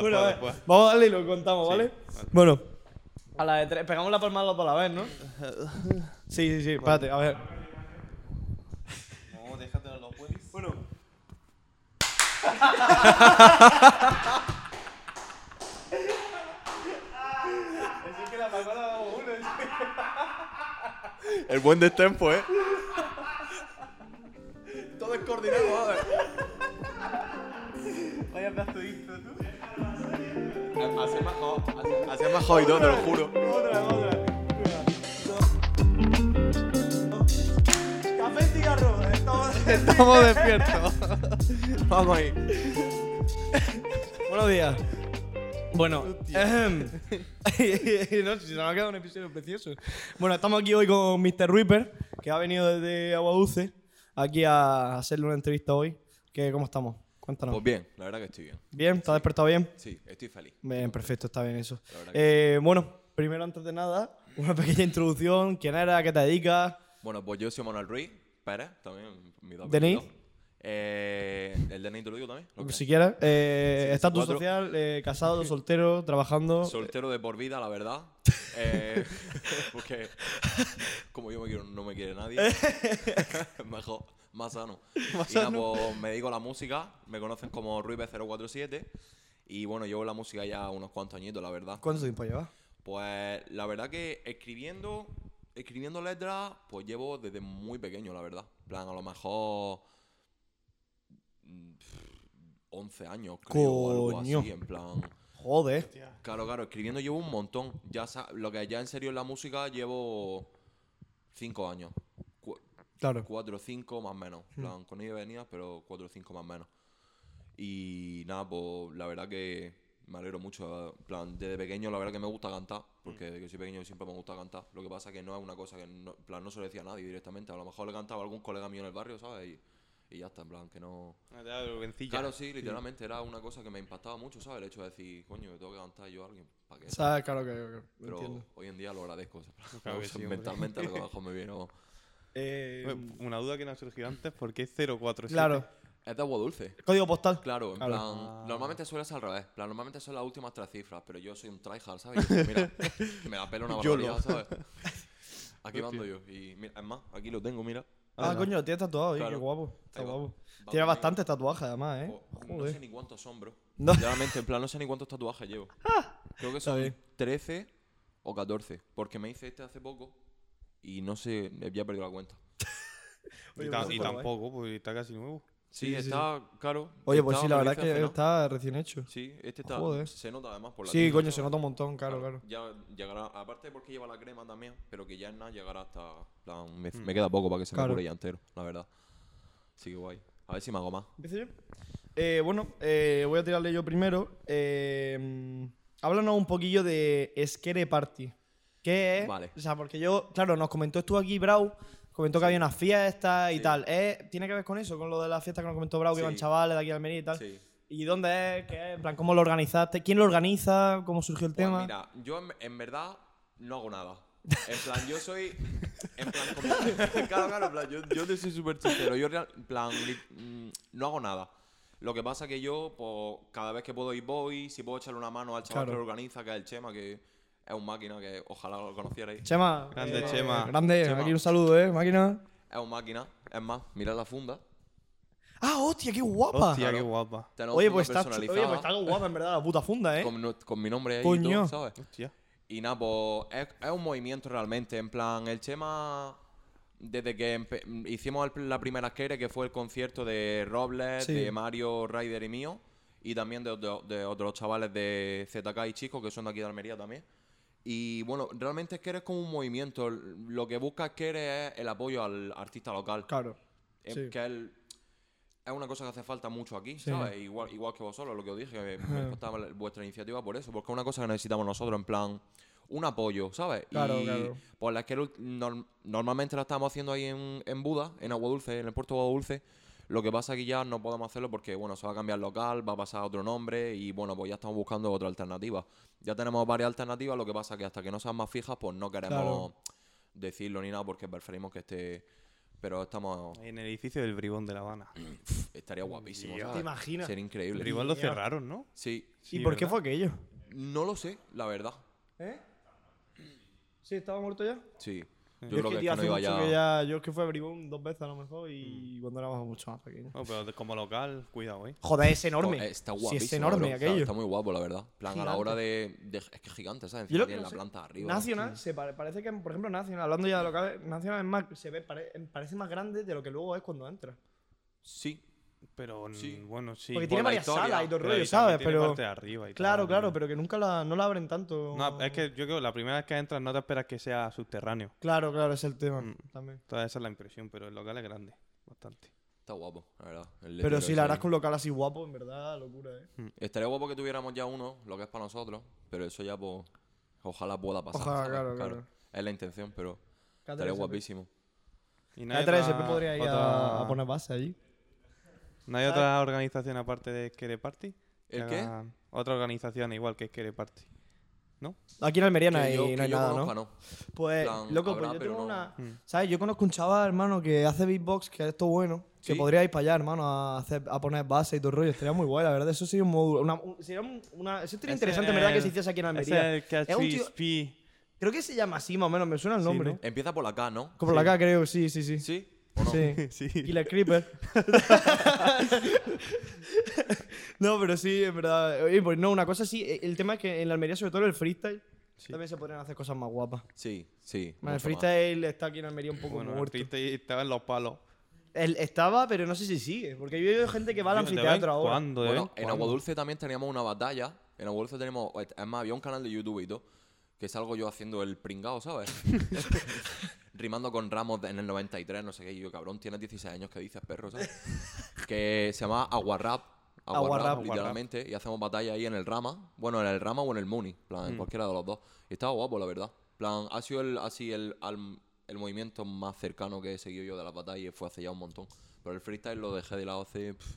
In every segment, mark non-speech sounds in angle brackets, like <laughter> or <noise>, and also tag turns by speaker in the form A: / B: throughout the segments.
A: Bueno, a ver,
B: después.
A: vamos a darle y lo contamos,
B: Sí,
A: ¿vale?
B: vale.
A: Bueno. A la de tres. Pegamos la palma a los dos a la vez, ¿no? Sí, sí, sí. Espérate, a ver.
B: No, déjate los buenos. Bueno. El buen destempo, eh. Todo es coordinado, joder.
A: Vaya pedazo de intro, tú.
B: Hacía mejor, hacía mejor y todo, te lo juro.
A: Otra, otra. Café y cigarro.
B: Estamos despiertos. <laughs> Vamos ahí.
A: Buenos días. Bueno, ejem. <laughs> no, si se nos ha quedado un episodio precioso. Bueno, estamos aquí hoy con Mr. Reaper, que ha venido desde Aguadulce aquí a hacerle una entrevista hoy. Que, ¿Cómo estamos? Cuéntanos.
B: Pues bien, la verdad que estoy bien.
A: ¿Bien? ¿Estás despertado bien?
B: Sí, estoy feliz.
A: Bien, perfecto, está bien eso.
B: La verdad
A: Eh, bueno, primero, antes de nada, una <laughs> pequeña introducción. ¿Quién era? ¿Qué te dedicas?
B: Bueno, pues yo soy Manuel Ruiz Pérez, también mi dos
A: ¿DNI?
B: apellidos. Eh, ¿El DNI te lo digo también? Ok.
A: Si quieres. Eh,
B: Sí,
A: estatus
B: cuatro.
A: social, eh,
B: <laughs>
A: casado, soltero, trabajando.
B: Soltero de por vida, la <laughs> verdad. Eh, porque como yo me quiero, no me quiere <laughs> nadie. Mejor, más sano. y nada, pues me dedico a la música. Me conocen como Ruibe047. Y bueno, llevo la música ya unos cuantos añitos, la verdad.
A: ¿Cuánto tiempo llevas?
B: Pues la verdad que escribiendo, escribiendo letras, pues llevo desde muy pequeño, la verdad. En plan, a lo mejor mm, 11 años, creo, o algo
A: Coño.
B: así, en plan.
A: Joder.
B: Claro, claro, escribiendo llevo un montón. Ya sa- lo que ya en serio en la música llevo 5 años. Cu-
A: Claro.
B: 4 o 5 más o menos. En plan, con ida y venía, pero 4 o 5 más o menos. Y nada, pues la verdad que me alegro mucho. En plan, desde pequeño la verdad que me gusta cantar, porque desde que soy pequeño siempre me gusta cantar. Lo que pasa que no es una cosa que no, en plan, no se lo decía a nadie directamente. A lo mejor le cantaba a algún colega mío en el barrio, ¿sabes? Y, y ya está, en plan, que no...
C: Ah,
B: Claro, sí, literalmente era una cosa que me impactaba mucho, ¿sabes? El hecho de decir, coño, tengo que cantar yo a alguien, ¿para qué?
A: O sea, claro que que- que-
B: Pero
A: entiendo.
B: hoy en día lo agradezco. o sea, <laughs>
C: Claro que sí, hombre.
B: mentalmente lo que mejor me vino.
A: Eh,
C: Una duda que nos surgió antes, ¿por qué 047?
A: claro.
B: Es de agua dulce.
A: Código postal.
B: pues, Claro, en
A: Claro.
B: plan. Normalmente suele ser al revés. en plan, normalmente son las últimas tres cifras, pero yo soy un tryhard, ¿sabes? Y yo, mira, me la pela una
A: <laughs>
C: Yo
B: barbaridad, ¿sabes? Aquí mando yo. Y mira, es más, aquí lo tengo, mira.
A: Ah,
C: Ah,
A: coño, lo tienes tatuado, eh,
B: Claro.
A: qué guapo. Está
B: Ahí va.
A: guapo.
B: Va
A: Tiene
B: conmigo.
A: bastantes tatuajes, además, eh.
B: O- Oh, no sé
A: Joder.
B: ni cuántos son, bro.
A: No. Ah.
B: Literalmente, en plan, no sé ni cuántos tatuajes
A: <laughs>
B: llevo. Creo que son
A: bien.
B: 13 o 14. Porque me hice este hace poco y no sé, ya he perdido la cuenta.
C: Y,
A: Oye,
C: ta-
A: pues,
C: y
A: está
B: eh.
A: guay.
C: tampoco, porque está casi nuevo.
A: Sí,
B: Sí,
A: sí, sí.
B: está caro.
A: Oye, pues
B: Está-
A: sí, la
B: me lo
A: verdad es
B: hice
A: que
B: hace nada.
A: está recién hecho.
B: Sí, este está.
A: Joder.
B: Se nota además por la
A: Sí,
B: tinta,
A: coño,
B: ¿sabes?
A: se nota un montón, claro, claro.
B: Ya llegará, aparte porque lleva la crema también, pero que ya en nada llegará hasta. en plan, me, me queda poco para que se
A: Mm. Claro.
B: me cure ya entero, la verdad. Así que guay. A ver si me hago más.
A: ¿Empiezo yo? Eh, bueno, eh, voy a tirarle yo primero. Eh, mm, háblanos un poquillo de Skere Party. ¿Qué es?
B: Vale.
A: O sea, porque yo, claro, nos comentó, estuvo aquí Brau, comentó que había unas fiestas y
B: Sí.
A: tal. ¿Eh? ¿Tiene que ver con eso? Con lo de las fiestas que nos comentó Brau, que
B: Sí.
A: iban chavales de aquí a Almería y tal.
B: Sí.
A: ¿Y dónde es? ¿Qué es? En plan, ¿Cómo lo organizaste? ¿Quién lo organiza? ¿Cómo surgió el
B: Pues
A: tema?
B: mira, yo en, en verdad no hago nada. En plan, yo soy. En plan, como. claro, claro, en plan, yo, yo te soy súper sincero. Yo, real- en plan, li- mm, no hago nada. Lo que pasa que yo, pues, cada vez que puedo ir voy, si puedo echarle una mano al chaval
A: Claro.
B: que lo organiza, que es el Chema, que es un máquina, que ojalá lo conocierais.
A: Chema.
C: Grande, Chema.
A: Grande,
B: Eh, Chema.
A: aquí un saludo, ¿eh? Máquina.
B: Es un máquina. Es más, mira la funda.
A: ¡Ah, hostia, qué guapa!
C: Hostia, qué guapa.
B: Tenemos
A: Oye,
B: funda
A: pues está, oye,
B: personalizada
A: pues está algo guapa, en verdad, la puta funda, ¿eh?
B: con, nu- con mi nombre ahí y
A: Coño.
B: todo, ¿sabes?
C: Hostia.
B: Y nada, pues es, es un movimiento realmente. En plan, el Chema, desde que empe- hicimos el- la primera esquera, que fue el concierto de Robles,
A: Sí.
B: de Mario, Ryder y mío, y también de, otro- de otros chavales de ZK y Chico, que son de aquí de Almería también. Y bueno, realmente esquera es como un movimiento. Lo que busca esquera es el apoyo al artista local.
A: Claro.
B: Es
A: Sí.
B: que él- es una cosa que hace falta mucho aquí,
A: Sí.
B: ¿sabes? E Igual, igual que vosotros, lo que os dije, que me encantaba la- vuestra iniciativa por eso, porque es una cosa que necesitamos nosotros, en plan, un apoyo, ¿sabes?
A: Claro,
B: y
A: claro.
B: pues la que lo- norm- normalmente la estábamos haciendo ahí en, en Buda, en Agua Dulce, en el puerto de Agua Dulce. Lo que pasa es que ya no podemos hacerlo porque, bueno, se va a cambiar local, va a pasar a otro nombre y, bueno, pues ya estamos buscando otra alternativa. Ya tenemos varias alternativas, lo que pasa es que hasta que no sean más fijas, pues no queremos
A: Claro.
B: decirlo ni nada porque preferimos que esté Pero estamos.
C: En el edificio del Bribón de La
A: <clears throat>
C: Habana.
B: Estaría guapísimo.
A: Dios.
B: ¿sabes?
A: ¿Te imaginas?
B: Sería
C: El
B: increíble.
C: Bribón lo
A: Ya.
C: cerraron, ¿no?
B: Sí.
A: ¿Y
C: Sí,
A: por qué
C: ¿verdad?
A: fue aquello?
B: No lo sé, la verdad.
A: ¿Eh? ¿Sí? ¿Estaba muerto ya?
B: Sí. Yo,
A: es
B: creo que, es que
A: tío,
B: no
A: hace
B: iba
A: mucho
B: ya. Mm.
A: que ya- Yo es que fui a Bribón dos veces a lo mejor y cuando éramos mucho más pequeños.
C: No, pero de- como local, cuidado, ¿eh?
A: Joder, es enorme.
B: No, Ah. Pues, está guapísimo.
A: Sí, es enorme
B: bro. Está-
A: aquello.
B: Está muy guapo, la verdad. En plan, a la
A: Gigante.
B: hora de, de- Es que es gigante, ¿sabes?
A: Yo lo que
B: Encima tiene
A: no
B: la
A: sé,
B: planta arriba.
A: Nacional, se pare- parece que, por ejemplo, Nacional, hablando ya de locales, Nacional es más, se ve, pare- parece más grande de lo que luego es cuando entra.
B: Sí.
C: Pero mm,
B: Sí.
C: bueno, sí.
A: Porque
B: por
A: tiene
B: la
A: varias
B: historia,
A: salas y todo el
C: Pero ahí
A: rollo,
C: también
A: ¿sabes?
C: tiene
A: Pero,
C: parte de arriba y
A: claro,
C: tal.
A: claro, pero que nunca la, no la abren tanto.
C: No, es que yo creo que la primera vez que entras no te esperas que sea subterráneo.
A: Claro, claro, es el tema
C: Mm.
A: también.
C: Toda esa es la impresión, pero el local es grande, bastante.
B: Está guapo, la verdad. El de
A: Pero
B: Tigre
A: si la
B: ese.
A: harás con un local así guapo, en verdad, locura, ¿eh?
B: <laughs> Estaría guapo que tuviéramos ya uno, lo que es para nosotros, pero eso ya, pues, ojalá pueda pasar.
A: Ojalá,
B: ¿sabes?
A: claro, claro.
B: Es la intención, pero
A: K3SP.
B: estaría guapísimo.
C: Y
A: La 3 siempre podría ir a, a poner base allí.
C: ¿No hay otra organización aparte de Skere Party? Que
B: ¿El qué?
C: haga Otra organización igual que Skere Party. ¿No?
A: Aquí en Almería no
B: Que
A: hay,
B: yo- que
A: no hay
B: yo
A: nada,
B: conozca,
A: ¿no?
B: En
A: Pues,
B: plan,
A: loco,
B: habrá,
A: pues yo
B: pero
A: tengo
B: no-
A: una.
C: Mm.
A: ¿Sabes? Yo conozco un chaval, hermano, que hace beatbox, que esto es bueno. Que
B: Sí.
A: podría ir para allá, hermano, a, hacer, a poner base y todo el rollo. Estaría muy guay, la verdad. Eso sería un módulo. Una, un- sería un- una, eso sería
C: Ese
A: interesante, en
C: es
A: verdad, que
C: el-
A: se hiciese aquí en
C: ese
A: Almería.
C: es el que ha
A: Es un tío-
C: hecho Ispi.
A: Creo que se llama así, más o menos. Me suena el
C: Sí,
A: nombre.
C: ¿no?
B: Empieza por la K, ¿no?
A: Como la acá, creo, sí, sí, sí.
B: <laughs> ¿Sí? ¿O no?
A: Sí.
C: Sí.
A: Killer Creeper. <laughs> no, pero sí, en verdad. Oye, pues no, una cosa sí. eh, El tema es que en la Almería, sobre todo el freestyle, también se podrían hacer cosas más guapas.
B: Sí, sí.
A: Bueno, el
B: mucho más.
A: freestyle está aquí en Almería un poco
C: Bueno, el
A: muerto.
C: freestyle estaba en los palos.
A: Él estaba, pero no sé si sigue. Porque yo he oído gente que va al
C: Tío, de vez en
A: anfiteatro ahora.
C: cuando, de
B: Bueno,
C: vez en
B: en
C: cuando.
B: Aguadulce también teníamos una batalla. En Aguadulce tenemos. Es más, había un canal de YouTube y todo. Que salgo yo haciendo el pringao, ¿sabes? Rimando con Ramos en el 93, no sé qué. Y yo, cabrón, tienes 16 años, ¿qué dices, perro? ¿sabes? que se llama Aguarrap.
A: Aguarrap,
B: Aguarrap,
A: Aguarrap.
B: literalmente. Y hacemos batalla ahí en el Rama. Bueno, en el Rama o en el Muni. plan, en cualquiera de los dos. Y estaba guapo, la verdad. plan, ha sido el, así el, al- el movimiento más cercano que he seguido yo de las batallas. Fue hace ya un montón. Pero el freestyle lo dejé de lado hace... pf,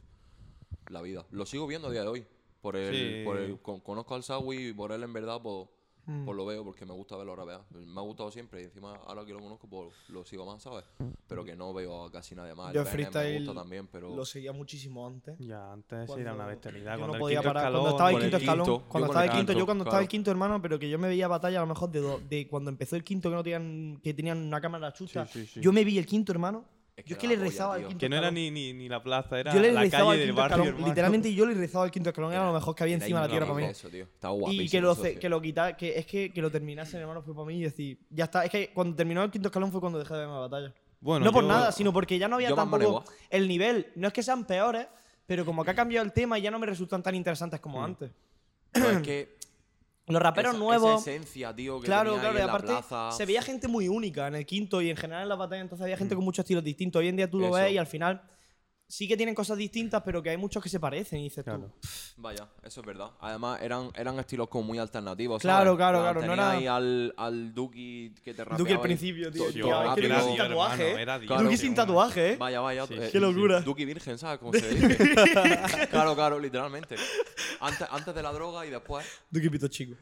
B: la vida. Lo sigo viendo a día de hoy. Por el,
C: Sí.
B: por el- con- conozco al Sawi y por él en verdad pues,
A: Mm.
B: pues lo veo porque me gusta verlo rapear. Me ha gustado siempre y encima ahora que lo conozco pues lo sigo más, ¿sabes? Pero que no veo a casi nadie más.
A: Yo
B: el BNM me
A: freestyle
B: gusta también, pero
A: Lo seguía muchísimo antes.
C: Ya, antes era
A: Cuando-
C: una bestialidad.
A: yo
C: Cuando
A: no
C: el
A: podía
C: quinto
A: parar.
C: escalón,
A: cuando estaba el
B: con el
A: quinto escalón.
B: quinto,
A: cuando
B: yo con
A: estaba
B: el
A: el quinto,
B: quinto,
A: yo cuando estaba
B: claro.
A: el quinto, hermano, pero que yo me veía batalla a lo mejor de, do- de cuando empezó el quinto que no tenían, que tenían una cámara chuta.
C: Sí, sí, sí.
A: Yo me vi el quinto, hermano.
B: Es que
A: yo es que
B: era
A: le
B: la polla,
A: rezaba al
B: tío.
A: quinto
C: Que no era
A: escalón.
C: ni, ni, ni la plaza, era
A: Yo le
C: la
A: rezaba
C: calle
A: al
C: del
A: quinto
C: barrio.
A: escalón.
C: hermano.
A: Literalmente yo le rezaba al quinto escalón, era lo mejor que había
B: Era
A: encima de la tierra para
B: increíble
A: mí.
B: eso, tío. Está
A: Y que
B: guapísimo
A: lo,
B: eso,
A: ce-
B: tío.
A: que lo quita- que es que, que lo terminase, hermano, fue para mí y decir, ya está. Es que cuando terminó el quinto escalón fue cuando dejé de verme la batalla.
C: Bueno,
A: no por
C: yo-
A: nada, sino porque ya no había
B: yo me
A: tampoco
B: amargo.
A: el nivel. No es que sean peores, pero como que ha cambiado el tema y ya no me resultan tan interesantes como antes.
B: Pero
A: <clears throat>
B: es que
A: Los raperos
B: Mm. esa,
A: nuevos.
B: esa esencia, tío, que
A: Claro,
B: tenía ahí
A: claro, y
B: en la
A: aparte
B: plaza,
A: se veía gente muy única en el quinto y en general en las batallas, entonces había gente con muchos estilos distintos. Hoy en día tú lo
B: Mm. Eso.
A: ves y al final sí que tienen cosas distintas, pero que hay muchos que se parecen, y dices
C: Claro.
A: tú.
B: Vaya, eso es verdad. Además, eran, eran estilos como muy alternativos.
A: Claro,
B: ¿sabes?
A: claro,
B: Plan,
A: claro, no
B: tenía
A: era-
B: ahí al, al Duki que te rapeaba.
A: Duki al
B: y
A: principio, tío.
B: to-
A: tío,
B: todo ah,
A: es que
B: rápido.
A: Duki sin
C: Era Dios,
A: tatuaje,
C: hermano,
A: ¿eh.
C: era Dios,
A: Duki
C: tío,
A: sin
C: un-
A: tatuaje, ¿eh?
B: Vaya, vaya.
C: Sí,
B: eh,
A: Qué locura.
B: Duki Virgen,
A: <laughs>
B: ¿sabes? Como se dice. claro, claro, literalmente. Antes, antes de la droga y después.
A: Duki Pito <laughs> Chico.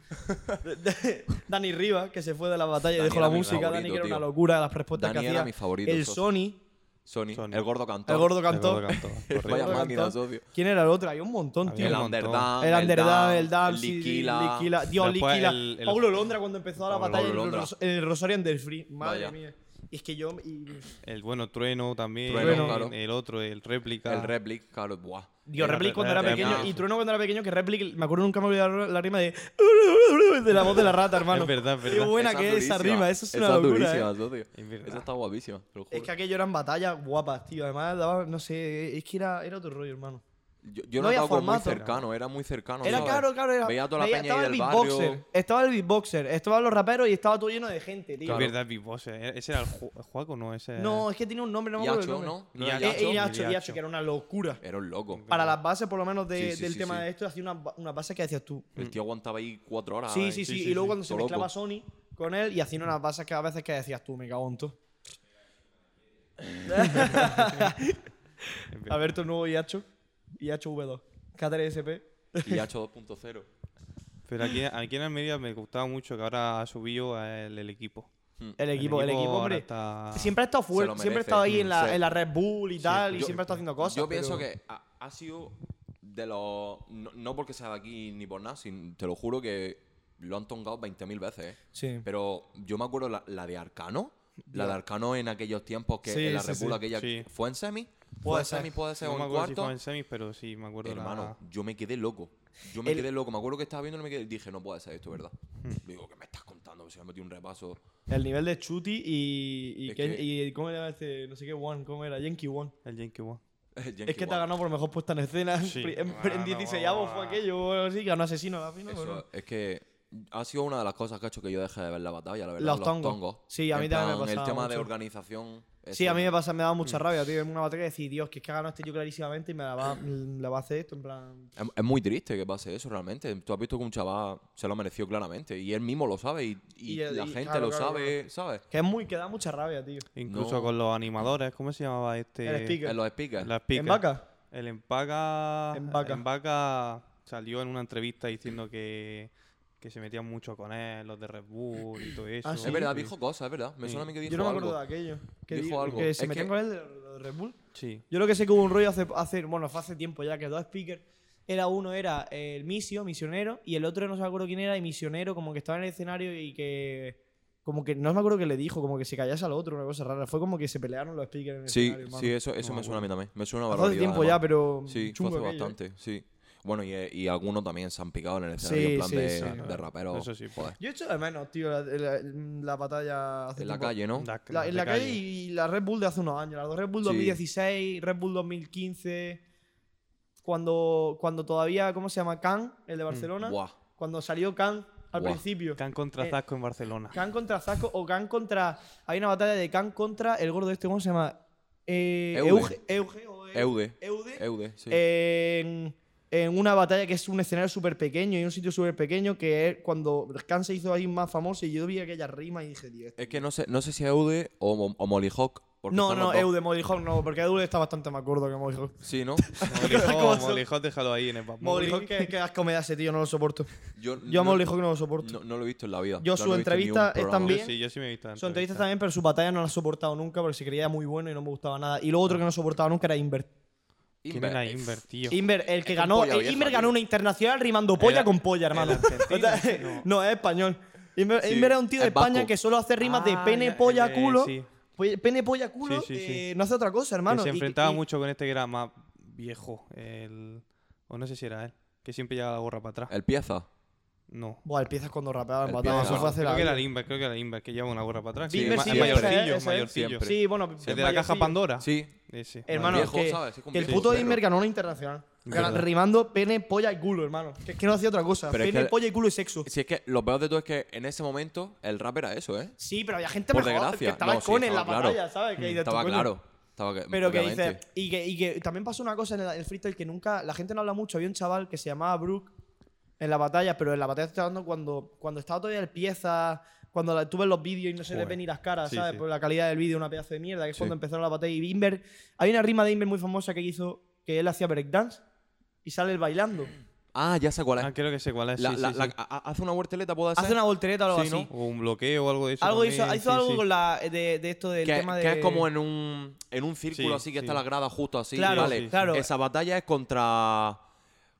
A: Dani Rivas, que se fue de la batalla y
B: Dani
A: dejó
B: era
A: la
B: mi
A: música. Dani,
B: favorito,
A: que era una
B: tío.
A: locura, las respuestas
B: Dani
A: que
B: era
A: hacía.
B: mi favorito,
A: El
B: eso.
A: Sony,
B: Sony,
C: Sony.
B: el gordo cantor.
A: el gordo
C: Gordo
A: cantor. <laughs>
C: Cantor, correcto.
B: Vaya
A: gordo
B: máquina,
A: cantor.
B: socio.
A: ¿Quién era el otro? Había un montón, tío.
B: El
C: montón.
B: Underdan.
A: El Underdam, el
B: Dan,
A: Dam, sí,
B: Liquila.
A: Liquila. Dios,
C: Después
A: Liquila.
C: el- el-
A: Pablo Londra cuando empezó la
B: Pablo
A: batalla en el,
B: Londra.
A: Ros- el Rosarian del Free. Madre
B: Vaya.
A: mía. Y es que yo. y-
C: El bueno Trueno también.
B: Trueno,
C: el-
B: claro.
C: El otro, el réplica.
B: El Replic, claro, buah.
A: Dios,
C: Era
A: Replic cuando era
C: Replic,
A: pequeño.
B: ah.
A: Y Trueno cuando era pequeño, que Replic. Me acuerdo nunca me olvidé la- la rima de. <laughs> De la voz de la rata, hermano.
C: Es verdad, es
A: Qué
C: verdad.
A: buena
B: Esa
A: que es esa
B: durísima.
A: rima. Eso es
B: Esa
A: una locura. ¿eh?
B: durísima, socio.
C: Es verdad.
B: Esa está guapísima, te lo juro.
A: Es que aquello eran batallas guapas, tío. Además, daba, no sé, es que era, era otro rollo, hermano.
B: Yo, yo
A: no
B: lo
A: había
B: estaba como muy
A: formato.
B: cercano, era muy cercano.
A: Era
B: ¿sabes?
A: caro, claro. Era,
B: eh, Veía a toda la
A: veía-
B: peña
A: estaba
B: ahí
A: el
B: del
A: beatboxer,
B: barrio.
A: estaba el beatboxer, estaban los raperos y estaba todo lleno de gente, tío.
C: Es
B: Claro.
C: verdad, Big Boss. eh, Ese era el, ju el juego, ¿no? Ese
A: No, es que tiene un nombre, no me acuerdo. el
B: Yacho,
A: nombre.
B: ¿no? Eh,
C: Ni
B: ¿No era
A: Eh,
C: Yacho,
A: eh,
B: Yacho?
A: Yacho,
C: Yacho.
A: Yacho, que era una locura.
B: Era un loco.
A: Para las bases, por lo menos, de-
B: Sí, sí,
A: del
B: sí,
A: tema
B: sí.
A: de esto, hacía una, ba- una base que decías tú.
B: El tío aguantaba ahí cuatro horas.
A: Sí,
B: ahí.
A: sí, sí,
C: sí,
A: Y luego
C: sí.
A: cuando se
B: Todo
A: mezclaba
B: loco.
A: Sony con él y hacían unas bases que a veces que decías tú, me cago en
B: <laughs>
A: todo. <laughs>
C: verdad.
A: Alberto, el nuevo Yacho. Yacho V2. K3SP.
B: Y Yacho 2.0.
C: Pero aquí, aquí en Almería me gustaba mucho que ahora ha subido el, el equipo.
B: Mm.
A: El equipo, el equipo,
C: ahora
A: hombre.
C: está-
A: Siempre ha estado fuerte,
B: merece.
A: siempre ha estado ahí en la,
B: Sí.
A: en la Red Bull y tal, y
B: Yo-
A: siempre ha estado haciendo cosas.
B: Yo
A: pero-
B: pienso que ha, ha sido de los. No, no porque sea de aquí ni por nada, sin- te lo juro que lo han tongado 20.000 veces. ¿eh?
A: Sí.
B: Pero yo me acuerdo la, la de Arcano. La de Arcano en aquellos tiempos que
A: Sí,
B: en la
A: sí,
B: Red Bull
A: sí.
B: aquella.
C: Sí.
B: ¿Fue en semi?
A: Puede
B: ¿Fue en
A: ser.
B: semi? ¿Puede ser
C: No
B: o
C: me
B: en
C: acuerdo si
B: cuarto?
C: fue en semis, pero sí me acuerdo. la-
B: Hermano, yo me quedé loco. Yo me
A: El- Hmm.
B: quedé loco. Me acuerdo que estaba viendo y me quedé. Dije, no puede ser esto, ¿verdad? Digo, ¿qué me estás contando? Que se me metió un repaso. <laughs>
A: El nivel de Chuti y. y,
B: Es
A: Ken-
B: que-
A: y ¿Cómo era este? No sé qué One, ¿cómo era? Yankee One.
C: El Yankee Wong.
A: Es que te ha ganado por mejor puesta en escena. <laughs>
C: Sí.
A: En, en,
C: Ah, no,
A: 16
C: ah.
A: fue aquello, o algo así, ganó asesino a la final.
B: Eso,
A: bueno.
B: es que ha sido una de las cosas que ha hecho que yo deje de ver la batalla, la verdad.
A: Los tongos. Sí, a mí
B: En
A: también me
B: plan,
A: pasaba
B: El tema de
A: mucho.
B: organización. es
A: Sí, a mí me
B: otro.
A: pasa, me daba mucha rabia, tío. En una batalla decir, Dios, que es que ha ganado este tío clarísimamente y me la va, la va a hacer esto, en plan.
B: Es, es muy triste que pase eso realmente. Tú has visto que un chaval se lo mereció claramente y él mismo lo sabe y, y
A: Y el-
B: la
A: y
B: gente
A: claro,
B: lo
A: claro,
B: sabe, ¿sabes?
A: Que es muy, que da mucha rabia, tío.
C: Incluso
B: No.
C: con los animadores, ¿cómo se llamaba este?
A: El speaker.
B: En los speakers.
C: La speaker.
A: ¿En vaca?
C: El empaca.
A: En vaca.
C: en vaca salió en una entrevista diciendo que, que se metían mucho con él, los de Red Bull y todo eso.
A: Ah, sí.
B: Es verdad, dijo cosas, es verdad. Me suena a mí que dijo
A: Yo no me acuerdo
B: algo.
A: de aquello. Que
B: Dijo
A: di-
B: algo.
A: Que se
B: Es
A: metían
B: que-
A: con él de, de Red Bull.
C: Sí.
A: Yo lo que sé que hubo un rollo hace, hace- bueno, fue hace tiempo ya, que dos speakers, era uno era eh, el misio, misionero, y el otro no se me acuerdo quién era, y misionero, como que estaba en el escenario y que, como que, no me acuerdo qué le dijo, como que se callase al otro, una cosa rara. Fue como que se pelearon los speakers en el
B: Sí,
A: escenario, hermano.
B: sí, eso, eso
C: No me
B: me suena a mí también. Me suena a
A: Hace
B: barbaridad,
A: tiempo ya,
B: además.
A: pero
B: Sí, fue
A: chungo
B: hace
A: aquello, ¿eh?
B: bastante, sí. Bueno, y, y algunos también se han picado en el escenario
A: Sí,
B: en plan
A: sí,
B: de,
A: sí,
B: de
A: claro.
B: raperos.
C: Eso sí, pues,
B: joder.
A: Yo he hecho de menos, tío, la, la- la batalla hace
B: En la
A: tiempo.
B: calle, ¿no?
C: Las-
A: La-
C: las
A: en
C: de
A: la calle, y la Red Bull de hace unos años. La Red Bull
B: Sí.
A: 2016, Red Bull 2015. Cuando, cuando todavía, ¿cómo se llama? Can, el
B: Mm,
A: de Barcelona.
B: Buah.
A: Cuando salió Can al
B: Buah.
A: principio.
C: Can contra
A: Eh,
C: Zasco
A: <laughs>
C: en Barcelona.
A: Can contra Zasco o Can contra. Hay una batalla de Can contra el gordo este, ¿cómo se llama? Eh,
B: Eude.
A: Euge. Euge o Eu-
B: Eude.
A: Eude.
B: Eude, sí.
A: Eh, en, en una batalla que es un escenario súper pequeño y un sitio súper pequeño que es cuando Khan se hizo ahí más famoso y yo vi aquella rima y dije, tío,
B: Es que no sé, no sé si Eude o, Mo- o Molly Hawk. Eh, porque
A: No,
B: están
A: no,
B: los dos.
A: Eude, Modihawk no, porque Eude está bastante más gordo que Modihawk. <laughs>
B: Sí, ¿no?
A: ¿Cómo
C: Molijón,
A: son?
C: Molijón, déjalo ahí en el papel.
A: Modihawk, qué, qué asco me da ese tío, no lo soporto.
B: Yo,
A: Yo a
B: no-
A: Modihawk no lo soporto.
B: No, no lo he visto en la vida.
A: Yo
B: O sea,
A: su
B: no he visto
A: entrevista
B: ni un
A: es
B: programa.
A: también-
C: Yo sí, yo sí me he visto la
A: Su entrevista
C: entrevista.
A: también, pero su batalla no la he soportado nunca porque se creía muy bueno y no me gustaba nada. Y lo otro que no soportaba nunca era Inver.
C: ¿Quién
B: Inver-
C: era
B: eh,
C: Inver, tío?
A: Inver, el que
B: Es un
A: ganó.
B: polla
A: el
B: vieja,
A: Inver
B: tío.
A: ganó una internacional rimando polla
C: Era-
A: con polla, hermano.
B: <laughs>
C: argentino,
A: O sea, <laughs>
C: no.
A: no, es español. Inver,
B: Sí,
A: Inver es un tío de
B: es vasco.
A: España que solo hace rimas de
C: Ah,
A: pene,
C: ya,
A: polla,
C: eh,
A: culo.
C: sí.
A: Pe- Pues, Pene, polla, culo.
C: Sí, sí,
A: eh,
C: sí.
A: no hace otra cosa, hermano.
C: que se
A: Y-
C: enfrentaba
A: y-
C: mucho con este que era más viejo. El... O no sé si era él. Que siempre llevaba la gorra para
A: Eh,
C: atrás.
B: El pieza.
C: No.
A: Buah, empiezas cuando rapeaban
B: El
A: patadas.
B: pieza.
A: Eso fue hace
C: creo
A: la
C: que era
A: vida.
C: el Inver, creo que era el Inver, que lleva una gorra para atrás.
A: Sí,
C: Sí,
A: Inver
C: ma-
A: sí,
C: es
A: ese es,
C: mayorcillo,
A: ese
C: es
A: es.
C: mayorcillo.
B: Siempre.
A: Sí, bueno,
C: El de la caja
A: mayorcillo.
C: Pandora.
B: Sí.
C: Ese.
A: Hermano,
B: Viejo,
A: que,
B: ¿sabes? Es como
A: que el
B: viejo,
A: puto
B: claro.
A: Inver ganó una internacional. Gan-
C: Verdad.
A: Rimando pene, polla y culo, hermano. Que es que no hacía otra cosa.
B: Pero es
A: pene,
B: que-
A: polla y culo y sexo.
B: Si es que lo peor de todo es que en ese momento el rap era eso, ¿eh?
A: Sí, pero había gente
B: Por
A: mejor,
B: desgracia.
A: que estaba
B: No, sí,
A: con en la
B: estaba claro.
A: batalla, ¿sabes? Que dices tú,
B: Estaba
A: coño.
B: claro. Estaba que-
A: Pero que
B: obviamente.
A: dices, y que, y que también pasó una cosa en el, el freestyle que nunca, la gente no habla mucho, había un chaval que se llamaba Brooke en la batalla, pero en la batalla estoy hablando cuando, cuando estaba todavía el pieza, cuando la- tú ves los vídeos y no se le
C: Joder.
A: ven ni las caras,
C: Sí,
A: ¿sabes?
C: sí.
A: Por la calidad del vídeo, una pedazo de mierda, que es
B: Sí.
A: cuando empezaron la batalla. Y Inver, hay una rima de Inver muy famosa que hizo, que él hacía breakdance y sale él bailando.
B: Ah, ya sé cuál es.
C: Ah, creo que sé cuál es.
B: La-
C: sí, sí,
B: la-
C: sí.
B: la- a- a- hace una huerteleta, puede ser.
A: Hace una voltereta o algo
B: Sí,
A: así.
B: ¿no?
C: O un bloqueo o algo de eso.
A: Algo hizo,
C: también,
A: hizo
C: sí,
A: algo
C: sí.
A: con la, de, de esto del
B: que,
A: tema de...
B: que es como en un, en un círculo
C: Sí,
B: así que
C: sí.
B: está la grada justo así.
A: Claro,
B: vale.
A: sí, claro.
B: Esa batalla es contra.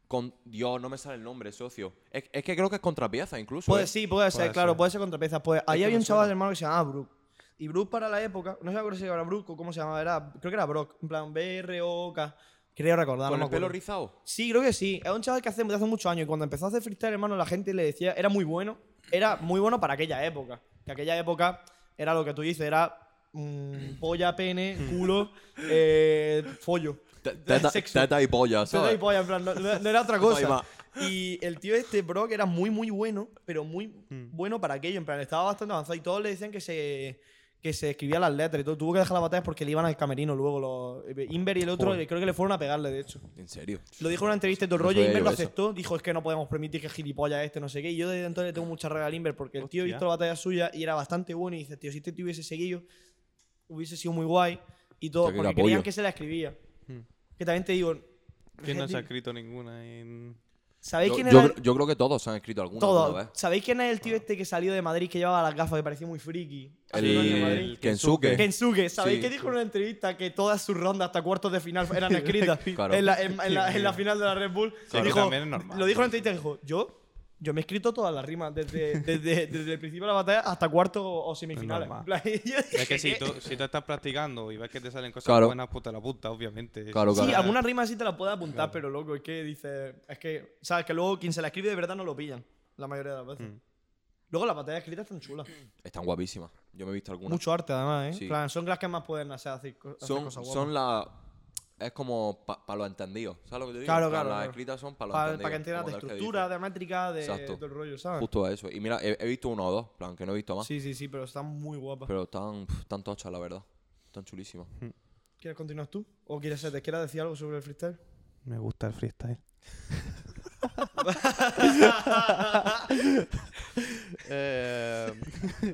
B: Con, Dios, no me sale el nombre, socio. Es, es que creo que es contra pieza incluso.
A: Puede,
B: ¿eh?
A: sí, puede, ser,
C: Puede
A: claro,
C: ser.
A: puede ser contrapiezas. Pues ahí
B: que
A: había
B: me
A: un chaval
B: suena.
A: hermano que se llamaba Brook. Y Brook para la época, no sé si era Brook o cómo se llamaba, era, creo que era Brock, en plan B-R-O-K. Creo recordar, no
B: Con
A: me
B: el pelo
A: acuerdo.
B: rizado.
A: <laughs> Sí, creo que sí. Es un chaval que hace, de hace muchos años. Y cuando empezó a hacer freestyle, hermano, la gente le decía, era muy bueno. Era muy bueno para aquella época. Que aquella época era lo que tú dices, era mm, polla, pene,
B: <laughs>
A: culo, eh, follo.
B: Te-
A: <laughs>
B: Teta,
A: Sexo.
B: teta y polla,
A: Te doy
B: ¿sabes?
A: polla, pues, en plan, no, no- no era otra
B: Ahí va.
A: cosa. Y el tío este, Brock, era muy, muy bueno, pero muy bueno para aquello. En plan, estaba bastante avanzado y todos le decían que se, que se escribía las letras y todo. Tuvo que dejar la batalla porque le iban al camerino luego. Los, eh, Inver y el otro,
C: Joder.
A: creo que le fueron a pegarle, de hecho.
B: En serio.
A: Lo dijo en una entrevista y todo el
B: No
A: rollo,
B: sabía
A: Inver
B: yo
A: lo
B: eso.
A: aceptó, dijo es que no podemos permitir que gilipollas este, no sé qué. Y yo desde entonces le tengo mucha regla al Inver porque el tío he
C: Hostia.
A: visto la batalla suya y era bastante bueno y dice, tío, si este tío hubiese seguido, hubiese sido muy guay y todo,
B: Hostia, qué
A: porque
B: capullo.
A: creían que se la escribía.
C: Hmm.
A: Que también te digo...
C: Que no se ha
A: gente-
C: escrito ninguna en.
A: ¿Sabéis
B: Yo,
A: quién
B: yo
A: era?
B: cre- yo ¿eh? creo que todos han escrito alguna, alguna
A: Todo.
B: vez.
A: ¿Sabéis quién es el tío este que salió de Madrid que llevaba las gafas que parecía muy friki? Hace
B: Ah.
A: un
B: El,
A: año en Madrid.
B: Kensuke.
A: Kensuke, ¿sabéis
B: Sí.
A: que dijo en una entrevista que todas sus rondas hasta cuartos de final eran escritas
C: <laughs>
B: Claro.
A: en, la, en- en la- en la final de la Red Bull?
C: Sí, que
A: Dijo-
C: también es normal.
A: Lo dijo en una entrevista y dijo, yo, yo me he escrito todas las rimas desde, desde, desde el principio de la batalla hasta cuartos o semifinales.
C: normal.
A: En plan, <laughs> y yo dije,
C: Es que si
A: "¿Qué?".
C: tú, si tú estás practicando y ves que te salen cosas
B: Claro.
C: buenas, pues te la apuntas, obviamente.
B: Claro,
A: Sí,
B: claro.
A: alguna rima sí te la puedes apuntar, pero loco, es que dices, es que, sabes que luego quien se la escribe de verdad no lo pillan, la mayoría de las veces.
C: Mm.
A: Luego las batallas escritas están chulas.
B: Están guapísimas. Yo me he visto algunas.
A: Mucho arte además, ¿eh?
B: Sí.
A: Plan, son las que más pueden hacer, hacer co- hacer
B: son,
A: cosas guapas.
B: son la es como para los entendidos ¿sabes lo que te digo?
A: Claro,
B: En plan,
A: claro,
B: las
A: claro.
B: escritas son para los
A: Para,
B: entendidos
A: que entiendas
B: como
A: de
B: tal que
A: estructura,
B: dices.
A: de métrica, de
B: Exacto.
A: todo el rollo, ¿sabes?
B: justo eso y mira he, he visto uno o dos en plan que no he visto más
A: Ah. Sí, sí, sí, pero están muy guapas.
B: pero están pf, están tochas la verdad están chulísimas
A: ¿Quieres continuar tú? ¿O quieres te quieras decir algo sobre el freestyle?
C: Me gusta el freestyle. <laughs>
D: Eh,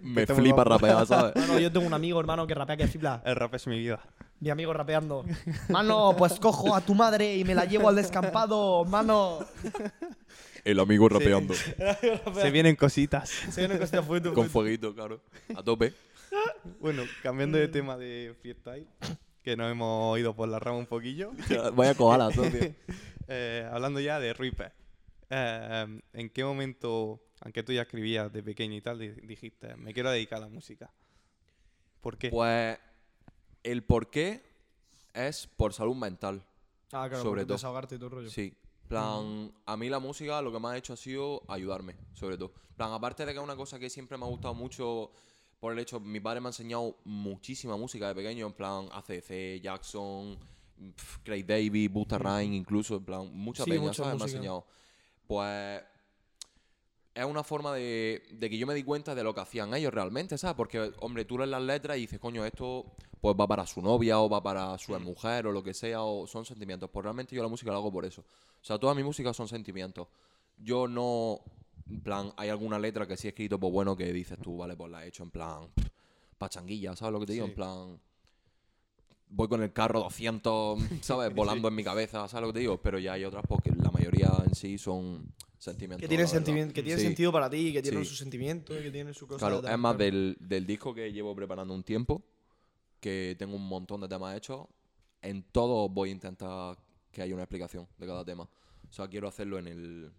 B: me
D: Está muy
B: flipa
D: guapo.
B: rapear
A: <laughs>
B: ¿sabes?
A: Bueno, yo tengo un amigo, hermano, que rapea que flipa.
C: El rap es mi <laughs> vida.
A: Mi amigo rapeando. <laughs> Mano, pues cojo a tu madre y me la llevo al descampado. Mano.
B: el amigo rapeando
C: Se vienen cositas.
A: Se viene cuestión fue
B: con fueguito claro a tope
C: Bueno, cambiando de tema de freestyle, que nos hemos ido por la rama un poquillo.
B: vaya koala tío
C: Eh, hablando ya de Reaper. eh, ¿En qué momento, aunque tú ya escribías de pequeño y tal, di- dijiste, me quiero dedicar a la música? ¿Por qué?
B: pues el por qué es por salud mental
A: Ah, claro,
B: Sobre
A: sobre
B: todo.
A: desahogarte y todo el rollo.
B: Sí. Plan, a mí la música lo que me ha hecho ha sido ayudarme, sobre todo. Plan, aparte de que es una cosa que siempre me ha gustado mucho por el hecho, mi padre me ha enseñado muchísima música de pequeño, en plan ACC, Jackson, pf, Craig Davis, Busta Rhymes, incluso, en plan, muchas
A: Sí,
B: peña,
A: mucha
B: ¿sabes? Me ha
A: música.
B: enseñado. Pues es una forma de, de que yo me di cuenta de lo que hacían ellos realmente, ¿sabes? Porque, hombre, tú lees las letras y dices, coño, esto pues va para su novia o va para
A: Mm.
B: su mujer o lo que sea, o son sentimientos. Pues realmente yo la música la hago por eso. O sea, toda mi música son sentimientos. Yo no, en plan, hay alguna letra que sí he escrito, pues bueno, que dices tú, vale, pues la he hecho en plan, pff, pachanguilla, ¿sabes lo que te digo? En plan, voy con el carro
A: <laughs>
B: 200, ¿sabes? Volando en mi cabeza, ¿sabes lo que te digo? Pero ya hay otras porque la mayoría en sí son sentimientos.
A: Que tiene,
B: la verdad.
A: sentimiento, que tiene
B: Sí.
A: sentido para ti, que tiene
B: Sí.
A: su sentimiento, que tiene su cosa.
B: Claro,
A: detrás,
B: es más
A: claro.
B: del, del disco que llevo preparando un tiempo, que tengo un montón de temas hechos. En todos voy a intentar que haya una explicación de cada tema. O sea, quiero hacerlo en el.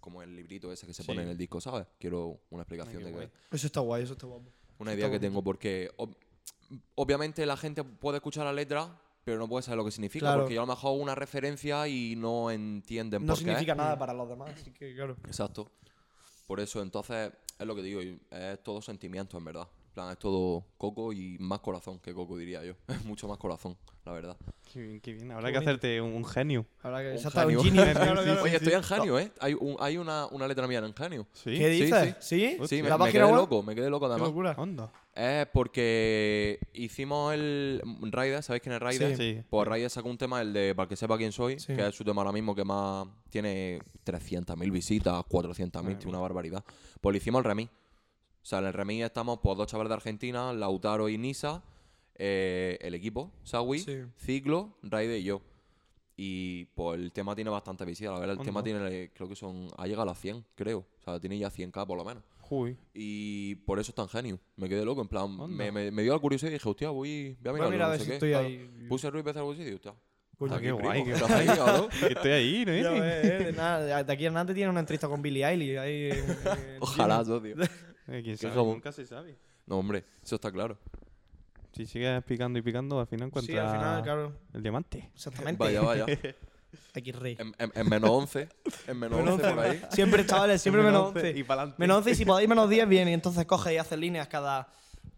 B: como el librito ese que se pone en el disco, ¿sabes? Quiero una explicación
C: qué
B: de
C: guay.
B: que,
A: Eso está guay, eso está guapo.
B: una
A: Eso está
B: idea que
A: bonito.
B: tengo, porque ob- obviamente la gente puede escuchar la letra, pero no puede saber lo que significa,
A: Claro.
B: porque yo a lo mejor hago una referencia y no entienden
A: No
B: por qué. ¿eh?
A: significa nada para los demás, así que claro.
B: Exacto. Por eso, entonces, es lo que digo, y es todo sentimiento, en verdad. En plan, es todo coco y más corazón que coco, diría yo. <laughs> Es mucho más corazón, la verdad.
C: Qué bien, qué bien. Habrá
A: Qué
C: que
A: bonito.
C: hacerte un, un genio.
A: Ahora que
B: Un
A: se ha estado en
B: genio.
A: Genius,
B: <laughs>
A: claro, claro.
B: Oye, estoy en
A: Ah.
B: Genio, ¿eh? Hay, un- hay una, una letra mía en Genio.
C: Sí.
A: ¿Qué
B: Sí,
A: dices? ¿Sí?
B: Sí, Pues me,
A: ¿La
B: me
A: página
B: quedé
A: web?
B: loco, me quedé loco
A: Qué
B: además.
A: locura.
C: onda?
B: Es porque hicimos el Raider, ¿sabéis quién es Raider?
C: Sí. Sí.
B: Pues Raider sacó un tema, el de Para que sepa quién soy,
A: Sí.
B: que es su tema ahora mismo que más tiene 300.000 visitas, 400.000,
C: Madre
B: tiene una barbaridad. Pues le hicimos el remix. O sea, en el remix estamos pues, dos chavales de Argentina, Lautaro y Nisa, eh, el equipo, Sawi,
A: Sí.
B: Ciclo, Raider y yo. Y pues el tema tiene bastante visita, la verdad, el tema
C: Anda.
B: tiene, creo que son, ha llegado a las 100, creo. O sea, tiene ya 100k por lo menos.
C: Uy.
B: Y por eso es tan genio. Me quedé loco, en plan,
C: Anda.
B: me, me- me dio la curiosidad y dije, hostia, voy, voy a
A: Voy a mirar Pues
B: mirarlo,
A: a ver
B: no sé
A: si
B: qué.
A: estoy
B: Claro.
A: ahí.
B: Puse Ruiz Becerra bolsillo y hostia.
A: Coño,
B: aquí,
C: Ah, qué Pues guay,
B: primo,
C: qué
B: ¿qué haces ahí,
C: <laughs>
B: cabrón?
C: Que Estoy ahí, ¿no?
A: Ya ves, <laughs> eh, de, nada, de aquí a nada tiene una entrevista con Billie Eilish. ahí en- en-
B: <laughs> Ojalá, tío.
C: Eh, ¿Quién sabe?
B: somos?
C: Nunca se sabe.
B: No, hombre, eso está claro.
C: Si sigues picando y picando, al final encuentras
A: Sí, al final, claro.
C: el diamante.
A: Exactamente.
B: Vaya, vaya.
A: Aquí rey.
B: En, en- en menos 11, en menos 11 por ahí.
A: Siempre, chavales, siempre menos 11.
C: Y pa'lante.
A: Menos 11 y si podéis menos 10, bien. Y entonces coge y hace líneas cada...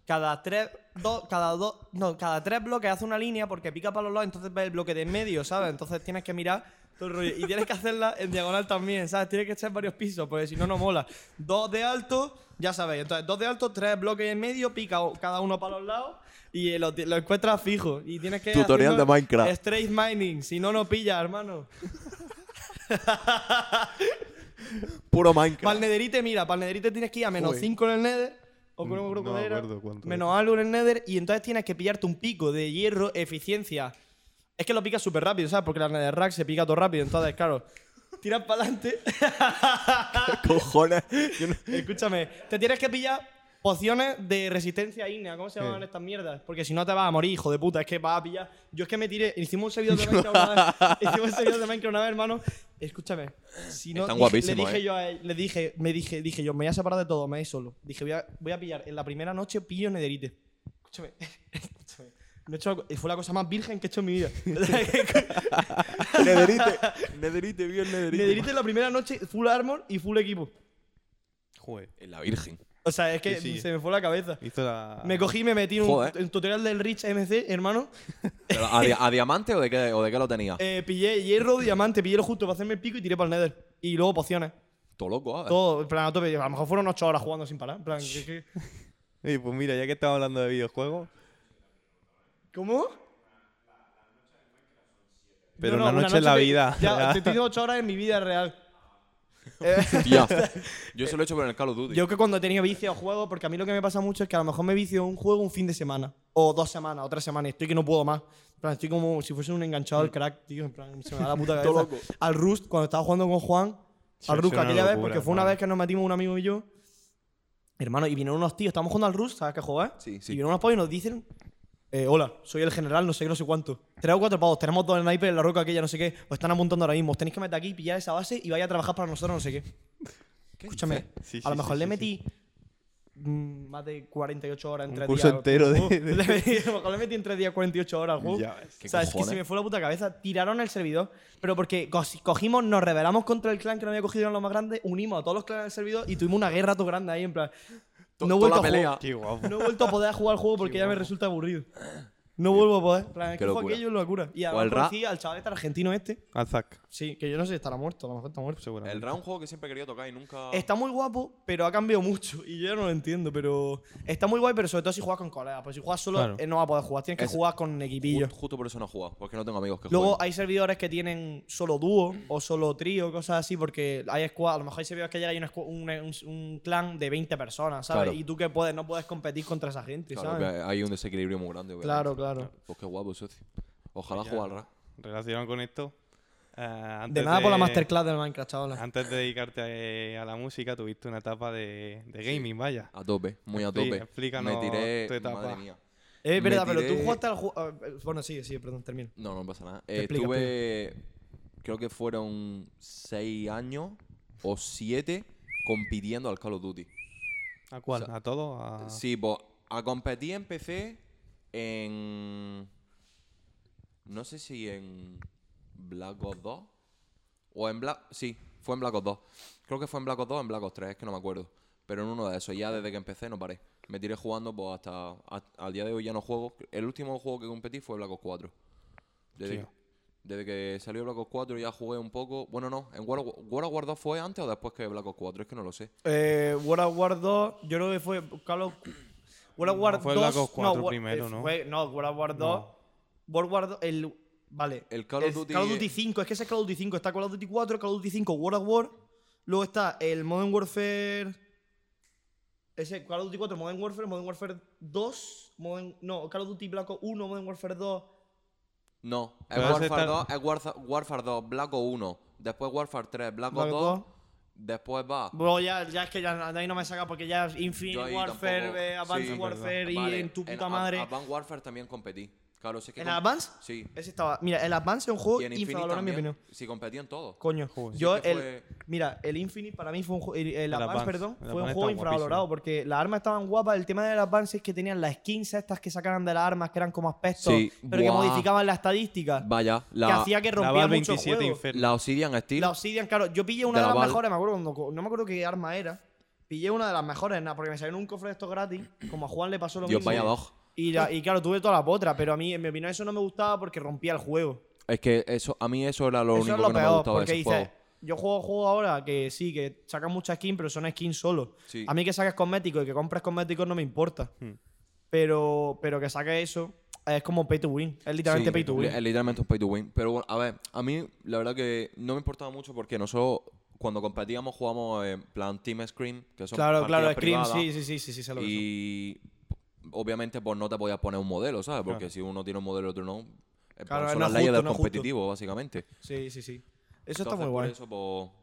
A: Cada tres, dos, cada dos, no, cada tres bloques hace una línea porque pica para los lados, entonces ves el bloque de en medio, ¿sabes? Entonces tienes que mirar todo el rollo. Y tienes que hacerla en diagonal también, ¿sabes? Tienes que echar varios pisos, porque si no, no mola. Dos de alto, ya sabéis. Entonces, dos de alto, tres bloques en medio, pica o- cada uno para los lados y eh, lo, ti- lo encuentras fijo. Y tienes que.
B: Tutorial
A: haciendo
B: de Minecraft.
A: Straight mining, si no, no pilla, hermano.
B: Puro Minecraft.
A: Para el nederite, mira, para el nederite tienes que ir a menos 5 en el nether o con un
C: Mm, No
A: grupo
C: me
A: de era,
C: acuerdo cuánto
A: menos algo en el nether y entonces tienes que pillarte un pico de hierro, eficiencia. Es que lo picas súper rápido, ¿sabes? Porque la netherrack se pica todo rápido, entonces, claro. tiras para adelante.
D: Cojones.
A: Escúchame, te tienes que pillar pociones de resistencia ígnea. ¿Cómo se llaman
C: Sí.
A: estas mierdas? Porque si no te vas a morir, hijo de puta. Es que vas a pillar. Yo es que me tiré. Hicimos un servidor de Minecraft una vez. Hicimos un servidor de Minecraft una vez, hermano. Escúchame. Si no,
B: Están
A: dije- le
B: guapísimos,
A: dije
B: eh.
A: yo a él, le dije, me dije, dije yo, me voy a separar de todo, me voy solo. Dije, voy a, voy a pillar. En la primera noche pillo nederite. Escúchame. <laughs> escúchame. No he hecho la co- fue la cosa más virgen que he hecho en mi vida. <laughs>
D: Nederite. Nederite, bien Nederite.
A: nederite en la primera noche, full armor y full equipo.
C: Joder.
B: En la Virgen.
A: O sea, es que
C: Sí, sí.
A: se me fue la cabeza.
C: Hizo la.
A: Me
C: <laughs>
A: cogí y me metí en un,
B: Joder.
A: en un tutorial del Rich MC, hermano.
B: Pero, ¿A, di- a diamante o de qué, o de qué lo tenía?
A: Eh, pillé hierro, diamante, pillé lo justo para hacerme el pico y tiré para el Nether. Y luego pociones.
B: Todo loco, ¿eh?
A: Todo, en plan, a tope. A lo mejor fueron 8 horas jugando sin parar. En plan, ¿qué- qué?
C: Oye, pues mira, ya que estamos hablando de videojuegos.
A: ¿Cómo?
C: Pero
A: No, no,
C: una noche en la
A: te-
C: vida.
A: Ya,
C: ¿verdad?
A: te he tenido 8 horas en mi vida
C: <laughs>
A: real. Eh,
B: Tía. Yo se lo he hecho por el Call of Duty.
A: Yo que cuando he tenido vicio a juego, porque a mí lo que me pasa mucho es que a lo mejor me vicio un juego un fin de semana, o dos semanas, o tres semanas, y estoy que no puedo más. En plan, estoy como si fuese un enganchado
B: Mm.
A: al crack, tío, en plan, se me da la
B: <laughs>
A: puta cabeza. Al Rust, cuando estaba jugando con Juan,
C: Sí,
A: al
C: es
A: Rust
C: una
A: aquella vez,
C: locura,
A: porque fue una
C: hermano.
A: vez que nos metimos un amigo y yo, hermano, y vinieron unos tíos, estábamos jugando al Rust, ¿sabes qué jugar?
B: Sí, sí.
A: Y vinieron unos pavos y nos dicen, eh, hola, soy el general, no sé qué, no sé cuánto. Tres o cuatro pavos, tenemos dos snipers en la roca aquella, no sé qué, os están apuntando ahora mismo, os tenéis que meter aquí, pillar esa base y vaya a trabajar para nosotros, no sé qué. Escúchame,
C: Sí,
A: a lo
C: sí,
A: mejor
C: sí,
A: le
C: sí,
A: metí mm, más de 48 horas en
C: Un
A: tres
C: curso
A: días.
C: entero de-
A: Uh,
C: de-
A: <laughs> le metí- a lo mejor le metí en tres días 48 horas al juego.
C: Ya ves.
B: ¿Qué
A: o sea, es que
B: cojones?
A: se me fue la puta cabeza. Tiraron el servidor, pero porque co- cogimos, nos rebelamos contra el clan que no había cogido, eran los más grandes, unimos a todos los clanes del servidor y tuvimos una guerra todo grande ahí, en plan.
B: To-
A: No he
B: toda
A: vuelto
B: la
A: a
B: pelea.
A: jugar.
C: Qué guapo.
A: No he vuelto a poder jugar al juego porque ya me resulta
B: <laughs>
A: aburrido. No vuelvo a poder. En plan, es que
B: Qué
A: fue
B: locura.
A: aquello locura. Y
B: O el
A: además
B: Ra-
A: conocí al chaval este argentino este.
C: Alzac,
A: Sí, que yo no sé si estará muerto, a lo mejor está muerto.
C: seguramente.
B: El round juego que siempre quería tocar y nunca.
A: Está muy guapo, pero ha cambiado mucho <laughs> y yo ya no lo entiendo, pero está muy guay, pero sobre todo si juegas con colegas, pues si juegas solo
C: Claro.
A: eh, no vas a poder jugar, tienes que
B: Es-
A: jugar con
B: Ju-
A: equipillos.
B: justo por eso no he jugado, porque no tengo amigos que
A: Luego
B: jueguen.
A: hay servidores que tienen solo dúo o solo trío, cosas así, porque hay squad, a lo mejor hay servidores que llega y hay una squa- un, un- un clan de 20 personas, ¿sabes?
B: Claro.
A: Y tú que puedes, no puedes competir contra esa gente,
B: Claro, que
A: ¿sabes?
B: hay un desequilibrio muy grande. obviamente.
A: Claro, claro.
B: Pues qué guapo, socio. Ojalá jugar al rap.
C: Relacionado con esto. eh, antes
A: De nada por la masterclass del Minecraft, chavales.
C: Antes de dedicarte a, a la música, tuviste una etapa de, de gaming, vaya.
B: A tope, muy a
C: Expli-
B: tope.
C: explícanos
B: Me tiré.
C: tu etapa.
B: Madre mía.
A: Es
B: me
A: verdad, pero tú
B: tiré-
A: jugaste al juego... Bueno, sí, sí, perdón, termino.
B: No, no pasa nada. Eh,
A: explica,
B: estuve, creo que fueron seis años o siete compitiendo al Call of Duty.
C: ¿A cuál? ¿A todo? ¿A-
B: Sí, pues a competir empecé en... No sé si en Black Ops 2 o en Black... Sí, fue en Black Ops 2. Creo que fue en Black Ops 2 o en Black Ops 3, es que no me acuerdo. Pero en uno de esos, ya desde que empecé no paré. Me tiré jugando pues hasta... a- al día de hoy ya no juego. El último juego que competí fue Black Ops 4. Desde,
C: Tío.
B: desde que salió Black Ops 4 ya jugué un poco... Bueno, no, ¿en World of, World of War 2 fue antes o después que Black Ops 4? Es que no lo sé.
A: Eh, World of War 2, yo creo que fue Call of- World of War
C: No, fue
A: 2.
C: Black Ops 4
A: War-
C: primero,
A: eh,
C: ¿no?
A: fue- no, World of War 2. World War 2, el. Vale.
B: El Call of
A: es
B: Duty-
A: Call of Duty 5, es que ese es Call of Duty 5. Está Call of Duty 4, Call of Duty 5, World of War. Luego está el Modern Warfare. Ese Call of Duty 4, Modern Warfare, Modern Warfare 2. Modern- no, Call of Duty Black Ops 1, Modern Warfare 2.
B: No, es
C: Pero ese
B: Warfare,
C: está-
B: 2, es Warza- Warfare 2, Black Ops 1, después Warfare 3, Black Ops
A: Black
B: 2,
A: Ops 2.
B: después va.
A: Bueno, ya, ya es que ya, de ahí no me saca porque ya es
B: Yo
A: Infinite
B: ahí
A: Warfare,
B: tampoco-
A: eh, Advanced
B: sí.
A: Warfare y
B: Vale,
A: en tu puta
B: Ad-
A: madre.
B: Advanced Warfare también competí. Claro, sé que.
A: ¿En Eh,
B: com-
A: Advance?
B: Sí.
A: Ese estaba. Mira, el Advance es un juego
B: Y en Infinite
A: infravalorado en mi
B: también.
A: opinión.
B: Sí, competí en todo.
A: Coño,
C: Joder.
A: yo
B: Sí que
A: el,
B: fue-
A: mira, el Infinite para mí fue un juego, el, el Advance,
C: Advance.
A: perdón,
C: El
A: fue un
C: Advance
A: juego
C: estaba
A: infravalorado
C: guapísimo.
A: porque las armas estaban guapas, el tema del Advance es que tenían las skins estas que sacaban de las armas que eran como aspectos,
B: Sí,
A: pero que
B: buah.
A: modificaban la estadística,
B: Vaya,
A: que
B: la,
A: hacía que
C: La
A: rompía
C: Val
A: mucho el
C: 27
A: juego.
C: Inferno.
B: la Obsidian Steel.
A: La Obsidian, claro, yo pillé una de,
B: De la
A: las
B: Val.
A: mejores, me acuerdo cuando co- no me acuerdo qué arma era. Pillé una de las mejores, nada, porque me salieron un cofre de estos gratis, como a Juan le pasó lo
B: Dios,
A: mismo.
B: vaya dog.
A: Y, la- y claro, tuve toda la potra, pero a mí, en mi opinión, eso no me gustaba porque rompía el juego.
B: Es que eso, a mí eso era lo
A: Eso
B: único
A: es lo
B: que no me
A: peor,
B: gustaba de
A: porque
B: ese
A: dices,
B: juego.
A: yo juego juego ahora que sí, que sacan muchas skins, pero son skins solo.
B: Sí.
A: A mí que saques cosméticos y que compres cosméticos no me importa. Pero, pero que saques eso es como pay to win. Es literalmente
B: Sí,
A: pay to win.
B: Es literalmente un pay to win. Pero bueno, a ver, a mí la verdad que no me importaba mucho porque nosotros cuando competíamos jugamos en plan Team Scream, que son
A: claro, claro,
B: partidas
A: Scream, sí,
B: privadas.
A: sí, sí, sí, sí, sé lo que son.
B: Y obviamente pues no te podías poner un modelo, ¿sabes? Porque si uno tiene un modelo y otro no. eh, pues,
A: Claro,
B: son
A: no
B: las
A: es
B: leyes
A: justo,
B: del
A: no es justo.
B: competitivo, básicamente.
A: Sí, sí, sí. Eso está muy
B: Entonces, por
A: guay.
B: eso,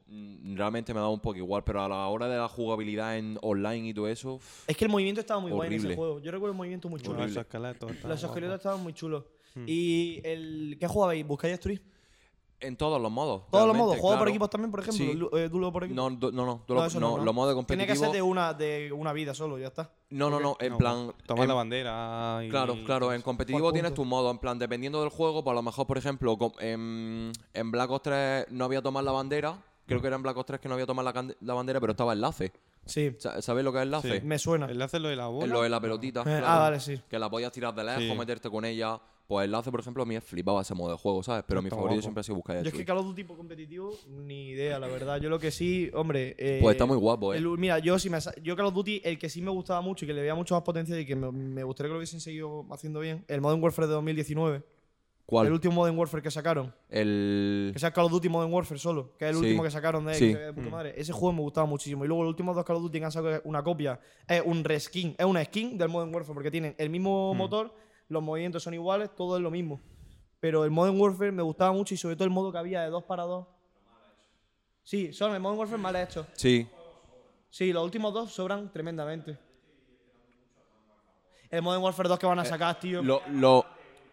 B: pues, mm, realmente me ha dado un poco igual, pero a la hora de la jugabilidad en online y todo eso, pff,
A: Es que el movimiento estaba muy guay en ese
B: Horrible.
A: juego. Yo recuerdo el movimiento muy chulo.
C: Bueno, esos esqueletos. están
A: Los
C: guapos.
A: esqueletos estaban muy chulos. ¿Y el qué jugabais? ¿Buscáis Street?
B: en todos los modos.
A: Todos los
B: realmente,
A: modos. ¿Juego por
B: claro.
A: equipos también, por ejemplo?
B: Sí.
A: Lu- eh, ¿Duelo por equipos?
B: No, do- no, no, do-
A: eso
B: no, los modos de
A: Tiene que ser de
B: competitivo.
A: una, de una vida solo, ya está.
B: No, no, no, en
A: pues,
C: No,
B: plan.
C: Tomar
B: en-
C: la bandera. y-
B: Claro, claro, en competitivo tienes
A: puntos.
B: tu modo, en plan, dependiendo del juego, pues a lo mejor, por ejemplo, com- en, en Black Ops 3 no había tomar la bandera, creo que era en Black Ops 3 que no había tomar la, can- la bandera, pero estaba enlace.
A: Sí,
B: Sa- ¿Sabes lo que es enlace?
C: Sí.
A: me suena.
C: Enlace lo de la bola.
B: Es lo de la pelotita.
A: Eh, ah, vale, sí.
B: Que la podías tirar de lejos,
C: Sí.
B: meterte con ella. Pues enlace, por ejemplo, a mí me flipaba ese modo de juego, ¿sabes? Pero mi
C: Está
B: favorito
C: guapo.
B: siempre ha sido buscar
A: Yo es que Call of Duty por competitivo, ni idea, la verdad. Yo lo que sí, hombre. eh,
B: Pues está muy guapo, ¿eh?
A: el- mira, yo, si me, sa- yo Call of Duty, el que sí me gustaba mucho y que le veía mucho más potencia y que me, me gustaría que lo hubiesen seguido haciendo bien, el Modern Warfare de 2019. El
B: ¿Cuál? El...
A: último Modern Warfare que sacaron. Que sea Call of Duty Modern Warfare solo, que es el
B: Sí.
A: último que sacaron de,
B: Sí.
A: que se ve de puta madre. Ese juego me gustaba muchísimo. Y luego los últimos dos Call of Duty que han sacado una copia, es un reskin, es una skin del Modern Warfare, porque tienen el mismo
B: Mm.
A: motor, los movimientos son iguales, todo es lo mismo. Pero el Modern Warfare me gustaba mucho y sobre todo el modo que había de dos para dos. Sí, son el Modern Warfare mal hecho.
B: Sí.
A: Sí, los últimos dos sobran tremendamente. El Modern Warfare 2 que van a sacar, tío.
B: Eh, Lo, lo,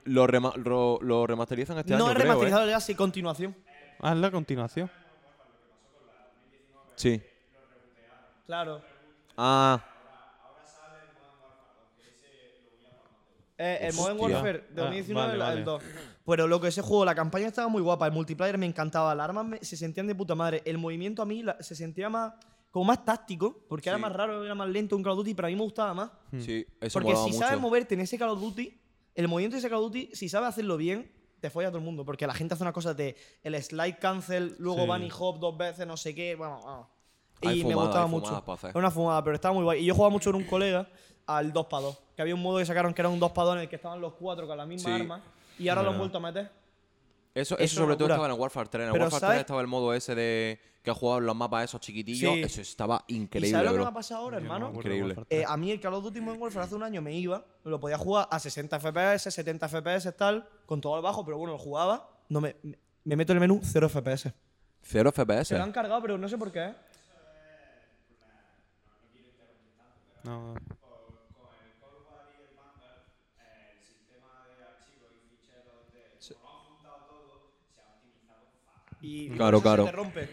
B: lo, rema- lo- lo remasterizan este año,
A: no es
B: creo, ¿eh?
A: remasterizado, es así continuación.
C: Haz la continuación.
B: Sí.
A: Claro.
B: Ah,
A: Eh, el Modern
B: Hostia.
A: Warfare de
C: Ah,
A: 2019
C: vale,
A: la-
C: vale.
A: el 2. Pero lo que ese juego, la campaña estaba muy guapa, el multiplayer me encantaba, las armas me- se sentían de puta madre, el movimiento a mí la- se sentía más como más táctico, porque era
B: Sí.
A: más raro, era más lento un Call of Duty, pero a mí me gustaba más.
B: sí, eso
A: Hmm. Porque
B: molaba
A: si
B: mucho.
A: sabes moverte en ese Call of Duty, el movimiento de ese Call of Duty, si sabes hacerlo bien, te follas a todo el mundo, porque la gente hace una cosa de el slide cancel, luego
C: Sí.
A: bunny hop dos veces, no sé qué, bueno, vamos.
B: Hay
A: Y me
B: fumadas,
A: gustaba
B: hay
A: mucho.
B: fumadas pa' hacer.
A: Era una fumada, pero estaba muy guay. Y yo jugaba mucho con un colega al 2x2, que había un modo que sacaron que era un 2x2 en el que estaban los cuatro con la misma
B: Sí.
A: arma, y ahora lo han vuelto a meter. Eso
B: Eso, eso
A: era
B: sobre todo
A: locura.
B: estaba en el Warfare 3. En el
A: Pero
B: Warfare
A: ¿sabes?
B: 3 estaba el modo ese de que jugaba en los mapas esos chiquitillos.
A: Sí.
B: Eso estaba
A: ¿Y sabes
B: increíble,
A: lo que me
B: bro.
A: ha pasado ahora, hermano?
B: Increíble.
A: Eh, a mí el Call of Duty Modern Warfare hace un año me iba, lo podía jugar a 60 FPS, 70 FPS, tal, con todo al bajo, pero bueno, lo jugaba, no me, me meto en el menú 0 FPS.
B: Cero FPS.
A: Se lo han cargado, pero no sé por qué. ¿eh?
C: No.
A: Y
B: Claro,
A: eso
B: claro.
A: se te rompe.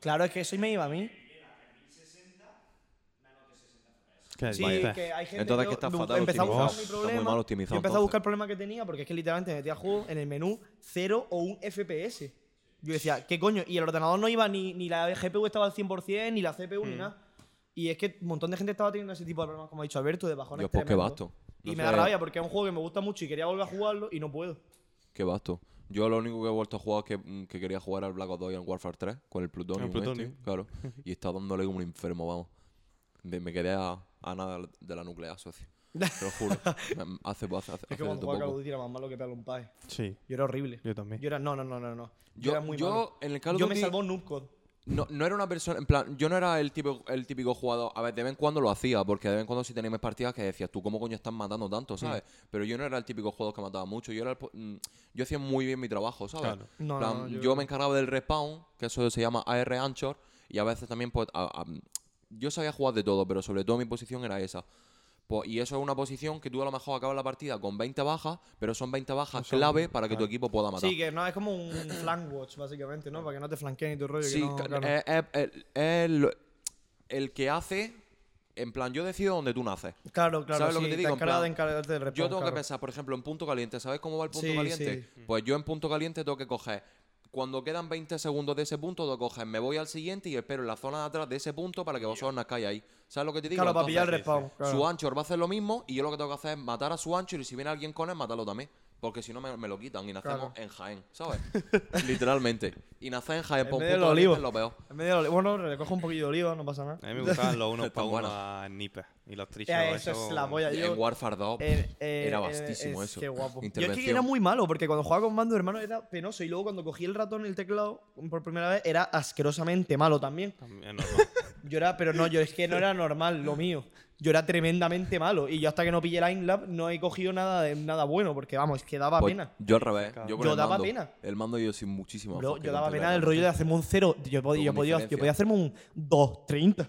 A: Claro, es que eso me iba a mí.
C: ¿Qué
A: Sí,
C: dices?
A: que hay gente
B: Entonces
A: yo
B: que está
A: bu-
B: fatal
A: empecé a buscar
B: optimizado.
A: mi
B: Está muy
A: problema,
B: mal
A: yo
B: optimizado,
A: empecé a buscar
B: entonces.
A: el problema que tenía porque es que literalmente metía el juego en el menú 0 o un FPS. Yo decía, ¿qué coño? Y el ordenador no iba ni, ni la GPU estaba al 100%, ni la CPU,
B: Mm.
A: ni nada. Y es que un montón de gente estaba teniendo ese tipo de problemas, como ha dicho Alberto, de bajones
B: Dios, pues, qué
A: tremendos.
B: vasto.
A: Y
B: No
A: me da
B: sé-
A: rabia porque es un juego que me gusta mucho y quería volver a jugarlo y no puedo.
B: Qué vasto. Yo lo único que he vuelto a jugar es que, que quería jugar al Black Ops 2 y al Warfare 3 con el Plutonium.
C: El Plutonium.
B: este, claro. Y está dándole como un enfermo, vamos. De- me quedé a, a nada de la nuclear, socio. Te lo
A: <laughs>
B: juro. Me- hace hace, hace,
A: Es que
B: hace
A: cuando jugaba
B: poco.
A: Call of Duty era más malo que pegarle un paje.
C: Sí,
A: Yo era horrible.
C: yo también.
A: Yo era, no, no, no, no, no. Yo,
B: Yo,
A: era muy
B: yo
A: malo.
B: en el Call of
A: yo
B: Duty
A: me salvó Noob Code.
B: No, no era una persona, en plan, yo no era el típico, el típico jugador. A ver, de vez en cuando lo hacía, porque de vez en cuando sí teníamos partidas que decías, tú cómo coño estás matando tanto, ¿sabes? Pero yo no era el típico jugador que mataba mucho. Yo era el po- mm, yo hacía muy bien mi trabajo, ¿sabes?
C: Claro.
B: En
A: No, no,
B: plan,
A: no, yo-
B: yo... me encargaba del respawn, que eso se llama AR Anchor, y a veces también, pues, a- a- yo sabía jugar de todo, pero sobre todo mi posición era esa. Pues, y eso es una posición que tú a lo mejor acabas la partida con 20 bajas, pero son 20 bajas clave para que tu equipo pueda matar.
A: Sí, que no, es como
B: <clears throat>
A: un flank watch, básicamente, ¿no? Para que no te flanqueen y tu rollo. que
B: Sí,
A: no,
B: ca-
A: claro.
B: eh, eh, el, el- el que hace, en plan, yo decido dónde tú naces.
A: claro, claro.
B: ¿sabes lo
A: sí,
B: que te digo? En
A: encargas de
B: plan,
A: encargarte del respawn,
B: Yo tengo
A: claro.
B: que pensar, por ejemplo, en punto caliente. ¿Sabes cómo va el punto
A: Sí,
B: caliente? Pues yo en punto caliente tengo que coger. Cuando quedan 20 segundos de ese punto, tengo que coger. Me voy al siguiente y espero en la zona de atrás de ese punto para que vosotros nazcáis ahí. ¿Sabes lo que te digo?
A: Claro, para
B: Entonces,
A: pillar el respawn.
B: Su
A: Claro.
B: anchor va a hacer lo mismo y yo lo que tengo que hacer es matar a su anchor y si viene alguien con él, matarlo también. Porque si no, me, me lo quitan y nacemos en Jaén, ¿sabes? <laughs> Literalmente. Y nacer en Jaén,
A: En
B: por un
A: medio de
B: punto
A: los
B: caliente
A: olivos.
B: es lo peor.
A: En medio de la- Bueno, le cojo un poquillo de oliva, no pasa nada.
C: A mí me
A: <laughs>
C: gustaban los unos
B: Está
C: para uno
B: bueno.
C: a Nippes y los trichos.
A: Eh, eso es la polla. Yo,
B: en Warfare 2
A: eh, eh,
B: era
A: eh,
B: vastísimo
A: es
B: eso.
A: que guapo. Yo es que
B: Intervención.
A: era muy malo, porque cuando jugaba con mando, hermano, era penoso. Y luego cuando cogí el ratón y el teclado por primera vez, era asquerosamente malo también.
C: <laughs> También, no, no.
A: Yo era, pero no, yo es que no era normal lo mío. yo era tremendamente malo. Y yo hasta que no pillé Line Lab no he cogido nada, de, nada bueno, porque vamos, es que daba
B: Pues
A: pena.
B: Yo al revés. Yo, con
A: Yo
B: el
A: daba
B: mando,
A: pena.
B: El mando yo sin muchísimo.
A: Bro,
B: fucking
A: yo daba
B: control,
A: pena el
B: ¿no?
A: rollo de hacerme un 0. Yo, pod- yo, podía,
B: Con
A: yo
B: diferencia.
A: podía hacerme un 2.30.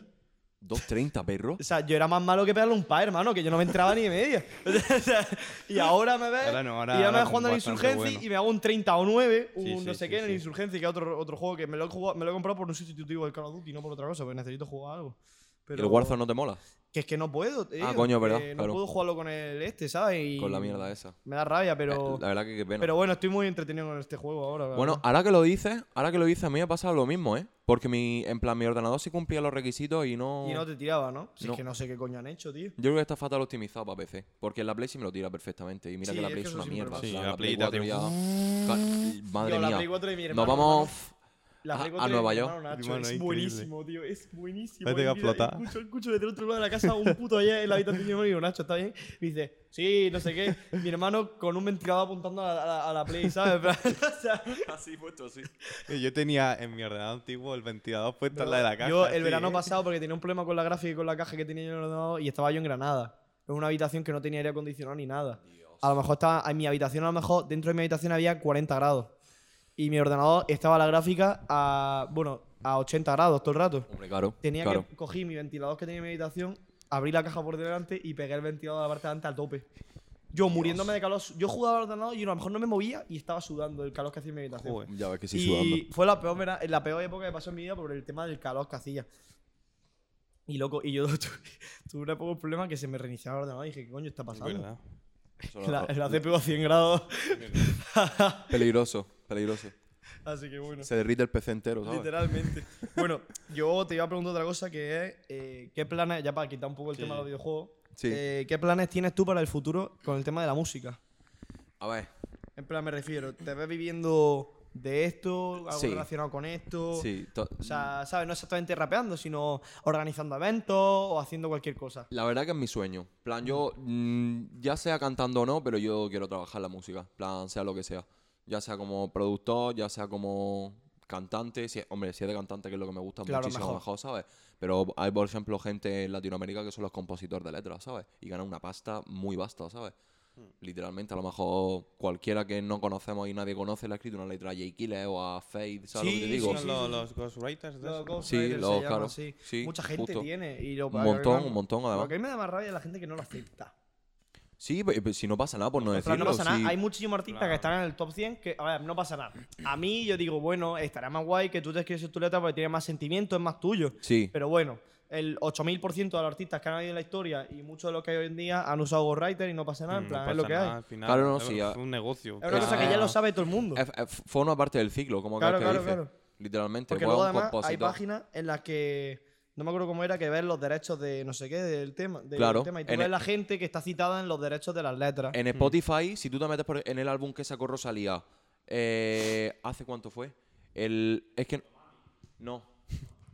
B: 2.30, perro.
A: O sea, yo era más malo que pegarle un par, hermano, que yo no me entraba ni de media. <laughs> O sea, y ahora me ves.
C: Ahora no, ahora-
A: y ya me
C: ahora
A: ves jugando en
C: bastante
A: Insurgency
C: bueno.
A: y me hago un 30 o 9, un
C: Sí,
A: no
C: sí,
A: sé
C: sí,
A: qué en el
C: sí.
A: Insurgency, que es otro, otro juego que me lo, he jugado- me lo he comprado por un sustitutivo del Call of Duty, no por otra cosa, porque necesito jugar algo. Pero
B: ¿El Warzone no te mola?
A: Que es que no puedo, tío,
B: Ah, coño,
A: que
B: verdad,
A: No
B: claro.
A: puedo jugarlo con el este, ¿sabes? Y
B: Con la mierda esa.
A: Me da rabia, pero.
B: Eh, la verdad que qué pena.
A: pero bueno, estoy muy entretenido con este juego ahora. la
B: Bueno,
A: verdad.
B: ahora que lo dices, ahora que lo dices, a mí me ha pasado lo mismo, ¿eh? Porque mi, en plan, mi ordenador sí cumplía los requisitos y no...
A: Y no te tiraba, ¿no? Si
B: ah, No.
A: es que no sé qué coño han hecho, tío.
B: Yo creo que está fatal optimizado para PC, porque en la Play sí me lo tira perfectamente. Y mira
A: Sí,
B: que la
A: es
B: Play
A: que
B: es
A: eso
B: una
A: siempre
B: mierda.
A: pasa.
C: Sí,
B: la,
C: la
B: la
C: Play
B: 4
C: 4
B: ya- Ca- Madre
A: Tío, la
B: mía.
A: Play 4 de mi
B: Nos
A: hermano,
B: vamos...
A: La
B: A-
A: Play
B: a
A: 4 de
B: Nueva
A: mi
B: York.
A: hermano, Nacho,
C: Hermano,
A: es
C: increíble.
A: buenísimo, tío. Es buenísimo.
C: Parece que va
A: Y
C: a
A: mira,
C: explotar.
A: Escucho, escucho desde el otro lado de la casa un puto allá en la habitación de mi hermano y digo, Nacho, ¿está bien? Y dice, sí, no sé qué. Mi hermano con un ventilador apuntando a la, a la- a la Play, ¿sabes? En plan, <laughs> o sea,
B: <laughs> Así puesto, así.
C: Eh, Yo tenía en mi ordenador antiguo el 22 puesto en la de la caja.
A: yo el
C: sí,
A: verano
C: eh.
A: pasado, porque tenía un problema con la gráfica y con la caja que tenía yo en el ordenador, y estaba yo en Granada. En una habitación que no tenía aire acondicionado ni nada. A lo mejor estaba en mi habitación, a lo mejor dentro de mi habitación había 40 grados. Y mi ordenador estaba la gráfica a, bueno, a 80 grados todo el rato.
B: Hombre, claro.
A: Tenía <laughs>
B: claro.
A: que cogí mi ventilador que tenía en mi habitación, abrí la caja por delante y pegué el ventilador de la parte de delante al tope. Yo muriéndome de calor, yo jugaba al ordenador y a lo mejor no me movía y estaba sudando el calor que hacía en mi habitación.
C: Joder.
B: Ya ves que sí sudando.
A: y fue la peor, vera- la peor época que pasó en mi vida por el tema del calor que hacía. Y loco, y yo <laughs> tuve, tuve una poco problema que se me reiniciaba el ordenador y dije, ¿qué coño está pasando?
C: ¿Verdad?
B: Eso era
A: La,
B: todo.
A: la CPU a 100 grados. <laughs>
B: Peligroso, peligroso.
A: Así que bueno.
B: Se derrite el PC entero, ¿sabes?
A: Literalmente. bueno, yo te iba a preguntar otra cosa que es, eh, ¿qué planes, ya para quitar un poco el
C: Sí.
A: tema de los videojuegos,
B: Sí.
A: eh, ¿qué planes tienes tú para el futuro con el tema de la música?
B: A ver,
A: En plan, me refiero, ¿te ves viviendo de esto, algo
B: Sí.
A: relacionado con esto?
B: sí. to-
A: O sea, ¿sabes? No exactamente rapeando, sino organizando eventos o haciendo cualquier cosa.
B: La verdad que es mi sueño. plan, yo, mm, ya sea cantando o no, pero yo quiero trabajar la música. plan, sea lo que sea. Ya sea como productor, ya sea como cantante. Si, hombre, si es de cantante, que es lo que me gusta
A: Claro,
B: muchísimo
A: mejor.
B: mejor. ¿sabes? Pero hay, por ejemplo, gente en Latinoamérica que son los compositores de letras, ¿sabes? Y ganan una pasta muy vasta, ¿sabes?
A: Hmm.
B: Literalmente, a lo mejor cualquiera que no conocemos y nadie conoce le ha escrito una letra a Jay Killer o a Faith, ¿sabes lo que te digo?
C: Son los, los ghostwriters. de
A: Los
C: eso.
A: Ghost
B: Sí,
A: Riders se
B: los-
A: llaman,
B: claro.
A: sí.
B: Sí,
A: Mucha gente
B: justo.
A: tiene. Y lo,
B: Un montón, un montón,
A: Lo
B: además.
A: que a mí me da más rabia es la gente que no lo acepta.
B: Sí, pe- pe- si no pasa nada por no,
A: En plan,
B: decirlo.
A: no pasa nada.
B: si-
A: Hay muchísimos artistas que están en el top 100 que, a ver, no pasa nada. A mí yo digo, bueno, estará más guay que tú te escribes tu letra porque tiene más sentimiento, es más tuyo.
B: Sí,
A: Pero bueno, el 8000% de los artistas que han habido en la historia y muchos de los que hay hoy en día han usado Ghostwriter y no pasa
B: Mm,
A: nada, en
C: Mm, No
A: plan, es
C: pasa
A: lo que
C: nada,
A: hay.
C: Al final,
B: Claro, no,
C: es
B: sí, ya-
C: un negocio.
A: Es una cosa que ya lo sabe todo el mundo.
B: F- F- forma parte del ciclo, como
A: Claro,
B: que,
A: claro,
B: dice.
A: claro.
B: Literalmente,
A: Porque
B: fue
A: luego
B: un
A: además hay
B: compositor.
A: páginas en las que no me acuerdo cómo era que ves los derechos de no sé qué del tema, del
B: Claro,
A: tema y tú
B: en
A: ves
B: el-
A: la gente que está citada en los derechos de las letras.
B: En Spotify, si tú te metes por- en el álbum que sacó Rosalía, eh, ¿hace cuánto fue? El, es que. No,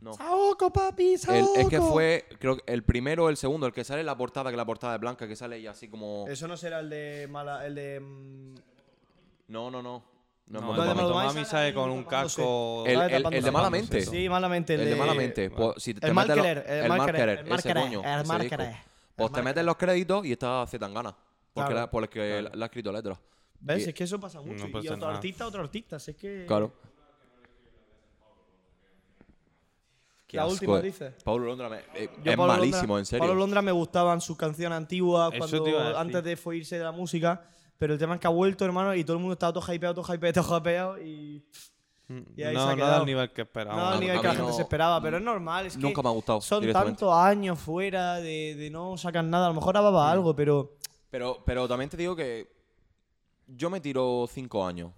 B: no.
A: Saoco, papi,
B: El-
A: Saoco.
B: es que fue, creo que el primero o el segundo, el que sale en la portada, que la portada es blanca, que sale y así como.
A: Eso no será el de mala, el de mm,
B: No, no, no. No,
C: No,
B: es
C: el
A: Donde
B: Motomami.
A: Motomami
C: Motomami sale con un
A: tapándose.
C: casco.
A: Sale
B: El- el- el
A: tapándose.
B: de Malamente.
A: Sí, malamente.
B: El,
A: El,
B: de, mala mente. Pues, si te metes los-
A: Marketer, el Marketer,
B: el Marketer,
A: el
B: ese
A: Marketer,
B: coño,
A: el
B: ese disco.
A: Marketer,
B: Pues te metes los créditos y está Zetangana. Porque,
A: Claro,
B: la, porque la- la ha escrito letras.
A: ¿Ves?
B: Y-
A: Es que eso pasa mucho.
C: No
A: y
C: pasa
A: otro
C: nada.
A: artista, otro artista. Si es que.
B: Claro. Qué
A: La
B: asco,
A: última,
B: eh.
A: dice.
B: Pablo Londra me- eh,
A: Yo
B: es
A: Pablo
B: malísimo,
A: Londra-
B: en serio.
A: Pablo Londra me gustaban sus canciones antiguas
C: Eso te iba a
A: cuando,
C: decir.
A: antes de fue irse de la música. Pero el tema es que ha vuelto, hermano, y todo el mundo está todo hypeado, todo hypeado, todo hypeado. Y. Y ahí se ha
C: No, no
A: quedado.
C: al nivel que esperábamos.
A: no, al
B: a-
A: nivel
B: a
A: que la
B: mí
A: gente
B: no-
A: se esperaba, pero es normal. Es que
B: nunca me ha gustado,
A: Son
B: directamente.
A: tantos años fuera de, de no sacan nada. A lo mejor ahora
B: Mm.
A: va para algo, pero.
B: Pero, pero también te digo que yo me tiro cinco años.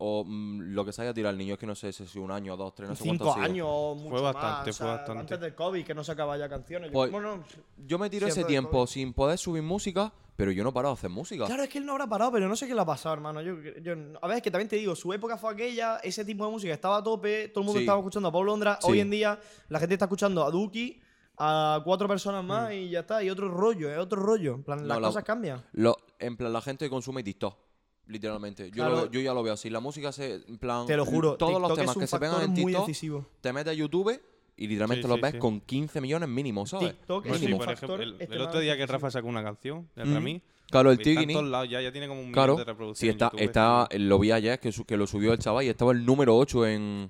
B: O mm, lo que se haya tirado el niño, es que no sé si es un año, dos, tres, no sé cuánto
A: cinco
B: ha sido.
A: años o mucho
C: Fue bastante,
A: más,
C: fue bastante.
A: Antes del COVID, que no sacaba ya canciones. Yo-
B: Pues-
A: bueno,
B: Yo me tiro
A: Siempre
B: ese
A: de
B: tiempo
A: COVID.
B: sin poder subir música, pero yo no he parado de hacer música.
A: claro, es que él no habrá parado, pero no sé qué le ha pasado, hermano. Yo, yo- a ver, es que también te digo, su época fue aquella, ese tipo de música estaba a tope, todo el mundo
B: Sí.
A: estaba escuchando a Pablo Londra.
B: Sí.
A: Hoy en día la gente está escuchando a Duki, a cuatro personas más y ya está. Y otro rollo, es otro rollo. En plan,
B: Mm. No,
A: las
B: la-
A: cosas cambian.
B: Lo- en plan, la gente consume TikTok. Literalmente. Yo,
A: Claro.
B: lo veo- yo ya lo veo así. La música se. En plan,
A: Te lo juro,
B: Todos los
A: TikTok
B: temas
A: es un
B: que se
A: factor
B: pegan en
A: muy
B: TikTok. eh,
A: decisivo.
B: Te metes a YouTube Y literalmente
C: Sí,
B: los
C: sí,
B: ves
C: sí.
B: con 15 millones mínimo, ¿sabes?
A: TikTok
C: No,
A: es
C: sí,
A: un
B: mínimo.
C: por ejemplo,
A: factor
C: el, el otro
A: extremadamente
C: día que Rafa sacó una canción del
B: Mm.
C: Rami,
B: Claro, el
C: está en
B: Tigni.
C: todos lados ya, ya tiene como un millón
B: Claro.
C: de reproducciones.
B: Sí,
C: en
B: está,
C: YouTube, este
B: está, lo vi ayer que, su- que lo subió el chaval y estaba el número 8 en.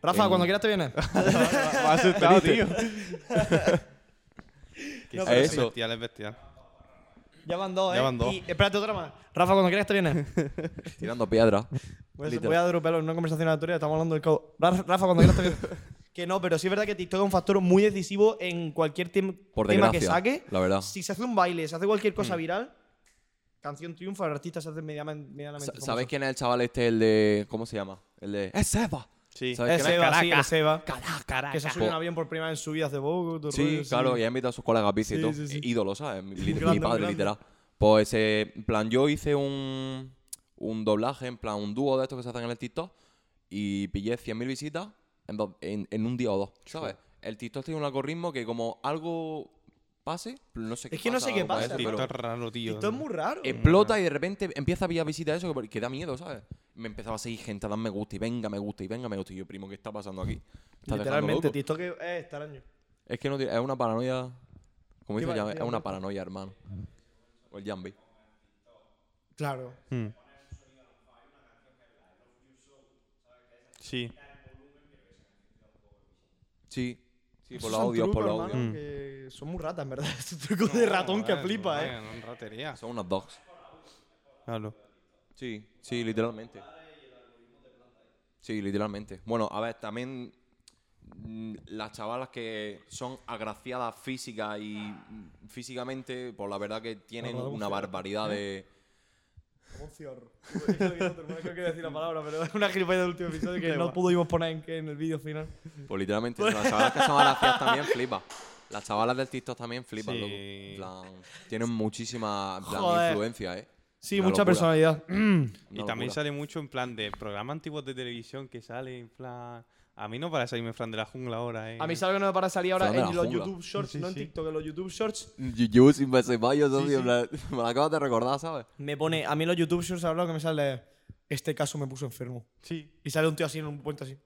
A: Rafa,
B: en-
A: cuando quieras te vienes.
C: Me <laughs> ha este asustado, tío. <laughs> Que
A: No,
C: sí,
B: pero
C: es
B: eso-
C: bestial, es bestial.
A: <laughs> ya van dos, ¿eh?
C: Ya van dos.
A: Y espérate otra más. Rafa, cuando quieras te vienes.
B: Tirando piedras.
A: Voy a,
B: Literal.
A: voy a dropearlo en una conversación aleatoria, estamos hablando del cabo. Ra- Rafa, cuando quieras te vienes. Que no, pero sí es verdad que TikTok es un factor muy decisivo en cualquier tem-
B: Por
A: tema que
B: desgracia,
A: saque.
B: la verdad. Mm.
A: Si se hace un baile, se hace cualquier cosa viral, canción triunfa, el artista se hace medianamente.
B: Sa-
A: medianamente
B: ¿Sabéis
A: famoso.
B: quién es el chaval este? El de. ¿Cómo se llama? El de. ¡Es Seba!
C: Sí.
B: ¿Sabes
A: Es
B: quién es?
A: Seba, sí, es Seba.
C: Caraca.
A: Que se ha subido en un avión por primera vez en su vida hace poco. todo el
B: Sí,
A: rollo,
B: claro, y ha invitado a sus colegas bici
A: Sí,
B: y todo.
A: sí, sí.
B: Eh, Ídolo, ¿sabes? Mi, li- mi
A: grande, un
B: padre,
A: grande.
B: literal. Pues, eh, en plan, yo hice un, un doblaje, en plan, un dúo de estos que se hacen en el TikTok y pillé 100.000 visitas en, do- en- en un día o dos, ¿sabes? El TikTok tiene un algoritmo que como algo pase, no sé qué
A: que no sé qué
B: algo
A: pasa,
B: parece,
A: tío. Mm.
B: pero
C: TikTok raro, tío.
A: TikTok es muy raro.
B: eh, explota y de repente empieza a pillar visitas eso que, que da miedo, ¿sabes? Me empezaba a seguir gente a dar me gusta y venga, me gusta y venga, me gusta. Y yo, primo, ¿qué está pasando aquí? Está dejando
A: Literalmente,
B: loco.
A: TikTok es es extraño.
B: Es que no tiene- es una paranoia. Como
A: ¿Qué
B: dice
A: va-
B: Jan,
A: qué
B: es una paranoia, hermano. O el Jambi.
A: Claro.
C: Mm. Sí.
B: Sí. Sí,
A: Esos
B: por los
A: son
B: audios, por
A: trucos,
B: los audios.
A: hermano, que son muy ratas, en verdad. <laughs> Es un truco de ratón que
C: Joder,
A: flipa, eh.
C: vaya, ratería.
B: Son unos dogs.
C: Claro.
B: Sí, sí, literalmente. Sí, literalmente. Bueno, a ver, también mm, las chavalas que son agraciadas física y mm, físicamente, pues la verdad que tienen
A: Vamos,
B: una
A: vamos,
B: barbaridad de...
A: Un <laughs> ciorro. Eso es otro, No quiero decir la palabra, pero es una gilipollas del último episodio que no pudimos poner en, en el vídeo final.
B: Pues literalmente las chavalas que son
A: <laughs>
B: agraciadas también flipa. Las chavalas del TikTok también flipan,
C: Sí.
B: loco. En plan, tienen muchísima en plan,
A: Joder.
B: influencia, ¿eh?
A: Sí,
B: Una
A: mucha
B: locura, <clears throat>
A: personalidad.
B: una
C: Y también
B: locura.
C: sale mucho en plan de programas antiguos de televisión que sale en plan. A mí no para salirme Fran de la jungla ahora, eh.
A: A mí sabe que no me para salir ahora
B: Fran de
A: en
B: la
A: los
B: jungla.
A: YouTube Shorts, no en TikTok, en los YouTube Shorts.
B: Yo, yo sin verse mayo, socio, en plan, <laughs> me la acabas de recordar, ¿sabes?
A: Me pone, a mí en los YouTube Shorts ahora lo que me sale es, este caso me puso enfermo.
C: Sí.
A: Y sale un tío así en un
B: <laughs>
A: puente así.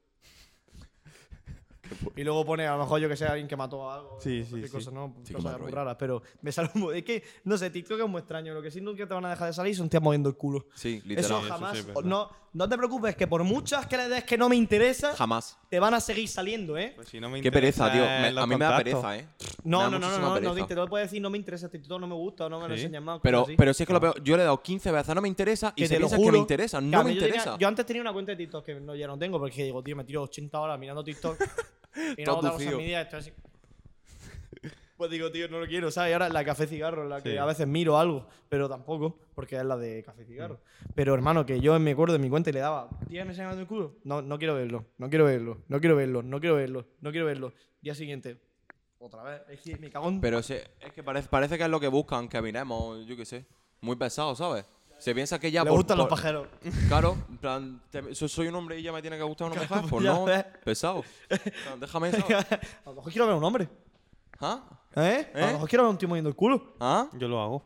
A: Y luego pone, a lo mejor yo que sé, alguien que mató a algo.
C: Sí,
A: o
C: sí,
A: cualquier
C: sí.
A: cosa, ¿no?
B: Sí, qué
A: Cosas
B: mal
A: muy
B: rollo.
A: raras, pero me sale un... Es que, no sé, TikTok es muy extraño. Lo que sí nunca te van a dejar de salir son tías moviendo el culo.
B: Sí,
A: Eso
B: literal.
C: sí,
A: jamás...
C: es verdad.
A: no, no te preocupes, que por muchas que le des que no me interesa,
B: Jamás.
A: te van a seguir saliendo, ¿eh?
C: Pues si no me
B: Qué pereza,
C: interesa
B: tío.
C: en
B: Me-
C: los
B: a mí me da
C: contactos.
B: pereza, ¿eh? Me
A: No,
B: da
A: no, no, no,
B: muchísima
A: no, no,
B: pereza.
A: te lo puedes decir, no me interesa este TikTok, no me gusta, o no me lo
C: Sí.
A: enseñas más.
B: Pero,
A: cosas así.
B: pero si es que lo peor, yo le he dado 15 veces, no me interesa, y
A: Que
B: se
A: te lo
B: piensa
A: juro.
B: que me interesa,
A: que
B: no
A: a
B: me
A: mí yo tenía-
B: interesa.
A: Yo antes tenía una cuenta de TikTok que no, ya no tengo, porque digo, tío, me tiro 80 horas mirando
B: <laughs>
A: TikTok. y no
B: Todo
A: otra cosa en
B: lucido.
A: mi día, estoy
B: <laughs>
A: así. Pues digo, tío, no lo quiero, ¿sabes? Y ahora la café cigarro, la que
C: Sí.
A: a veces miro algo, pero tampoco, porque es la de café cigarro.
B: Mm.
A: Pero hermano, que yo me acuerdo de mi cuenta y le daba 10 meses ganando el culo. No, no quiero verlo, no quiero verlo, no quiero verlo, no quiero verlo, no quiero verlo. Día siguiente, otra vez. Es que me cago en.
B: Pero se- es que parece, parece que es lo que buscan, que miremos, yo qué sé. Muy pesado, ¿sabes? Se piensa que ya
A: Le
B: por-
A: gustan los
B: por-
A: pajeros.
B: Claro, en plan, te- so- soy un hombre y ya me tiene que gustar una mujer.
A: Claro,
B: Pues
A: ya
B: no,
A: ves.
B: pesado. En plan,
A: <laughs>
B: Déjame eso.
A: <laughs> a lo mejor quiero ver a un hombre.
B: ¿Ah?
A: ¿Eh? A lo
B: ¿Eh?
A: mejor quiero ver a un tío moviendo el culo.
B: ¿Ah?
C: Yo lo hago.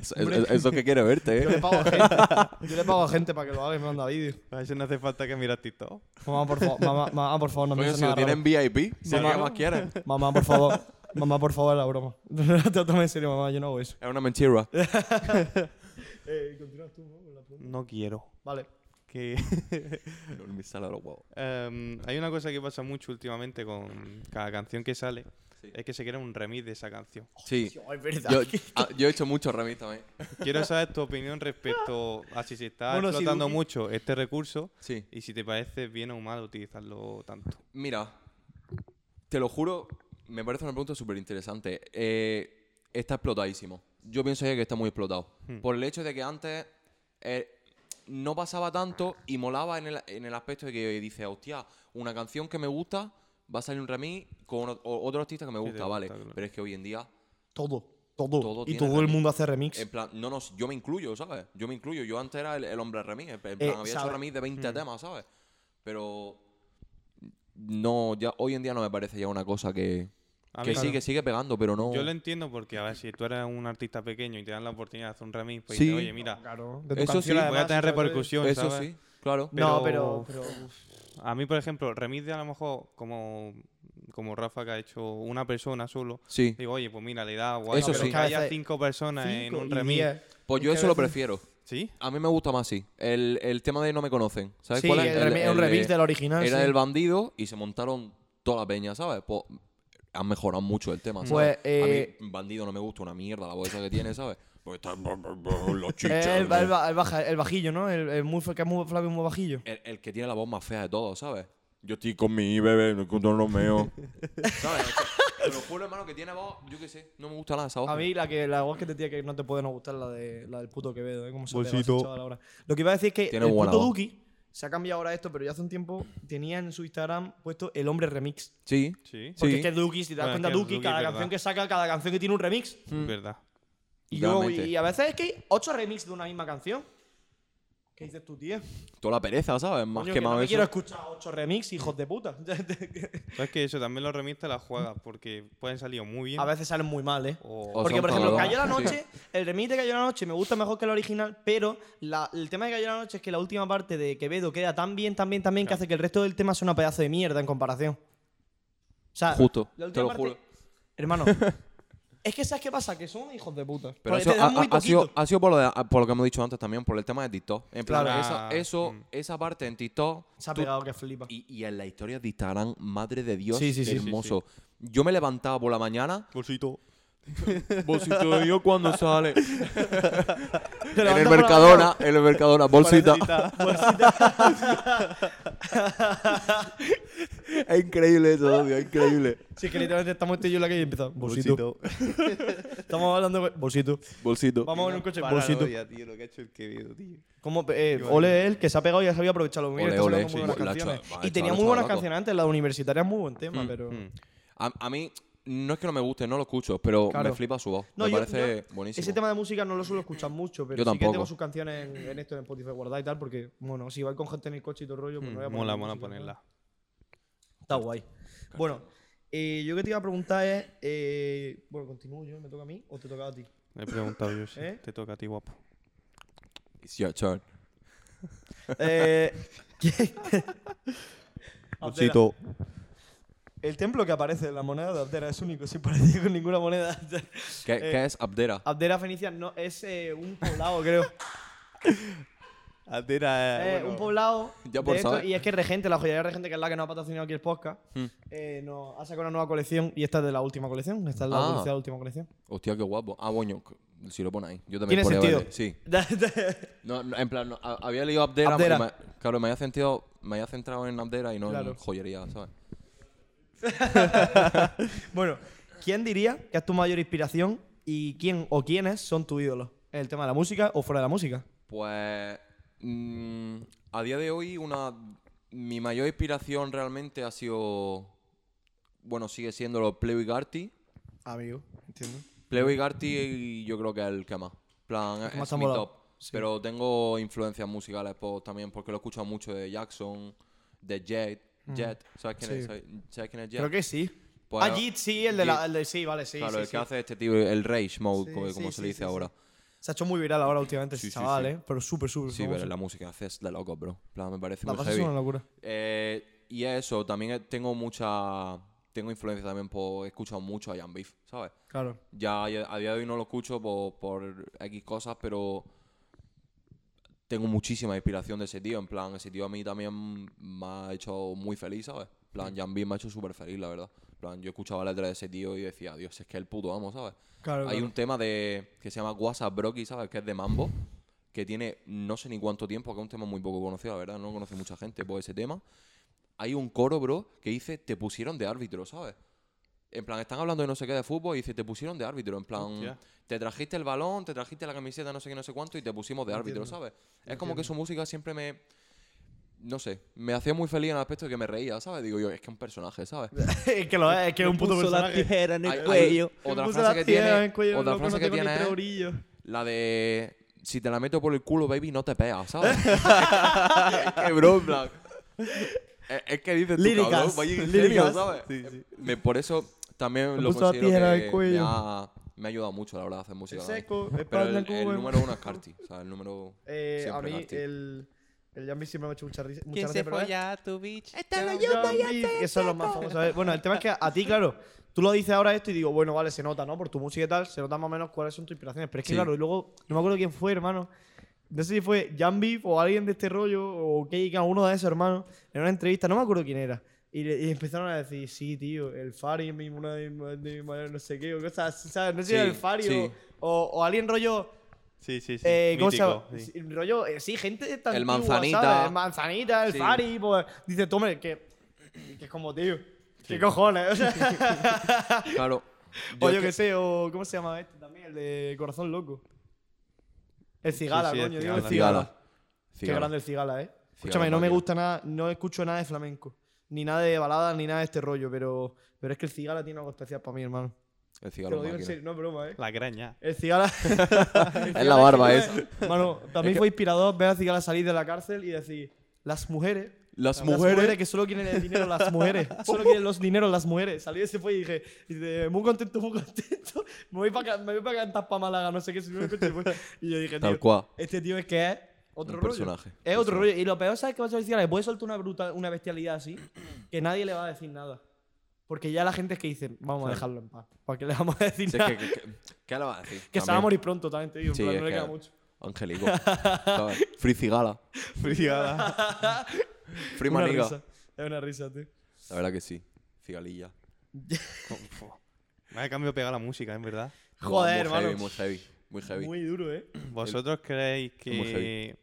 B: Eso, eso- eso que
A: <laughs>
B: quiere verte,
A: Yo le
B: ¿eh?
A: pago a gente. Yo le pago a gente para que lo haga y me manda vídeo.
C: A veces no hace falta que miras TikTok.
A: Mamá, por favor, mamá, mamá, por favor, no
B: Coño,
A: pienses
B: si lo
A: nada
B: tienen
A: raro.
B: VIP, si
A: Mamá.
B: ¿qué más quieres?
A: Mamá, por favor. Mamá, por favor, la broma. <laughs> No te lo tomes en serio, mamá, yo no hago eso.
B: Es
A: <laughs>
B: una mentira.
A: Eh, continúas tú, ¿no?
C: No quiero.
A: Vale.
C: Que. <laughs>
B: No, me sale a los huevos.
C: Em, hay una cosa que pasa mucho últimamente con cada canción que sale.
B: Sí.
C: Es que se crea un remix de esa canción.
B: Sí.
A: Tío, es verdad. <laughs>
B: Yo, ah, yo he hecho muchos remix también.
C: Quiero saber tu opinión respecto a si se está
A: Bueno, sí,
C: explotando
A: Duki.
C: mucho este recurso
B: Sí.
C: y si te parece bien o mal utilizarlo tanto.
B: Mira, te lo juro, me parece una pregunta súper interesante. Eh, está explotadísimo. Yo pienso ya que está muy explotado.
C: Hmm.
B: Por el hecho de que antes eh, no pasaba tanto y molaba en el, en el aspecto de que dice, hostia, una canción que me gusta va a salir un remix con o- otro artista que me
C: te
B: gusta,
C: gusta,
B: vale.
C: claro.
B: Pero es que hoy en día
A: Todo, todo.
B: Todo
A: y
B: tiene
A: todo el
B: remix. Eh,
A: mundo hace remix.
B: en plan, no, no, yo me incluyo, ¿sabes? Yo me incluyo. Yo antes era el, el hombre remix. En plan,
A: Eh,
B: había
A: ¿sabes?
B: hecho remix de 20 temas, ¿sabes? Pero no, ya hoy en día no me parece ya una cosa que.
C: A
B: que
C: mí-
B: sí, que sigue pegando, pero no.
C: Yo lo entiendo porque, a ver, si tú eres un artista pequeño y te dan la oportunidad de hacer un remix, pues
B: Sí.
C: dices, oye, mira,
A: Claro. De tu
B: Eso sí,
A: canción,
B: voy a
C: voy a
A: además,
C: tener
A: ¿sabes?
C: repercusión,
B: Eso
C: ¿sabes?
B: sí, claro.
A: No, pero.
C: pero-
A: pero
C: A mí, por ejemplo, remix de a lo mejor, como, como Rafa que ha hecho una persona solo,
B: Sí.
C: digo, oye, pues mira, le da guay.
B: Eso
C: pero
B: sí.
C: que haya
A: Cada-
C: cinco personas en
A: Cinco
C: un
A: y
C: remix.
A: diez.
B: Pues yo
A: Es que
B: eso
A: a
B: lo
A: veces-
B: prefiero.
C: ¿Sí?
B: A mí me gusta más así. El, el tema de No Me Conocen. ¿Sabes
A: Sí,
B: cuál es?
A: el remi- un remix
B: de-
A: del original.
B: Era
A: sí.
B: del bandido y se montaron toda la peña, ¿sabes? Pues han mejorado mucho el tema, ¿sabes?
A: Pues, eh,
B: A mí, bandido no me gusta una mierda la voz esa que tiene, ¿sabes? Porque está. Los
A: el,
B: chichos.
A: el ba- el ba- el baja- el bajillo, ¿no? El, el muy, que es muy flavio, muy bajillo.
B: El, el que tiene la voz más fea de todos, ¿sabes? Yo estoy con mi bebé, no encuentro los míos. ¿Sabes? Es que- Te lo juro, hermano, que tiene voz, yo qué sé, no me gusta nada esa voz.
A: A mí la que la voz que te tiene que no te puede no gustar la de la del puto Quevedo, ¿eh? Como se pega ese
C: Bolsito.
A: chaval ahora. Lo que iba a decir es que
B: Pues Tiene
A: el
B: buena
A: puto
B: voz.
A: Duki se ha cambiado ahora esto, pero ya hace un tiempo tenía en su Instagram puesto el hombre remix.
B: Sí.
C: Sí.
A: Porque
B: Sí.
A: es que Duki, si te das
C: Bueno, es
A: cuenta,
C: que el
A: Duki,
C: Duki,
A: cada
C: es
A: canción
C: verdad.
A: que saca, cada canción que tiene un remix.
C: Es verdad.
A: Y, luego,
B: Totalmente.
A: y a veces es que hay ocho remix de una misma canción. ¿Qué dices tú, tío?
B: Toda la pereza, ¿sabes? Más
A: Coño,
B: que
A: que no
B: más
A: me
B: eso.
A: quiero escuchar ocho remix, hijos de puta. <laughs>
C: Sabes que eso también los remix te la juegas porque pueden salir o muy bien.
A: a veces salen muy mal, ¿eh?
C: o-
B: O
A: Porque,
B: son
A: por ejemplo,
B: cagadas.
A: Cayó la
B: <laughs> Sí.
A: Noche, el remix de Cayó la Noche me gusta mejor que el original, pero la- el tema de Cayó la Noche es que la última parte de Quevedo queda tan bien, tan bien, tan bien, que hace que el resto del tema sea una pedazo de mierda en comparación. O sea,
B: Justo,
A: la última
B: te lo
A: parte-
B: juro. <laughs>
A: Hermano, es que ¿sabes qué pasa? Que son hijos de puta.
B: Pero
A: Porque
B: eso
A: te
B: ha,
A: dan muy
B: ha- ha sido,
A: poquito.
B: ha sido por, lo de- por lo que hemos dicho antes también, por el tema de TikTok. En plan,
C: Claro.
B: esa,
C: Ah,
B: eso,
C: mm.
B: esa parte en TikTok.
A: Se ha
B: tú-
A: pegado que flipa.
B: y, y en la historia de Instagram, madre de Dios,
A: Sí, sí,
B: qué
A: sí, sí,
B: hermoso. Yo me levantaba por
A: <laughs>
B: la mañana.
C: Bolsito.
B: Bolsito de Dios cuando sale.
A: <laughs> Te
B: en
A: levantas
B: el
A: por la mañana,
B: Mercadona, en el Mercadona, bolsita.
D: Es increíble eso, tío, es increíble.
A: Sí, es que literalmente estamos este y yo en la calle y empieza. Bolsito. <laughs> Estamos hablando. con- Bolsito.
B: Bolsito.
A: Vamos en un coche. Bolsito.
C: tío, lo que ha hecho el Quevedo, tío.
A: Como, eh, ole él, que se ha pegado y ya sabía aprovecharlo muy bien.
B: Ole,
A: está sacando muy
B: ole,
A: buenas
B: sí, la ha hecho-
A: canciones.
B: va,
A: y
B: el
A: tenía
B: chaval
A: muy
B: está
A: buenas
B: loco. Hmm,
A: canciones antes. La universitaria es muy buen tema, pero.
B: A, a mí, no es que no me guste, no lo escucho, pero
A: Claro.
B: me flipa su voz.
A: No,
B: me
A: yo-
B: parece
A: yo
B: buenísimo.
A: Ese tema de música no lo suelo escuchar mucho, pero
B: Yo
A: sí que tengo
B: tampoco.
A: sus canciones en, en esto en Spotify guardada y tal, porque, bueno, si voy con gente en el coche y todo el rollo, pues no voy a poner
C: Hmm, Mm, Mola,
A: música,
C: mola
A: ¿no?
C: ponerla.
A: Está guay. Bueno, eh, yo que te iba a preguntar es. eh, bueno, continúo yo, me toca a mí o te toca a ti.
C: Me he preguntado yo si
A: <laughs> ¿Eh?
C: te toca a ti, guapo.
B: It's your turn.
A: Eh, ¿qué-
C: Bolsito.
A: El templo que aparece en la moneda de Abdera es único, sin parecido con ninguna moneda. <laughs>
B: ¿Qué,
A: Eh,
B: qué es Abdera?
A: Abdera Fenicia no, es eh, un poblado, creo.
C: Altera,
A: Eh,
C: Ah, bueno,
A: un poblado.
B: Ya por
A: de esto,
B: saber.
A: y es que Regente, la joyería Regente, que es la que nos ha patrocinado aquí el podcast, eh, nos ha sacado una nueva colección y esta es de la última colección. Esta es la
B: Ah.
A: publicidad de la última colección. <laughs>
B: Hostia, qué guapo. Ah, bueno, c- si lo pone ahí. Yo
A: Tiene
B: también podría
A: sentido.
B: verle. Sí.
A: claro.
B: No, no, en plan, no, a- había leído Abdera.
A: Abdera.
B: y me- claro, me había, sentido, me había centrado en Abdera y no
A: Claro.
B: en joyería, ¿sabes?
A: bueno, ¿quién diría que es tu mayor inspiración y quién o quiénes son tus ídolos? ¿En el tema de la música o fuera de la música?
B: Pues mm, a día de hoy una mi mayor inspiración realmente ha sido bueno, sigue siendo los Playboy Garty.
A: Amigo, entiendo.
B: Playboy Garty yo creo que es el que más. En plan, es,
A: que más
B: es
A: te ha
B: mi
A: molado,
B: top. Pero tengo influencias musicales pues, también porque lo he escuchado mucho de Jackson, de Jet. Jet, ¿sabes quién, es,
A: Mm. Sí.
B: ¿sabes quién es Jet?
A: Creo que sí.
B: Pues-
A: ah, Jeet, sí, el de, la, el de- Sí, vale, sí.
B: claro,
A: sí,
B: el
A: sí.
B: que hace este tío, el Rage Mode,
A: Sí,
B: como,
A: sí,
B: como se
A: sí,
B: le
A: sí, Pues
B: dice
A: sí.
B: ahora.
A: Se ha hecho muy viral ahora últimamente ese
B: Sí, sí,
A: chaval,
B: sí.
A: ¿eh? Pero súper, súper.
B: Sí,
A: famoso.
B: pero la música es de loco, bro. En plan, me parece
A: La
B: muy
A: pasa es
B: heavy.
A: una locura.
B: Eh, y es eso, también eh, tengo mucha. Tengo influencia también por. He escuchado mucho a Jan Beef, ¿sabes?
A: Claro.
B: Ya a a día de hoy no lo escucho por, por X cosas, pero. Tengo muchísima inspiración de ese tío. En plan, ese tío a mí también me ha hecho muy feliz, ¿sabes? En plan, Jan Beef me ha hecho súper feliz, la verdad. En plan, yo escuchaba la letra de ese tío y decía, Dios, es que es el puto amo, ¿sabes?
A: Claro,
B: Hay
A: claro.
B: un tema de que se llama WhatsApp Brocky, ¿sabes? Que es de Mambo, que tiene no sé ni cuánto tiempo, que es un tema muy poco conocido, la verdad, no lo conoce mucha gente por ese tema. Hay un coro, bro, que dice, te pusieron de árbitro, ¿sabes? En plan, están hablando de no sé qué de fútbol y dice, te pusieron de árbitro. En plan,
C: Hostia.
B: te trajiste el balón, te trajiste la camiseta, no sé qué, no sé cuánto, y te pusimos de árbitro, ¿sabes? Es como que su música siempre me... No sé, me hacía muy feliz en el aspecto de que me reía, ¿sabes? Digo yo, es que es un personaje, ¿sabes?
A: <laughs> es que lo es, es que es un puto personaje.
D: tijera en
B: Hay- hay otra frase que tiene, otra frase que tiene eh. es,
A: orillos.
B: la de si te la meto por el culo, baby, no te
A: <laughs>
B: pegas, ¿sabes? <laughs> es que, bro, en plan, Es, es que dices tú,
A: Líricas,
B: cabrón, vaya ingenio,
A: líricas.
B: ¿sabes? Me- por eso también lo
A: puso la
B: considero
A: tijera en
B: que
A: el cuello.
B: me ha, me ha ayudado mucho, la verdad, hacer música.
A: El
B: también.
A: seco,
B: Pero
A: espalda, <laughs>
B: el,
A: el
B: el número uno es Carti. O sea, el número
A: Eh, a
B: siempre
A: mí
B: Carti.
A: el, El Jambi siempre me ha hecho mucha, risa- mucha
E: ¿Quién se
A: gracia. pero es-
E: folla a tu bitch?
A: que son los más famosos. a ver, Bueno, el tema es que a ti, claro, tú lo dices ahora esto y digo, bueno, vale, se nota, ¿no? Por tu música y tal, se nota más o menos cuáles son tus inspiraciones. Pero es que,
B: Sí.
A: claro, y luego, no me acuerdo quién fue, hermano. No sé si fue Jan Beef o alguien de este rollo, o que alguno de esos hermanos, en una entrevista, no me acuerdo quién era. Y, le- y empezaron a decir, sí, tío, el Fari es mi, una de mis- de mis mayores no sé qué, o cosas así, ¿sabes? No sé si era
B: Sí,
A: el Fari o-
B: sí.
A: o, o alguien rollo.
C: Sí, sí, sí.
A: Eh, ¿Cómo se
C: Mítico,
A: llama?
C: sí.
A: Sí, Rollo, eh, sí, gente tan
B: El
A: antigua,
B: Manzanita.
A: ¿sabes? El manzanita, el
B: Sí.
A: Fari, pues. Dice, tome, que, que es como, tío. ¿Qué cojones? <laughs> O sea,
C: <laughs>
A: <laughs>
B: Claro.
A: o
B: es
A: yo
B: que-
A: que sé, o ¿cómo se llama este también? El de Corazón Loco. El Cigala,
C: sí, el
A: coño, digo el
C: Cigala.
A: Cigala.
B: Cigala.
A: Qué
B: Cigala.
A: grande el Cigala, eh. Escúchame, no me
B: máquina.
A: gusta nada, no escucho nada de flamenco. Ni nada de baladas, ni nada de este rollo, pero, pero es que el Cigala tiene algo especial para mí, hermano.
B: El
A: Te
B: cigala
A: lo
B: es
A: digo en
B: máquina.
A: serio, no es broma, eh.
C: La graña.
A: El Cigala.
D: Es
A: <laughs>
D: la barba esa.
A: Mano, también fue inspirador ver a Cigala salir de la cárcel y decir, las mujeres.
B: Las
A: Las <laughs>
B: mujeres.
A: mujeres que solo quieren el dinero, las mujeres. Solo quieren los dineros, las mujeres. Salí ese fue y dije, y dice, muy contento, muy contento. <laughs> Me voy para cantar para Málaga, no sé qué. subí en el coche Y fue- y yo dije,
B: Tal
A: tío,
B: cual.
A: este tío es que es otro
B: Un
A: rollo.
B: personaje.
A: Es
B: Personaje.
A: otro rollo. Y lo peor, ¿sabes qué vas a decir? Le puede soltar una, brutal, una bestialidad así, que nadie le va a decir nada. Porque ya la gente es que dice, vamos a dejarlo en paz. ¿Para qué le vamos a decir
B: Sí, es
A: nada?
B: que, que- que- ¿Qué le vas a decir?
A: Que se va a morir pronto, también te digo. en
B: Sí,
A: plan,
B: es
A: no le
B: que-
A: queda mucho.
B: Angélico.
A: <laughs>
B: ¿sabes? Free cigala.
C: Frigada.
B: <laughs> Free
A: Una
B: maniga.
A: risa. Es una risa, tío.
B: La verdad que sí. Cigalilla.
C: Me ha cambiado pegar la música, en verdad.
A: Joder,
B: Buah,
A: hermano.
B: muy heavy, muy heavy. Muy heavy.
A: Muy duro, ¿eh?
C: ¿Vosotros creéis
B: muy heavy.
C: que.?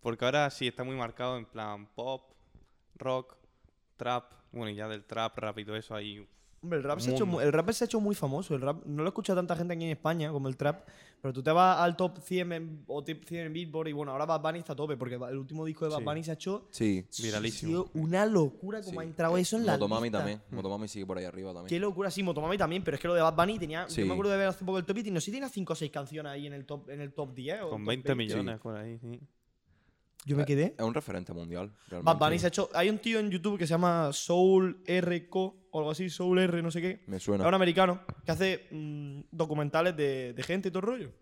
C: Porque ahora sí está muy marcado en plan pop, rock, trap. Bueno, y ya del trap rápido, eso ahí.
A: Hombre, el rap, se ha hecho,
C: Mundo.
A: mu- el rap se ha hecho muy famoso. El rap no lo escucha tanta gente aquí en España como el trap. Pero tú te vas al top 100 en- o top 100 en Billboard y bueno, ahora Bad Bunny está a tope porque el último disco de Bad
C: Sí.
A: Bunny se ha hecho
B: Sí.
C: Viralísimo.
A: ha sido una locura como
B: sí.
A: ha entrado eso en la
B: Motomami
A: lista. Mm.
B: también. Motomami sigue por ahí arriba también.
A: Qué locura, sí, Motomami también, pero es que lo de Bad Bunny tenía.
B: Sí.
A: Yo me acuerdo de ver hace poco el top y no sé si tenía 5 o 6 canciones ahí en el top, en el top 10. o
C: Con
A: top 20.
C: 20 millones por ahí, sí.
A: Yo me quedé.
B: Es un referente mundial.
A: Bad
B: realmente.
A: Bunny se ha hecho. Hay un tío en YouTube que se llama Soul RK o algo así, Soul R, no sé qué.
B: Me suena.
A: Es un americano que hace mm, documentales de, de gente y todo el rollo.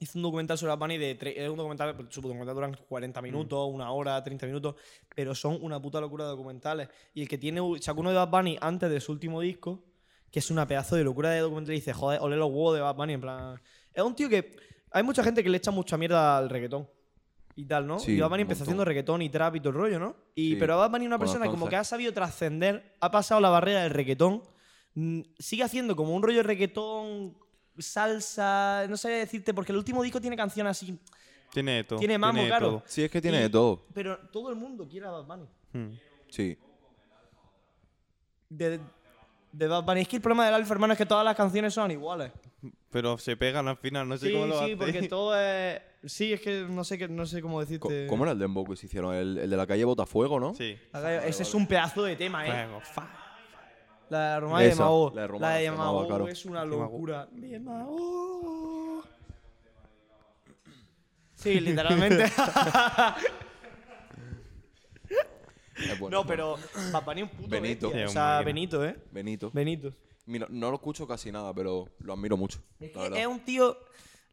A: Hizo un documental sobre Bad Bunny de tre- es un documental, pues, su documental duran 40 minutos, una hora, 30 minutos, pero son una puta locura de documentales. Y el que tiene u- sacó uno de Bad Bunny antes de su último disco, que es una pedazo de locura de documental, y dice, joder, ole los huevos de Bad Bunny, en plan. Es un tío que hay mucha gente que le echa mucha mierda al reggaetón. Y tal, ¿no?
B: Sí,
A: y Bad Bunny
B: un
A: empezó
B: montón.
A: haciendo reggaetón y trap y todo el rollo, ¿no? Y,
B: Sí.
A: Pero Bad Bunny es una
B: Con los
A: persona que como
B: conceptos.
A: que ha sabido trascender, ha pasado la barrera del reggaetón, mm, sigue haciendo como un rollo de reggaetón, salsa, no sabía decirte, porque el último disco tiene canciones así,
C: Tiene de todo.
A: Tiene mamo,
C: de
A: claro.
C: todo.
B: Sí, es que tiene
A: Y-
B: de todo.
A: pero todo el mundo quiere a Bad Bunny.
C: Hmm.
B: Sí.
A: De, de Bad Bunny. Es que el problema del Alfa, hermano, es que todas las canciones son iguales.
C: Pero se pegan al final, no sé
A: Sí,
C: cómo lo
A: sí,
C: hacen.
A: porque
C: <laughs>
A: todo es... Sí, es que no sé, qué- no sé cómo
B: Co-
A: decirte...
B: ¿Cómo era el dembow que se hicieron? El, el de la calle Botafuego, ¿no?
C: Sí.
A: Acá- Ese es un pedazo de tema, ¿eh?
C: Fuego, fa.
A: La de la Romana de
B: Esa,
A: Mago.
B: la
A: La
B: de
A: de,
B: Romana se llamaba,
A: Mago
B: claro.
A: es una
C: Mago.
A: locura. De Mago. Sí, literalmente.
C: <laughs>
A: <laughs>
B: Es bueno,
A: no,
B: es bueno.
A: pero Papá ni un puto
B: Benito.
A: bestia.
C: Sí,
A: O
C: un
A: sea,
C: máquina.
A: Benito, ¿eh?
B: Benito.
A: Benito.
B: Mira, no lo escucho casi nada, pero lo admiro mucho.
A: Es
B: la
A: que
B: verdad.
A: es un tío,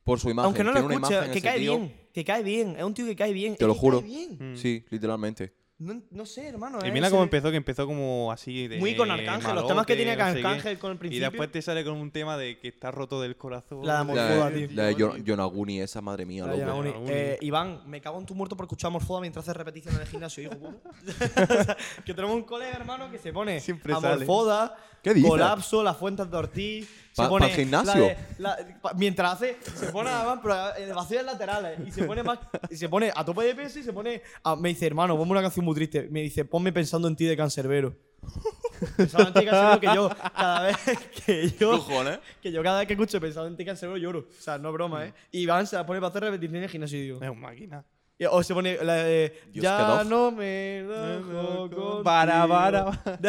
B: Por su imagen.
A: aunque no lo
B: Tiene una
A: escuche,
B: imagen
A: que
B: ese
A: cae
B: tío.
A: bien. Mm. Que cae bien. Es un tío que cae bien.
B: Te
A: es
B: lo
A: que
B: juro.
A: Cae bien.
B: Mm. Sí, literalmente.
A: No, no sé, hermano.
C: Y
A: ¿eh?
C: mira cómo
A: Ese-
C: empezó, que empezó como así de.
A: Muy con Arcángel, los temas que tenía
C: malote, no sé qué.
A: Arcángel con el principio.
C: Y después te sale con un tema de que está roto del corazón.
A: La de
B: La
A: Morfuda,
B: de,
A: tío.
B: la de Yon- Yonaguni, esa madre mía,
A: Vaya,
B: loco.
A: Uni.
C: Uni.
A: Eh, Iván, me cago en tu muerto por escuchar Morfoda mientras haces repeticiones en el gimnasio, hijo. puta.
C: <laughs>
A: que tenemos un colega, hermano, que se pone
C: Siempre
A: a
C: sale.
A: Morfoda,
B: ¿Qué dices?
A: Colapso, las fuentes de Ortiz.
B: Pa-
A: se pone
B: ¿pa'l gimnasio?
A: la de- la- pa- mientras hace, se pone además pero elevaciones laterales y se pone más, y se pone a tope de peso y se pone. a- me dice, hermano, ponme una canción muy triste. Me dice, ponme pensando en ti de cancerbero. <laughs> Pensando en ti de cancerbero que yo, cada vez que yo.
B: Cojones.
A: <laughs> Que yo cada vez que escucho pensando en ti cancerbero lloro. O sea, no es broma,
B: Mm.
A: ¿eh? Y Iván se la pone para hacer repeticiones en el gimnasio y digo.
C: Es una máquina.
A: Y- O se pone la de
B: Dios, qué
A: Ya
B: dog".
A: no me enojo contigo". <laughs>
C: Vara, vara, vara.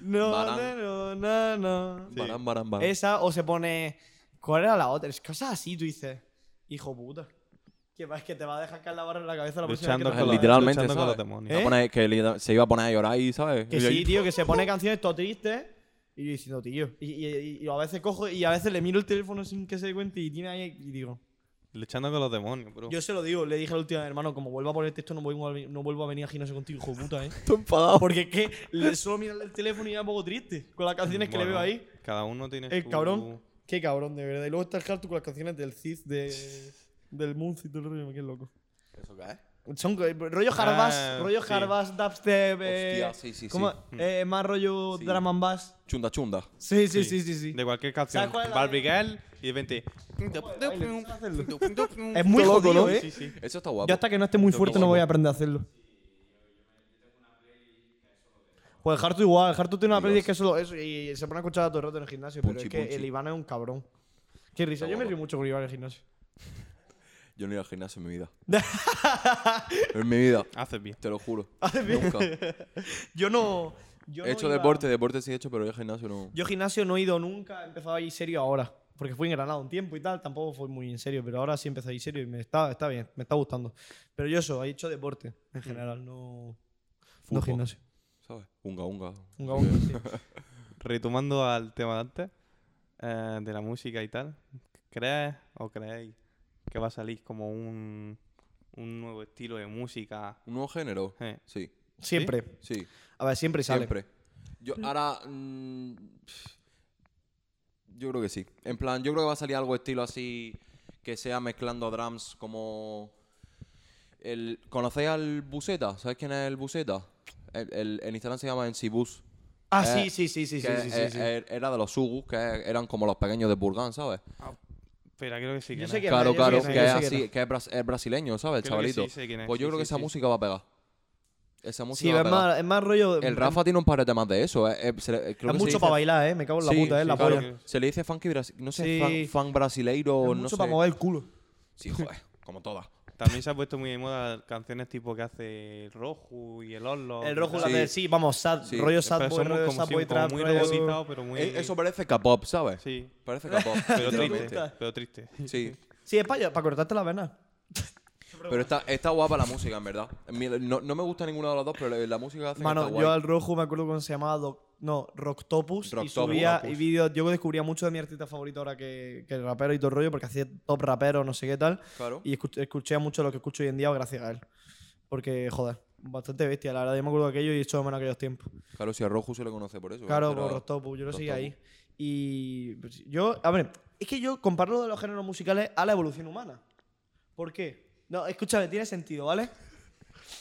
A: No,
B: Barán.
A: no, no, no.
C: Sí.
B: Barán, barán, barán.
A: Esa, o se pone ¿Cuál era la otra? Es cosas así, tú dices Hijo puta Que va- que te va a dejar caer la barra en la cabeza la próxima vez que
C: Luchando con,
A: te
C: los-
A: acuerdes.
B: Literalmente,
C: luchando con
B: ¿sabes?
C: los demonios.
A: ¿Eh?
B: Se pone- que le- se iba a poner a llorar ahí, ¿sabes?
A: Que
B: Y ahí- <laughs>
A: sí, tío, que se pone canciones todo tristes Y yo diciendo, tío y, y- y- y a veces cojo y a veces le miro el teléfono sin que se dé cuenta Y tiene ahí y digo
C: luchando con los demonios, bro.
A: Yo se lo digo, le dije al último hermano, como vuelva a poner texto, no vuelvo a, vi- no vuelvo a venir a gimnasio contigo, hijo de puta, ¿eh?
D: Estoy enfadado.
A: Porque es que le- solo mirarle el teléfono y ya un poco triste con las canciones que le veo
C: Bueno,
A: ahí.
C: Cada uno tiene
A: El
C: su-
A: cabrón. Qué cabrón, de verdad. Y luego está el Hartu con las canciones del Cis, de, del Moons y todo el rollo, me quedé loco.
B: ¿Eso qué es?
A: Son co- rollo Harbass,
C: Ah,
A: rollo
C: sí.
A: Harbass, dubstep. eh,
B: Hostia, sí, sí,
A: ¿cómo?
B: sí.
A: Eh, más rollo
B: Sí.
A: drum and bass.
B: Chunda, chunda.
A: Sí, sí, sí, sí. sí.
C: De cualquier canción.
A: ¿Sabes cuál es la
C: Barbie
A: de-
C: Girl y de repente.
A: Es muy
D: loco,
A: loco,
D: ¿no?
A: ¿eh?
C: Sí, sí.
B: Eso está guapo.
A: Yo hasta que no esté muy fuerte no voy a aprender a hacerlo. Pues el Hartu igual, el Hartu tiene una playlist que es solo eso y se pone a escuchar todo el rato en el gimnasio, pero
B: Punchi,
A: es que
B: punchi.
A: el Iván es un cabrón. Qué risa,
B: Está
A: yo me
B: guapo.
A: río mucho con Iván en el gimnasio.
B: Yo no he ido al gimnasio en
A: <laughs>
B: mi vida. en mi vida.
C: Haces bien.
B: Te
A: <laughs>
B: lo juro.
A: Haces bien.
B: Nunca.
A: Yo no... Yo
B: he
A: no
B: hecho
A: iba-
B: deporte, deporte sí he hecho, pero yo al gimnasio no.
A: Yo gimnasio no he ido nunca, he empezado a ir serio ahora. Porque fui en Granada un tiempo y tal, tampoco fui muy en serio, pero ahora sí empecé a ir serio y me está, está bien, me está gustando. Pero yo eso, he hecho deporte en general, no, no
B: Mm. Fútbol.
A: gimnasio.
B: ¿Sabes? Unga, unga.
A: Un gabón, sí.
B: <laughs>
C: Retomando al tema de antes, eh, de la música y tal, ¿crees o creéis que va a salir como un, un nuevo estilo de música?
B: ¿Un nuevo género?
C: Eh,
B: Sí,
A: Siempre.
B: sí.
A: A ver, siempre sale.
B: Siempre. Yo ahora. mm, yo creo que sí. En plan, yo creo que va a salir algo estilo así. Que sea mezclando drums como. El, ¿Conocéis al Buseta? ¿Sabéis quién es el Buseta? El, el- en Instagram se llama NC Bus.
A: Ah,
B: Eh,
A: sí, sí, sí, sí, sí,
B: que
A: sí, sí,
B: e-
A: sí.
B: e- Era de los Sugus, que eran como los pequeños de Burgán, ¿sabes?
C: Pero creo que sí.
A: Yo
C: que
A: sé
C: no.
A: que-
B: Claro,
A: yo sé
B: claro,
A: quién es,
B: que es
A: yo sé quién
B: así, que es, bras- es brasileño, ¿sabes? El
C: Creo que sí,
B: chavalito.
C: sé quién es,
B: Pues yo
C: sí,
B: creo que
C: sí,
B: esa
C: sí.
B: música va a pegar. Esa música
A: Sí, es
B: va a pegar.
A: más, es más rollo.
B: El Rafa tiene un par de temas de eso. eh, eh, se le-
A: Es
B: eh, creo que se
A: mucho
B: dice
A: para bailar, eh. Me cago en la
B: Sí,
A: puta, eh.
B: sí,
A: la
B: claro.
A: polla.
B: Se le dice funky brasileiro, no sé,
A: Sí.
B: fan, fan brasileiro,
A: Es
B: no
A: mucho
B: sé.
A: para mover el culo.
B: Sí, joder, como todas.
C: También se ha puesto muy de moda canciones tipo que hace el Rojo y el Orlo.
A: El rojo,
C: y
A: la
C: tal.
B: Sí.
A: de. Sí, vamos, sad,
B: Sí.
A: rollo
C: Pero
A: sad boy,
C: son
A: rollo
C: como,
A: sad
C: sí,
A: boy
C: como
A: trap.
C: muy
A: rollo-
C: robotizado, pero muy...
B: Eh, Eso parece K-pop, ¿sabes? <laughs>
C: Sí,
B: Parece K-pop.
C: pero
B: literalmente.
C: triste, pero triste.
B: Sí,
A: Sí, es para, para cortarte la vena.
B: pero está, está guapa la música, en verdad. Mi- No, no me gusta ninguna de las dos, pero la- la música que hacen
A: Mano,
B: está guay.
A: yo al rojo me acuerdo cómo se llamaba Doc- no, Rocktopus. Y
B: Rocktopus.
A: subía y
B: Rocktopus.
A: vídeos. Yo descubría mucho de mi artista favorito ahora que, que el rapero y todo el rollo, porque hacía top rapero, no sé qué tal.
B: Claro.
A: Y escu- escuché mucho lo que escucho hoy en día gracias a él. Porque, joder, bastante bestia. La verdad, yo me acuerdo de aquello y he hecho de menos aquellos tiempos.
B: Claro, si a Rojo se le conoce por eso. ¿eh?
A: Claro,
B: pero-
A: por Rostopus, yo lo seguí ahí.
B: Rostopus.
A: Y pues, yo, a ver, es que yo comparo lo de los géneros musicales a la evolución humana. ¿Por qué? No, escúchame, tiene sentido, ¿vale?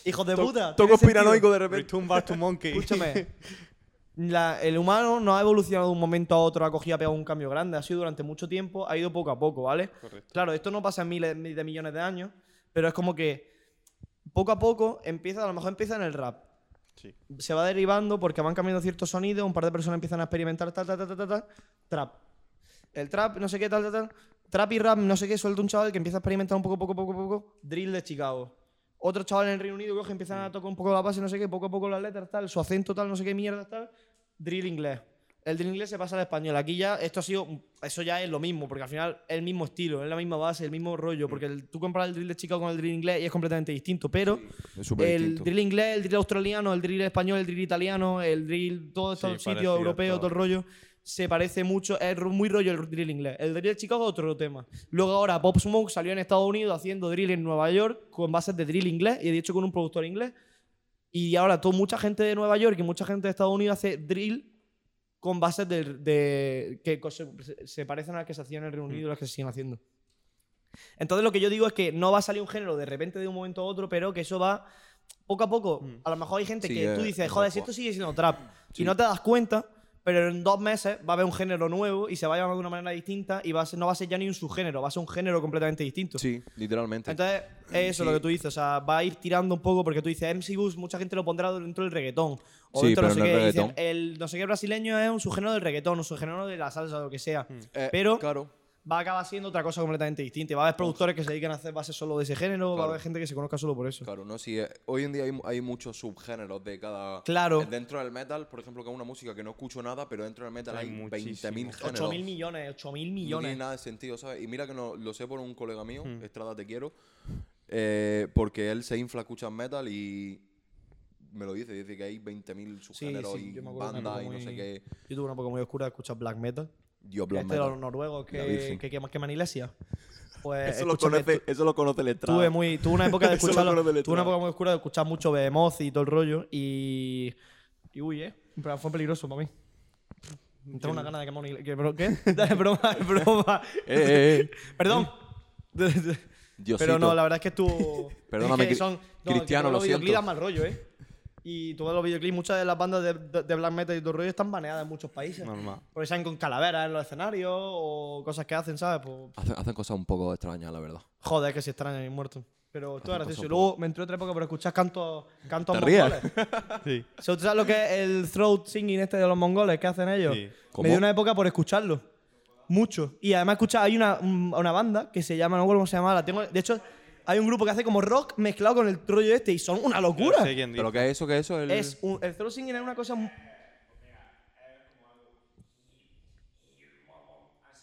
A: Hijos de puta. tiene
D: Toco
A: sentido.
D: piranoico de repente.
C: Return back to monkey. <laughs>
A: Escúchame. La- el humano no ha evolucionado de un momento a otro, ha cogido, ha pegado un cambio grande, ha sido durante mucho tiempo, ha ido poco a poco, ¿vale?
C: Correcto.
A: Claro, esto no pasa en miles mi- de millones de años, pero es como que poco a poco empieza, a lo mejor empieza en el rap.
C: Sí.
A: Se va derivando porque van cambiando ciertos sonidos, un par de personas empiezan a experimentar tal, tal, tal, tal, tal, tal, trap. El trap, no sé qué, tal, tal, tal. Trap y rap, no sé qué, suelta un chaval que empieza a experimentar un poco, poco, poco, poco. Drill de Chicago. Otro chaval en Reino Unido coge, empiezan a tocar un poco la base, no sé qué, poco a poco las letras, tal, su acento, tal, no sé qué mierda, tal. Drill inglés. El drill inglés se pasa al español. Aquí ya, esto ha sido, eso ya es lo mismo, porque al final es el mismo estilo, es la misma base, el mismo rollo, porque el- tú compras el drill de Chicago con el drill inglés y es completamente distinto, pero
B: Es súper
A: el
B: distinto.
A: drill inglés, el drill australiano, el drill español, el drill italiano, el drill, todo
C: Sí,
A: estos
C: parecido
A: sitios
C: a
A: europeos, todo
C: todo.
A: el rollo, se parece mucho, es ru- muy rollo el drill inglés. El drill de Chicago, otro tema. Luego ahora Pop Smoke salió en Estados Unidos haciendo drill en Nueva York con bases de drill inglés y de hecho con un productor inglés. Y ahora to- mucha gente de Nueva York y mucha gente de Estados Unidos hace drill con bases de, de- que co- se, se parecen a las que se hacían en el Reino Unido y las que se siguen haciendo. Entonces lo que yo digo es que no va a salir un género de repente de un momento a otro, pero que eso va poco a poco. A lo mejor hay gente
B: Sí,
A: que
B: eh,
A: tú dices,
B: es
A: joder,
B: la
A: si
B: cua-
A: esto sigue siendo trap
B: Sí.
A: y no te das cuenta, pero en dos meses va a haber un género nuevo y se va a llamar de una manera distinta y va a ser- no va a ser ya ni un subgénero, va a ser un género completamente distinto.
B: Sí, literalmente.
A: Entonces, es eso
B: Sí.
A: lo que tú dices, o sea, va a ir tirando un poco porque tú dices MC Bus, mucha gente lo pondrá dentro del reggaetón. O
B: Sí,
A: dentro
B: pero
A: no sé
B: no es
A: qué, y dicen,
B: reggaetón.
A: el no sé qué brasileño es un subgénero del reggaetón, un subgénero de la salsa o lo que sea.
B: Eh,
A: pero
B: Claro,
A: va a acabar siendo otra cosa completamente distinta. Y Va a haber productores que se dediquen a hacer bases solo de ese género, va
B: Claro.
A: a haber gente que se conozca solo por eso.
B: claro, no, sí. eh, hoy en día hay, hay muchos subgéneros de cada.
A: Claro.
B: Dentro del metal, por ejemplo, que es una música que no escucho nada, pero dentro del metal
C: Hay
B: hay,
C: muchísimo.
B: 20.000 géneros.
A: 8.000 millones, 8.000
B: No tiene
A: millones.
B: nada de sentido, ¿sabes? Y mira que no, lo sé por un colega mío,
A: Mm.
B: Estrada Te Quiero, eh, porque él se infla, escucha metal y me lo dice, dice que hay 20.000 subgéneros
A: sí,
B: y
A: yo me acuerdo que me
B: bandas y
A: acuerdo
B: no sé
A: muy-
B: qué.
A: Yo tuve una época muy oscura de escuchar black metal.
B: Dios,
A: Este
B: black
A: de los
B: metal.
A: noruegos
B: La
A: que,
B: Virgen.
A: que queman, queman iglesias. Pues,
B: Eso lo,
A: escúchame,
B: conoce,
A: tu-
B: eso lo conoce el Estrada.
A: tuve, muy, tuve una época de
B: Eso lo
A: escuchar
B: conoce el
A: tuve una
B: Estrada.
A: época muy oscura de escuchar mucho Behemoth y todo el rollo y y uy eh pero fue peligroso para mí me tengo una gana de quemar una iglesia. ¿Qué? bro- ¿Qué? <laughs> Es broma, es broma.
B: <laughs> Eh, eh, eh.
A: Perdón.
B: Diosito.
A: Pero no, la verdad es que estuvo.
B: Perdóname,
A: es que
B: cri-
A: son, no,
B: Cristiano,
A: que todos
B: lo
A: los videoclips
B: siento.
A: dan mal rollo, ¿eh? Y todos los videoclips, muchas de las bandas de, de- de black metal y todo el rollo están baneadas en muchos países.
C: Normal.
A: Porque salen con calaveras en los escenarios o cosas que hacen, ¿sabes? Pues,
B: Hacen, hacen cosas un poco extrañas, la verdad.
A: joder, que se extrañan y muertos. Pero esto es
B: Hacen
A: gracioso. Y
B: cosas
A: luego me entró otra época por escuchar cantos, cantos
B: ¿Te ríes? <laughs>
A: mongoles.
C: Sí.
A: ¿Sabes sabes lo que es el throat singing este de los mongoles que hacen ellos?
C: Sí.
A: Me
B: ¿Cómo?
A: dio una época por escucharlo. Mucho. Y además escuchaba, hay una, un- una banda que se llama, no me acuerdo cómo se llama, la tengo. De hecho, hay un grupo que hace como rock mezclado con el rollo este y son una
C: Yo
A: locura.
C: sé quién dice.
B: ¿Pero qué es eso? ¿Qué es eso? El-
A: Es un- el throat singing es una cosa. mu-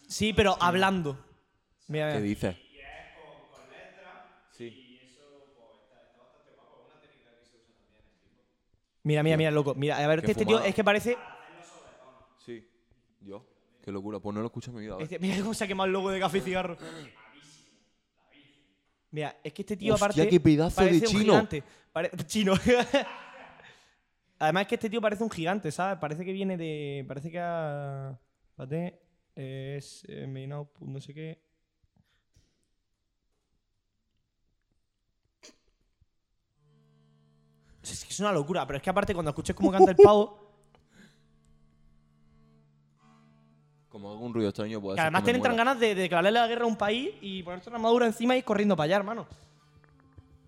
A: Sí, pero hablando. Mira,
B: ¿Qué
A: mira.
B: dices?
A: Mira, mira, mira, loco. Mira, a ver,
B: Qué
A: este tío
B: fumada.
A: es que parece.
B: Sí. Dios. Qué locura. Pues no lo escucho en mi vida. a ver.
A: este- mira cómo se ha quemado el logo de café y cigarro. Mira, es que este tío
B: Hostia,
A: aparte.
B: qué pedazo de
A: parece un
B: chino.
A: gigante. Pare- <laughs> chino. Además es que este tío parece un gigante, ¿sabes? Parece que viene de. Parece que ha. Espérate. Es. eh, Meinao, no sé qué. Es que es una locura, pero es que aparte cuando escuches cómo canta el pavo.
B: Como algún ruido extraño puede
A: Que
B: ser
A: además
B: me
A: te entran
B: muera.
A: ganas de, de declararle la guerra a un país y ponerte una armadura encima y ir corriendo para allá, hermano.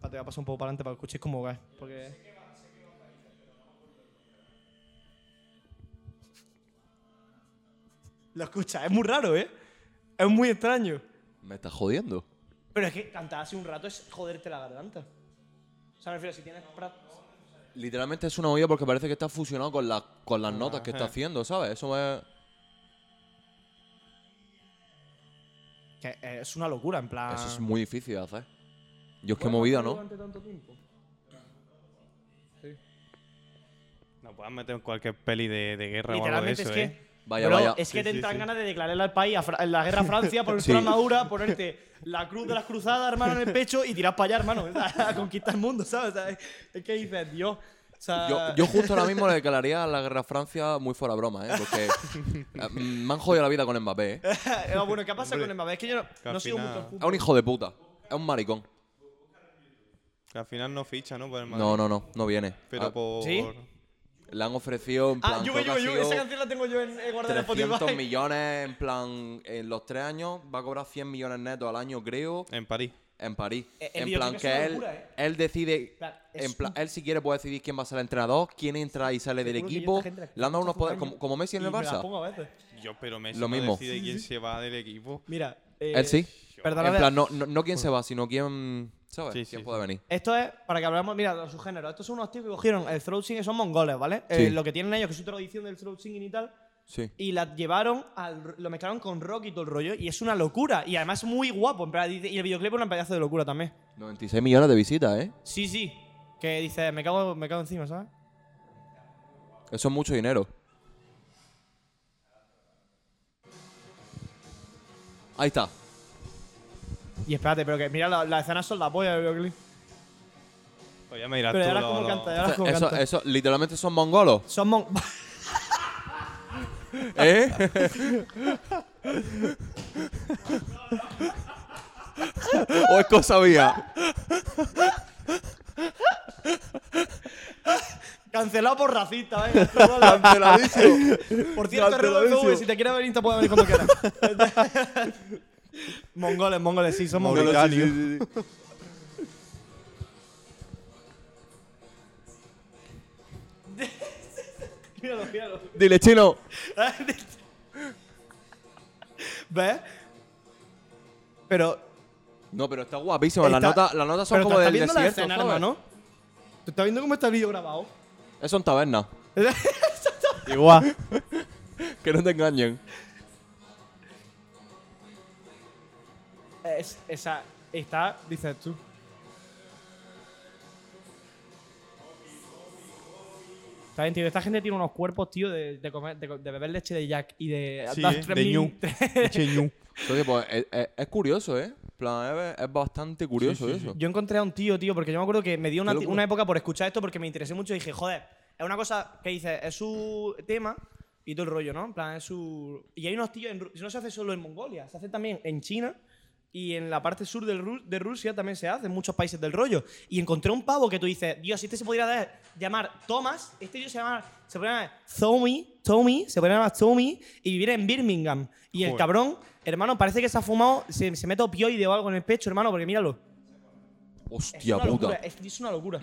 A: Va, te voy a pasar un poco para adelante para que escuches cómo va. eh, Porque... Lo escuchas, es muy raro, ¿eh? Es muy extraño.
B: Me estás jodiendo.
A: Pero es que cantar hace un rato es joderte la garganta. O sea, me refiero, si tienes... pra-
B: Literalmente es una olla porque parece que está fusionado con, las con las notas que está haciendo, ¿sabes? Eso me...
A: Que eh, es una locura, en plan...
B: Eso es muy difícil de hacer. Yo es que movida, ¿no?
C: No puedes meter en cualquier peli de, de guerra
A: Literalmente
C: o algo
A: es
C: de
A: que.
C: eso, ¿eh?
B: Vaya,
A: Bro,
B: vaya.
A: Es que
C: Sí,
A: te
C: sí,
A: entran
C: sí.
A: ganas de declararle al país, a Fra- la
C: <laughs>
A: guerra a Francia, ponerte
B: Sí.
A: una armadura, ponerte la cruz de las cruzadas, hermano, en el pecho y tirar para allá, hermano. <laughs> A conquistar el mundo, ¿sabes? O sea, es que dices, Dios. O sea,
B: Yo, yo justo ahora mismo le declararía a la guerra a Francia muy fuera broma, ¿eh? Porque eh, me han jodido la vida con Mbappé, ¿eh?
A: <laughs> Eh, bueno, ¿qué pasa con Mbappé? Es que yo no,
C: al
A: no sigo
C: final-
A: mucho el
B: Es un
A: fútbol.
B: hijo de puta. Es un maricón.
C: Que al final no ficha, ¿no? Por el Madrid.
B: No, no, no. No viene.
C: Pero
B: Ah,
C: por.
A: ¿Sí?
B: Le han ofrecido en plan...
A: Ah, yo,
B: creo que
A: yo,
B: ha
A: yo,
B: sido
A: esa canción la tengo yo en, eh, guardada en
B: 300
A: Spotify.
B: millones, en plan... En los tres años va a cobrar 100 millones netos al año, creo.
C: En París.
B: En París.
A: Eh, el
B: En
A: videoclip
B: plan
A: es
B: que
A: una
B: él,
A: locura, ¿eh?
B: él decide.
A: plan, es
B: En plan,
A: un-
B: él si quiere puede decidir quién va a ser el entrenador, quién entra y sale del
A: Seguro que yo
B: equipo.
A: esta gente la
B: Le han dado unos
A: escucho hace
B: poderes
A: un
B: como,
A: año
B: como Messi en
A: y
B: el
A: me la
B: Barça.
A: pongo a veces.
C: Yo, pero Messi
B: Lo
C: no
B: mismo.
C: decide quién se va del equipo.
A: Mira. eh,
B: Él sí.
A: Perdóname.
B: En plan, no, no, no quién se va, sino quién. ¿Sabes?
C: Sí,
B: quién
C: sí,
B: puede venir.
A: Esto es, para que hablemos, mira, de su género. Estos son unos tíos que cogieron el throat singing, son mongoles, ¿vale? Eh,
B: Sí.
A: lo que tienen ellos, que es su tradición del throat singing y tal.
B: Sí.
A: Y la llevaron, al, lo mezclaron con rock y todo el rollo. Y es una locura. Y además muy guapo. en plan, dice- y el videoclip es un pedazo de locura también.
B: 96 millones de visitas, ¿eh?
A: Sí, sí. Que dice, me cago, me cago encima, ¿sabes?
B: Eso es mucho dinero. Ahí está.
A: Y espérate, pero que mira, la- las escenas son la polla del videoclip.
C: Pues ya me dirás
A: Pero
C: tú.
A: ya verás
C: lo-
A: cómo
C: lo-
A: canta, ya verás cómo
B: Eso,
A: canta.
B: eso, literalmente son mongolos.
A: Son mon... <laughs>
B: ¿Eh? o Oh, es cosa mía.
A: Cancelado por
C: <laughs>
A: racista, venga. tú, hola. Por cierto, RDV, si te quieres venir, te puedes venir cuando quieras. <laughs> mongoles, mongoles, sí, son mongoles.
C: Mauritania.
A: Míralo, míralo.
B: Dile, chino.
A: ¿Ves? Pero
B: No, pero está guapísimo. Las
A: Está-
B: notas, las notas son
A: Pero
B: como
A: te
B: del
A: estás viendo la
B: desierto,
A: escena,
B: ¿sabes?
A: hermano. ¿Te estás viendo cómo está el vídeo grabado? <laughs>
B: Eso en taberna.
C: Igual.
B: Que no te engañen.
A: Es- esa está, dices tú. Está bien, tío. Esta gente tiene unos cuerpos, tío, de, de comer, de, co- de beber leche de Jack y de...
C: Sí,
A: dar
C: eh,
A: tres <laughs>
C: de
A: mil-
C: ñu.
A: tres-
C: <laughs> Che, ñu.
B: Entonces, pues, es, es- es curioso, ¿eh? plan, es, es bastante curioso
C: sí, sí.
B: eso.
A: Yo encontré a un tío, tío, porque yo me acuerdo que me dio una,
B: Qué locura.
A: una época por escuchar esto porque me interesé mucho y dije, joder, es una cosa que dices, es su tema y todo el rollo, ¿no? En plan, es su. Y hay unos tíos, en Ru- no se hace solo en Mongolia, se hace también en China y en la parte sur del Ru- de Rusia también se hace, en muchos países del rollo. Y encontré un pavo que tú dices, Dios, este se podría dar- llamar Thomas, este tío se llama, se podría llamar Tommy, Tommy, se podría llamar Tommy y vivir en Birmingham. Y el
C: Joder.
A: cabrón, hermano, parece que se ha fumado, se, se mete opioide o algo en el pecho, hermano, porque míralo.
B: Hostia
A: Es una locura,
B: puta.
A: Es, es una locura.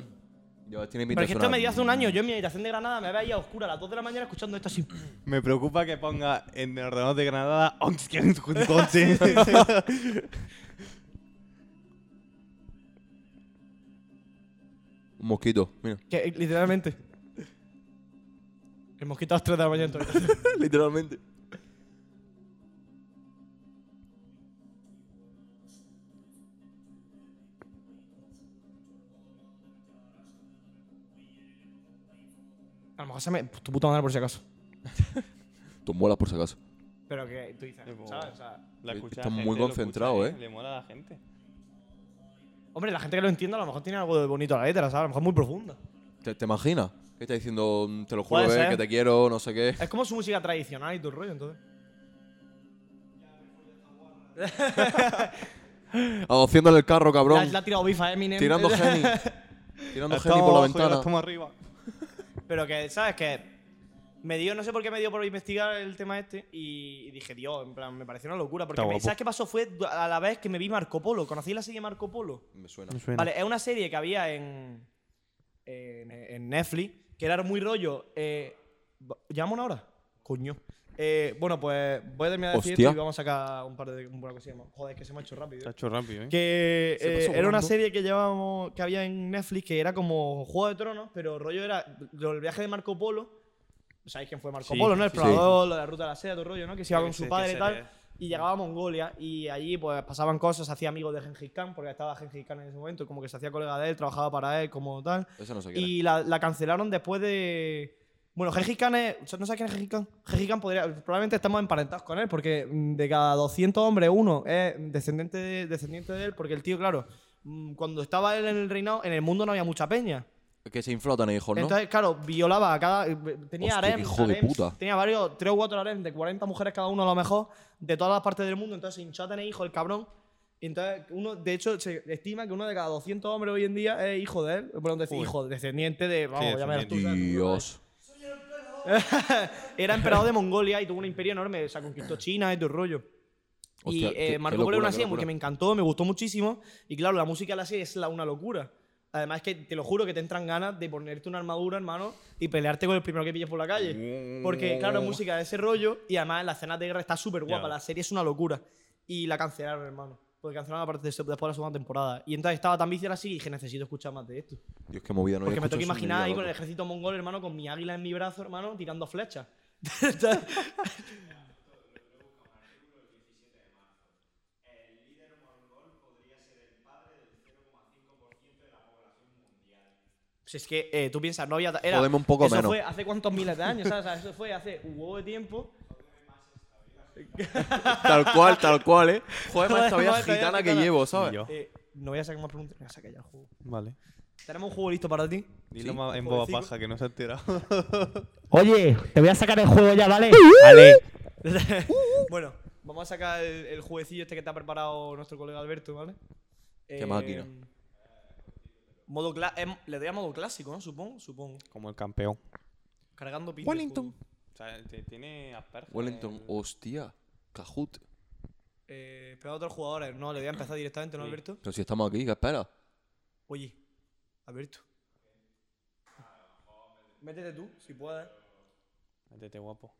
B: Ya, tiene
A: Pero
B: pinta de
A: es que
B: sonar
A: esto me dio hace un año. Yo en mi habitación de Granada me veía oscura a las 2 de la mañana escuchando esto así.
C: Me preocupa que ponga en el ordenador de Granada
A: <laughs>
C: Onskienkunkonsin.
B: Un mosquito,
A: <laughs>
B: mira.
A: Que, eh, literalmente. El mosquito a las 3 de la mañana. en tu habitación.
B: Literalmente.
A: a lo mejor se me. pues, Tu puta madre por si acaso.
B: Tú muelas por si acaso.
A: Pero que tú dices.
C: Como-
A: ¿sabes? O sea,
C: La escucha
B: Está
C: la
B: muy
C: gente, lo
B: concentrado,
C: escucha,
B: ¿eh?
C: Le mola a la gente.
A: hombre, la gente que lo entienda a lo mejor tiene algo de bonito a la letra, ¿sabes? A lo mejor muy profunda.
B: ¿Te, te imaginas? ¿Qué está diciendo? mm, Te lo juro,
A: Puede
B: eh,
A: ser.
B: que te quiero, no sé qué. <laughs>
A: Es como su música tradicional y todo el rollo, entonces.
B: Adociéndole el carro,
A: La,
B: cabrón.
A: la ha tirado bifa a Eminem. <laughs> eh,
B: Tirando Jenny. Tirando Jenny
C: Estamos
B: por la
C: abajo y ahora
B: ventana.
C: estamos arriba.
A: Pero que, ¿sabes qué? Me dio, no sé por qué me dio por investigar el tema este y dije, Dios, en plan, me pareció una locura. Porque,
C: Está
A: me-
C: guapo.
A: ¿sabes qué pasó? Fue du- a la vez que me vi Marco Polo. ¿Conocéis la serie Marco Polo?
B: Me suena.
A: Vale, es una serie que había en, en, en Netflix, que era muy rollo. Eh, va- ¿Llevamos una hora? Coño. Eh, bueno, pues voy a terminar de decir
B: Hostia.
A: esto y vamos a sacar un par de una cosilla más. Joder, que se me ha hecho rápido.
C: Está
A: eh.
C: hecho rápido, ¿eh?
A: Que
B: Se
A: eh,
B: pasó
A: era una
B: volando.
A: serie que llevábamos, que había en Netflix, que era como Juego de Tronos, pero rollo era lo- el viaje de Marco Polo. ¿Sabéis quién fue Marco
C: Sí,
A: Polo, no? El
C: sí.
A: explorador, lo de la ruta de la seda, todo el rollo, ¿no? Que se iba
C: Sí,
A: con
C: sí,
A: su
C: qué
A: padre y
C: serie
A: tal. Y llegaba a Mongolia y allí pues pasaban cosas, se hacía amigos de Gengis Khan, porque estaba Gengis Khan en ese momento, como que se hacía colega de él, trabajaba para él, como tal.
B: Esa no sé quién es.
A: Y la, la cancelaron después de. Bueno, Gengis Khan es. o sea, ¿No sabes quién es Gengis Khan? Gengis Khan podría. Probablemente estamos emparentados con él, porque mm, de cada 200 hombres, uno es descendiente de, descendiente de él, porque el tío, claro, mm, cuando estaba él en el reinado, en el mundo no había mucha peña.
B: Que se inflotan, hijos, ¿no?
A: Entonces, claro, violaba a cada. Tenía
B: Hostia,
A: harem.
B: qué hijo de
A: harems,
B: puta.
A: Tenía varios, tres o cuatro harem de 40 mujeres cada uno, a lo mejor, de todas las partes del mundo. Entonces, se hinchó a tener hijos, el cabrón. Y Entonces, uno, de hecho, se estima que uno de cada 200 hombres hoy en día es hijo de él. Bueno, dec- hijo, descendiente de. Vamos, ya verás tú, ¿sabes?
B: Dios.
A: <laughs> Era emperador de Mongolia y tuvo un imperio enorme. O sea, conquistó China y todo el rollo. y
B: Hostia,
A: eh,
B: qué- qué
A: Marco Polo
B: locura,
A: era una
B: qué
A: serie porque
B: locura.
A: me encantó, me gustó muchísimo. Y claro, la música de la serie es la, una locura. Además, que te lo juro que te entran ganas de ponerte una armadura, hermano, y pelearte con el primero que pilles por la calle. Porque, claro, es música de ese rollo y además la escena de guerra está súper guapa.
C: Ya.
A: La serie es una locura. Y la cancelaron, hermano. Porque cancelaron la parte de, después de la segunda temporada. Y entonces estaba tan viciada así y dije, necesito escuchar más de esto.
B: Dios, qué movida no había
A: Porque me tengo que
B: escuchado eso en mi
A: imaginar
B: vida,
A: ahí con el
B: loco.
A: ejército mongol, hermano, con mi águila en mi brazo, hermano, tirando flechas. <laughs> Si es que eh, tú piensas, no había. ta- Era,
B: Jódeme un poco
A: eso
B: menos.
A: fue hace cuántos miles de años, ¿sabes? O sea, eso fue hace un huevo de tiempo.
B: Tal cual, tal cual, ¿eh? Joder,
A: Joder,
B: más esta vida
A: más esta vida
B: gitana que
A: gitana.
B: llevo, ¿sabes?
C: Yo.
A: Eh, no voy a sacar más preguntas, voy a sacar ya el juego.
C: Vale.
A: ¿Tenemos un juego listo para ti?
C: Dilo
B: Sí,
C: más en boba
A: jovencico.
C: paja, que no se ha enterado.
A: Oye, te voy a sacar el juego ya, ¿vale?
C: Ale.
A: <laughs>
B: Uh,
A: bueno, vamos a sacar el, el jueguecillo este que te ha preparado nuestro colega Alberto, ¿vale? Em,
B: Qué máquina.
A: Modo cla- em, le doy a modo clásico, ¿no? Supongo, supongo.
C: Como el campeón.
A: Cargando pinta. el
B: Wellington.
A: juego.
C: O sea, te- tiene asperger.
B: Wellington, hostia. Cajut.
A: Eh, esperando a otros jugadores. No, le voy a empezar directamente, ¿no, Alberto?
B: Pero si estamos aquí, ¿qué esperas?
A: Oye, Alberto. Métete tú, si puedes.
C: Métete guapo.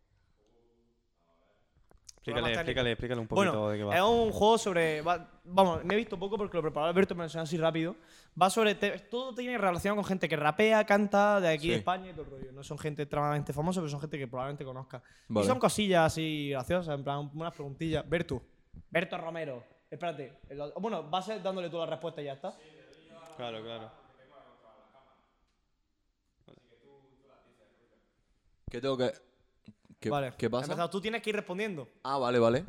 A: Programa
C: Explícale,
A: técnico.
C: explícale, explícale un poquito
A: Bueno, eh,
C: de qué
A: es
C: va.
A: un juego sobre... va- vamos, me he visto poco porque lo preparó Alberto, me lo enseñó así rápido. Va sobre... te- todo tiene relación con gente que rapea, canta, de aquí de
B: Sí.
A: España y todo el rollo. No son gente extremadamente famosa, pero son gente que probablemente conozca.
B: Vale.
A: Y son cosillas así graciosas, en plan, unas preguntillas. Bertu. Berto Romero. Espérate. el- Bueno, vas a- dándole tú la respuesta y ya está.
C: Claro, claro.
B: ¿Qué tengo que...? ¿Qué,
A: vale.
B: ¿qué pasa?
A: Empezado, tú tienes que ir respondiendo.
B: Ah, vale, vale.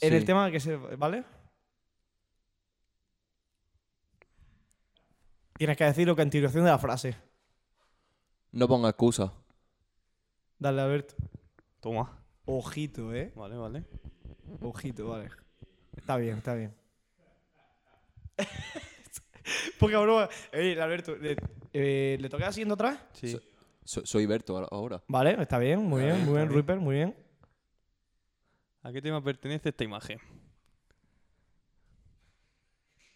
A: En el
D: Sí.
A: tema que se. ¿Vale? Tienes que decir lo que a continuación de la frase.
B: No ponga excusa.
A: Dale, Alberto.
C: Toma.
A: Ojito, ¿eh?
C: Vale, vale.
A: Ojito, vale. Está bien, está bien. <laughs> Poca broma. Oye, Alberto, ¿le, eh, ¿le toca haciendo atrás?
C: Sí.
B: So- So- soy Berto ahora- ahora.
A: Vale, está bien, muy bien, muy bien, Rupert, muy bien.
C: ¿A qué tema pertenece esta imagen?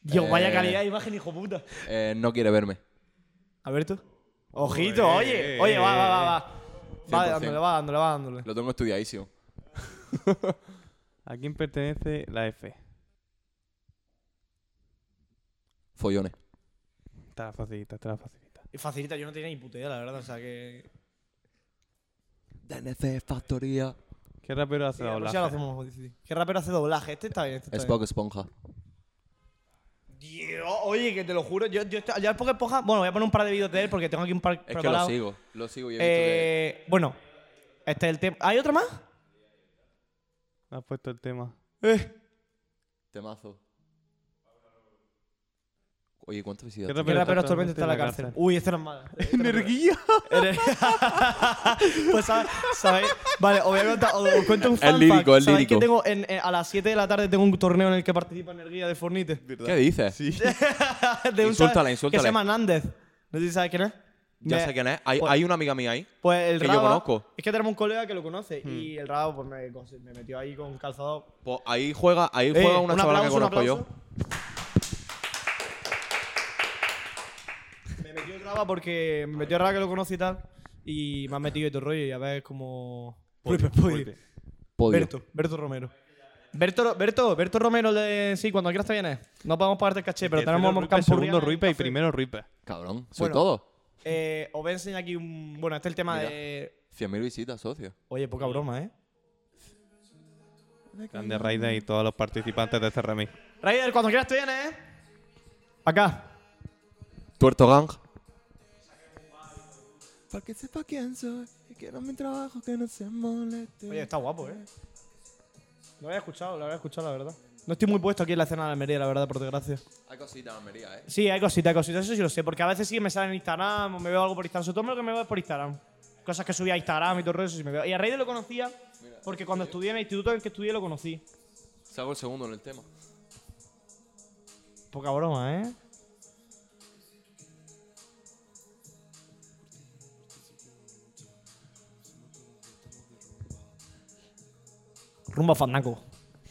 A: Dios, vaya
B: Eh.
A: calidad de imagen, hijo puta.
B: Eh, no quiere verme.
A: Alberto. Ojito,
C: Joder.
A: oye, oye, va, va, va, va. Va
B: 100%.
A: dándole, va dándole, va dándole.
B: Lo tengo estudiadísimo.
C: ¿A quién pertenece la F?
B: Follones.
C: Te la facilita, te la facilita.
A: Y Facilita, yo no tenía ni puta idea, la verdad, o sea que...
B: DNC Factoría.
C: ¿Qué rapero hace
A: Sí,
C: la
A: la
C: doblaje?
A: próxima lo hacemos. sí, sí. ¿Qué rapero hace doblaje? Este está bien, este está bien.
B: Spock Esponja.
A: Dios, oye, que te lo juro, yo, yo estoy- ya el Poké Esponja- Bueno, voy a poner un par de vídeos de él porque tengo aquí un par
B: Es que lo
A: preparado.
B: sigo. Lo sigo y he visto que-
A: Eh, bueno, este es el tema. ¿Hay otra más?
C: No has puesto el tema.
A: Eh,
B: Temazo. Oye, ¿cuántas
C: ¿Qué
B: visitas?
A: ¿Qué
C: rapero
A: rapero
C: actualmente
A: actualmente está en la cárcel? Uy, esta no es <laughs> mala.
C: ¡Energía!
A: <laughs> pues sabes, ¿sabes? Vale, os voy a contar, os, os cuento un fan
B: lírico,
A: fact.
B: es
A: ¿Sabéis
B: lírico.
A: que tengo en- en- a las 7 de la tarde tengo un torneo en el que participa Energía de Fornite?
B: ¿Qué dices?
A: <laughs> de un
B: Insúltala,
A: chaval Que
B: insúltala.
A: se llama Nández. No sé si sabes quién es.
B: Ya
A: Me-
B: sé quién es. Hay,
A: Pues-
B: hay una amiga mía ahí.
A: Pues el
B: que yo
A: Raba,
B: conozco.
A: Es que tenemos un colega que lo conoce y el Raba pues, me, cons- me metió ahí con calzado.
B: Pues ahí juega, ahí juega una
A: Eh, un
B: chavala
A: aplauso,
B: que
A: un
B: conozco yo.
A: aplauso. Me metió el Raba porque me metió el Raba que lo conoce y tal. Y me han metido y todo el rollo y a ver cómo. Rupert Puy.
B: Podio.
A: Berto, Berto Romero. Berto, Ro- Berto, Berto Romero, el de... sí, cuando quieras te vienes. No podemos pagarte el caché, pero tenemos
C: Ruipe,
A: Campurriana
C: segundo
A: en el
C: Ruipe y
A: café.
C: primero Ruipe.
B: Cabrón, soy
A: Bueno.
B: todo.
A: Eh, os voy a enseñar aquí un. Bueno, este es el tema
B: Mira.
A: de.
B: 100.000 visitas, socio.
A: Oye, poca broma, ¿eh?
C: Grande Raida y todos los participantes de este remix.
A: Raider, cuando quieras te vienes, ¿eh? Acá.
B: Tuerto Gang. Para que sepa quién soy y quiero mi trabajo que no se moleste.
A: Oye, está guapo, ¿eh? Lo había escuchado, lo había escuchado, la verdad. No estoy muy puesto aquí en la escena de la Almería, la verdad, por desgracia.
B: Hay cositas en Almería, eh.
A: Sí, hay cositas, hay cositas, eso sí lo sé, porque a veces sí que me sale en Instagram o me veo algo por Instagram. Sobre todo lo que me veo es por Instagram. Cosas que subí a Instagram y todo eso, sí me veo. Y a Raider lo conocía porque cuando estudié en el instituto en el que estudié lo conocí.
B: Salgo el segundo en el tema.
A: Poca broma, ¿eh? Rumba fandango.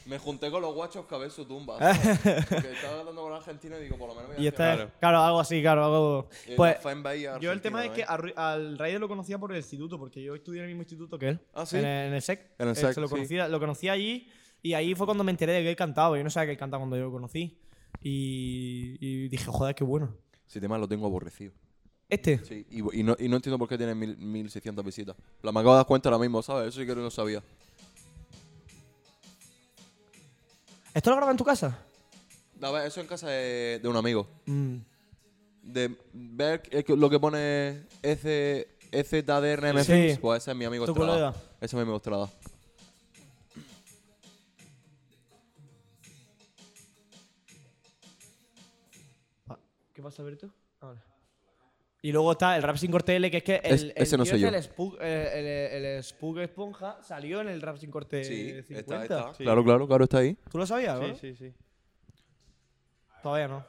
B: Me junté con los guachos que a ver
A: <laughs>
B: su tumba. ¿sabes? que estaba hablando con Argentina y digo, por lo menos voy a
A: Y este,
B: hacer-
A: claro. algo así, claro, algo.
B: Y
A: Pues
B: la fanbase
A: yo el tema es que
B: argentina
A: a Ru- al Raider lo conocía por el instituto, porque yo estudié en el mismo instituto que él.
B: Ah, ¿sí?
A: En el, en el SEC.
B: En el
A: Eh,
B: SEC,
A: se lo,
B: sí.
A: conocía, lo conocía allí y ahí fue cuando me enteré de que él cantaba. Yo no sabía que él cantaba cuando yo lo conocí. Y, y dije, joder, qué bueno.
B: también. Ese tema lo tengo aborrecido.
A: Este.
B: ¿eh? Sí, y, y no, y no entiendo por qué tiene mil- 1600 visitas. La me acabo de dar cuenta ahora mismo, ¿sabes? Eso sí que no lo sabía.
A: ¿Esto lo graba en tu casa?
B: A ver, eso en casa de, de un amigo.
A: Mm.
B: De ver que- que lo que pone ese EZDRMFX,
A: Sí.
B: pues ese es mi amigo
A: Tu
B: Estrada.
A: colega.
B: Ese es mi amigo este Estrada.
A: ¿Qué pasa, Alberto? Ahora. Y luego está el Rap sin corte L, que es que el,
B: Es-
A: el
B: ese no
A: tío
B: soy
A: este,
B: yo.
A: El Spook, eh, el, el Spook Esponja salió en el Rap sin corte
B: Eh, Sí,
A: 50.
B: está, está.
C: Sí.
B: Claro, claro, claro, está ahí.
A: ¿Tú lo sabías, no?
C: Sí, sí, sí.
A: Todavía no.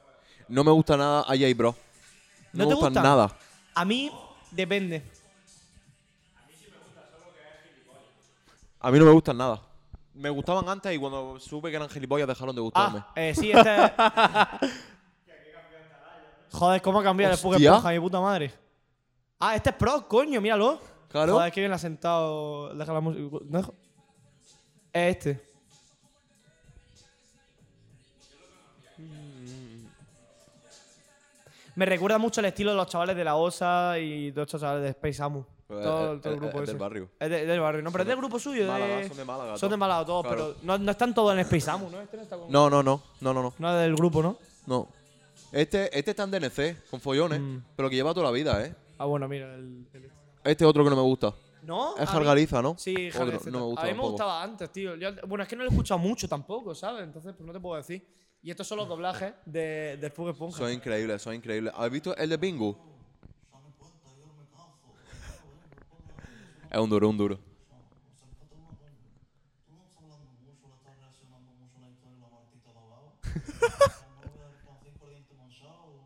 B: No me gusta nada AJ
A: ¿No
B: Bro. No,
A: te
B: me gusta
A: gusta?
B: nada.
A: A mí depende.
B: A mí no me gustan nada. Me gustaban antes y cuando supe que eran gilipollas dejaron de gustarme.
A: Ah, eh, sí, este.
B: <laughs>
A: Joder, ¿cómo ha cambiado el Spook
B: Hostia.
A: Esponja, mi puta madre? Ah, este es pro, coño, míralo.
B: Claro.
A: Joder, que bien la ha sentado. Deja la música. no, jo- Es este. Me recuerda mucho el estilo de los chavales de la OSA y de estos chavales de Space Amu.
B: Pues,
A: todo
B: eh,
A: todo el
B: eh,
A: grupo
B: eh,
A: ese.
B: del barrio.
A: Es de- del barrio, no, pero es del grupo suyo.
B: Málaga,
A: de,
B: son de Málaga,
A: Son de
B: todos.
A: Málaga todos,
B: Claro.
A: pero no, no están todos en Space Amu, ¿no? Este no está con.
B: No, no, no. No, no, no.
A: No es del grupo, ¿no?
B: No. Este, este está en
A: Mm.
B: DNC, con follones, pero que lleva toda la vida, ¿eh?
A: Ah, bueno, mira, el, el-
B: Este es otro que no me gusta.
A: No.
B: Es
A: a mí-
B: Jargariza, ¿no?
A: Sí,
B: Otro,
A: Harry Z.
B: No me gusta
A: A mí me
B: tampoco.
A: gustaba antes, tío. Yo- bueno, es que no lo he escuchado mucho tampoco, ¿sabes? Entonces, pues no te puedo decir. Y estos son los doblajes de, de Bob Esponja.
B: Son increíbles, son increíbles. ¿Has visto el de Bingo? es un É um duro, un duro.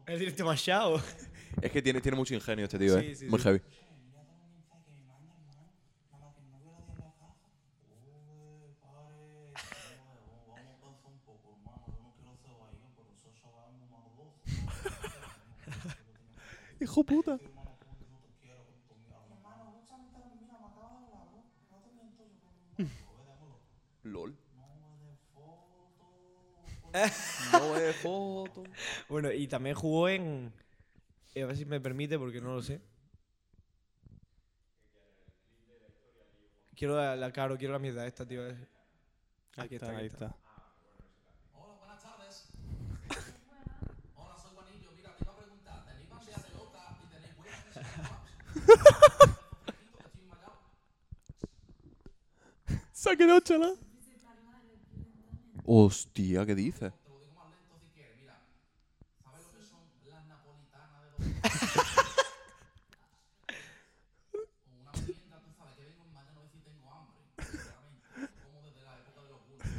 A: El directo manchado.
B: Es que tiene, tiene mucho ingenio este tío,
A: Sí,
B: ¿eh?
A: sí,
B: Muy
A: sí.
B: <laughs> heavy.
C: Hijo puta.
A: <laughs>
B: LOL. No es foto.
A: <laughs> Bueno, y también jugó en. eh, A ver si me permite, porque no lo sé. Quiero la, la caro, quiero la mierda esta, tío. es- Aquí está, aquí
C: ahí
A: está.
C: está. <laughs> Saquen chala.
B: Hostia, ¿qué dices?
A: <laughs> <laughs>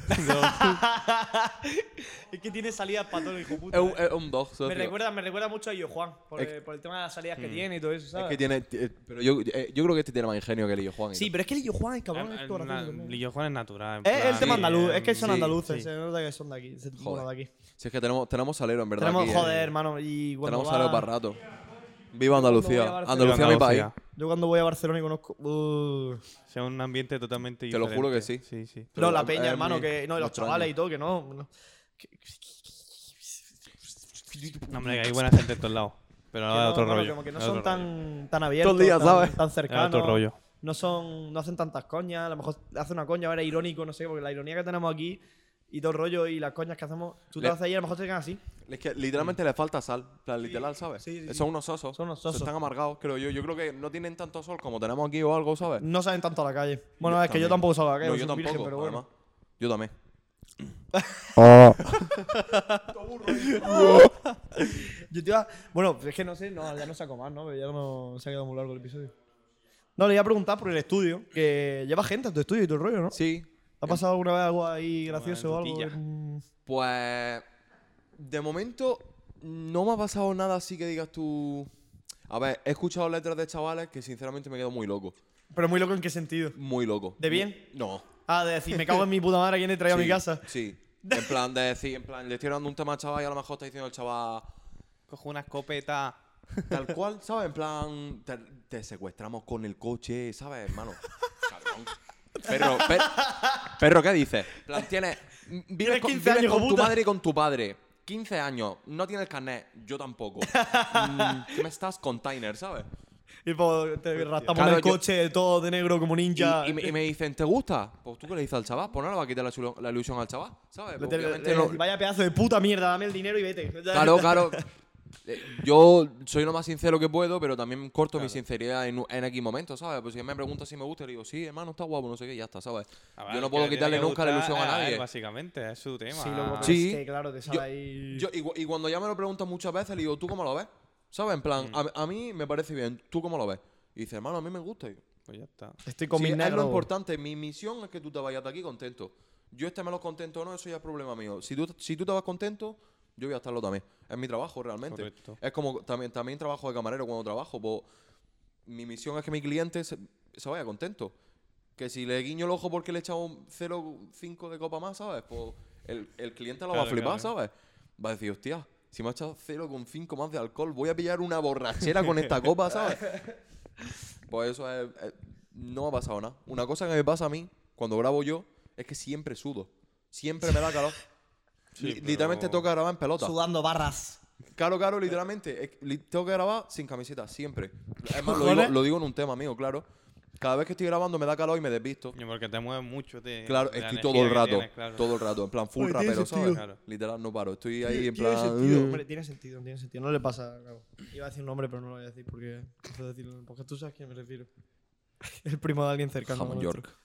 C: Eh,
A: Es que tiene salidas para todo el hijo puta.
B: Es un,
A: eh.
B: es un dog,
A: me,
B: socio.
A: recuerda, me recuerda mucho a Yo Juan, por,
B: Es Mm.
A: el- por el tema de las salidas que tiene y todo eso,
B: Es
A: ¿sabes?
B: que tiene. eh, Pero yo, eh, yo creo que este tiene más ingenio que el Illo Juan. y
A: sí,
B: tal.
A: pero es que el Yo Juan es
C: Em,
A: cabrón. es todo gracioso también.
C: Lillo Juan es natural. en
A: Es Eh, el
C: plan,
A: tema
C: sí,
A: andaluz, es que
C: em,
A: son
C: sí,
A: andaluces,
C: sí.
A: se nota que son de aquí, se
B: Joder.
A: bueno, de aquí.
B: Si es que tenemos, tenemos salero, en verdad.
A: Tenemos,
B: aquí, eh.
A: joder, hermano, y cuando
B: Tenemos
A: va-
B: salero para rato. Viva Andalucía.
A: voy a Barcelona-
B: Andalucía, mi país.
A: Yo cuando voy a Barcelona y conozco... Uh.
C: O sea, un ambiente totalmente
B: Te lo
C: diferente.
B: juro que sí.
C: Sí, sí.
B: Pero
A: no, la
B: es-
A: peña,
B: es
A: hermano,
B: muy-
A: que... No, y
B: muy
A: los
B: extraño.
A: chavales y todo, que no... no.
C: No, hombre, que hay buena gente en todos lados. Pero
A: Que
C: ahora
A: no,
C: otro
A: hermano,
C: rollo.
A: Como que no
C: ahora
A: son
C: otro rollo.
A: tan, tan abiertos,
B: Todo el día,
A: tan,
B: ¿sabes?
A: tan
C: Ahora
A: cercanos.
C: otro rollo.
A: No, son, no hacen tantas coñas, a lo mejor hace una coña, ahora es irónico, no sé, porque la ironía que tenemos aquí y todo el rollo y las coñas que hacemos, tú te
B: Le-
A: haces ahí y a lo mejor te quedan así.
B: Es que literalmente le falta sal. En plan, literal, ¿sabes?
A: sí, sí, sí.
B: Son unos sosos.
A: Son unos
B: Se
A: sosos.
B: Están amargados, creo yo. Yo creo que no tienen tanto sol como tenemos aquí o algo, ¿sabes?
A: No salen tanto a la calle. Bueno,
B: Yo
A: es que yo
B: también.
A: tampoco salgo a la calle,
B: No,
A: soy
B: yo
A: un
B: tampoco,
A: virgen, pero bueno.
B: además. Yo también.
A: Yo te iba- Bueno, es que no sé, no, ya no saco más, ¿no? Pero ya no se ha quedado muy largo el episodio. No, le iba a preguntar por el estudio, que lleva gente a tu estudio y todo el rollo, ¿no?
B: Sí.
A: ¿Ha pasado alguna vez algo ahí gracioso o algo?
C: aventurilla.
A: Mm,
B: Pues. De momento, no me ha pasado nada así que digas tú. A ver, he escuchado letras de chavales que sinceramente me quedo muy loco.
A: Pero muy loco en qué sentido.
B: Muy loco.
A: ¿De bien?
B: No.
A: Ah, de decir, me cago en mi puta madre, ¿quién he traído
B: sí,
A: a mi casa? <laughs>
B: Sí. En plan, de decir, en plan, le estoy dando un tema al chaval y a lo mejor está diciendo el chaval.
C: Cojo una escopeta.
B: Tal cual, ¿sabes? En plan, te, te secuestramos con el coche, ¿sabes, hermano? Cabrón. Perro, per- perro, ¿qué dices? En plan, tienes. m- Vives
A: Tienes
B: con,
A: 15
B: vives
A: años,
B: con
A: hijo
B: tu
A: puta.
B: madre y con tu padre. 15 años, no tienes carnet, yo tampoco. Mm, ¿Qué me estás container, sabes?
A: Y pues te raptamos
B: Claro,
A: el
B: yo-
A: coche todo de negro como
B: Y,
A: ninja.
B: y me, y me dicen, ¿te gusta? Pues tú qué le dices al chaval, pues no le va a quitar la, chulo- la ilusión al chaval, ¿sabes? Pues,
A: Le- le-
B: Obviamente
A: le-
B: no-
A: Vaya pedazo de puta mierda, dame el dinero y vete.
C: <laughs>
B: Claro, claro. Eh, Yo soy lo más sincero que puedo, pero también corto mi sinceridad en, en aquí momento, ¿sabes? Pues si me pregunta si me gusta, le digo, sí, hermano, está guapo, no sé qué, y ya está, ¿sabes?
C: A ver,
B: yo no
C: el
B: puedo
C: que Ah, le
B: quitarle
C: tiene que
B: nunca la
C: gustar
B: ilusión a
C: es él,
B: nadie.
C: Básicamente, es su tema.
A: Sí, loco, pero
B: Sí.
A: es que, claro, te sale
B: Yo-
A: ahí.
B: Yo, igu- y, cuando ya me lo preguntan muchas veces, le digo, ¿tú cómo lo ves? ¿Sabes? En
C: Mm.
B: plan, a, a mí me parece bien, ¿tú cómo lo ves? Y dice, hermano, a mí me gusta. Y yo,
C: Pues ya está.
A: Estoy con
B: "Sí,
A: mi
B: es lo
A: negro.
B: importante, mi misión es que tú te vayas de aquí contento. Yo este me lo contento o no, eso ya es problema mío. Si tú, si tú te vas contento, yo voy a estarlo también. Es mi trabajo realmente.
C: Correcto.
B: Es como también, también trabajo de camarero cuando trabajo. po. mi misión es que mi cliente se, se vaya contento. Que si le guiño el ojo porque le he echado un 0,5 de copa más, ¿sabes? Pues el, el cliente lo va
C: Claro,
B: a flipar,
C: claro.
B: ¿sabes? Va a decir, hostia, si me ha echado 0,5 más de alcohol, voy a pillar una borrachera con esta copa,
C: <laughs>
B: ¿sabes? Pues eso es, es- No me ha pasado nada. Una cosa que me pasa a mí cuando grabo yo es que siempre sudo. Siempre me da calor.
C: Sí,
B: Li-
C: pero-
B: Literalmente toca grabar en pelota.
A: Sudando barras.
B: Claro, claro, literalmente. Es- li- tengo que grabar sin camiseta, siempre. Es más, lo
A: cojones?
B: digo, lo digo en un tema mío, claro. Cada vez que estoy grabando me da calor y me desvisto.
C: Coño, Porque te mueves mucho. Te,
B: Claro,
C: de la
B: estoy
C: energía
B: todo el
C: que
B: rato.
C: tienes, claro.
B: Todo el rato. En plan, full
A: Oye, tiene
B: rapero,
A: sentido.
B: ¿sabes?
C: Claro.
B: Literal, no paro. Estoy ahí en
A: Tiene
B: plan. uh.
A: sentido,
B: "Ugh".
A: hombre, tiene sentido, tiene sentido. No le pasa. claro. Iba a decir un nombre, pero no lo voy a decir porque. no sé decirlo, Porque tú sabes a quién me refiero. <laughs> El primo de alguien cercano.
B: Jamón
A: nuestro.
B: York.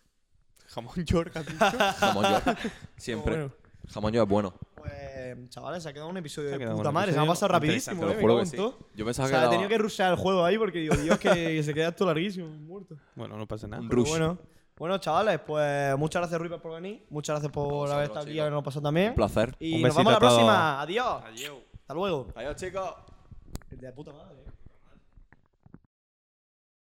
C: Jamón York, has dicho.
B: <laughs> Jamón York. Siempre.
A: Bueno,
B: Jamón York es bueno.
A: Pues, chavales, se ha quedado un episodio
C: Se ha
A: de
C: quedado un
A: puta madre. Se me ha
C: episodio
A: pasado rapidísimo,
B: Te lo
A: eh, me
B: juro
A: cago
B: que
A: en
B: sí.
A: todo.
B: Yo pensaba
A: O sea, he
B: que
A: tenido
B: era
A: que rushear el juego ahí porque digo, Dios, que se queda todo larguísimo, muerto.
C: bueno, no pasa nada.
B: un
A: Pero
B: rush.
A: Bueno, bueno, chavales, pues muchas gracias, Ruiz, por venir. Muchas gracias por
B: Vosotros,
A: haber estado aquí y
B: chicos.
A: habernos pasado también.
B: Un placer.
A: Y
C: Un
A: nos
C: besito
A: vemos la
C: a todos.
A: próxima. Adiós. Hasta luego.
B: Adiós, chicos.
A: El de puta madre, eh.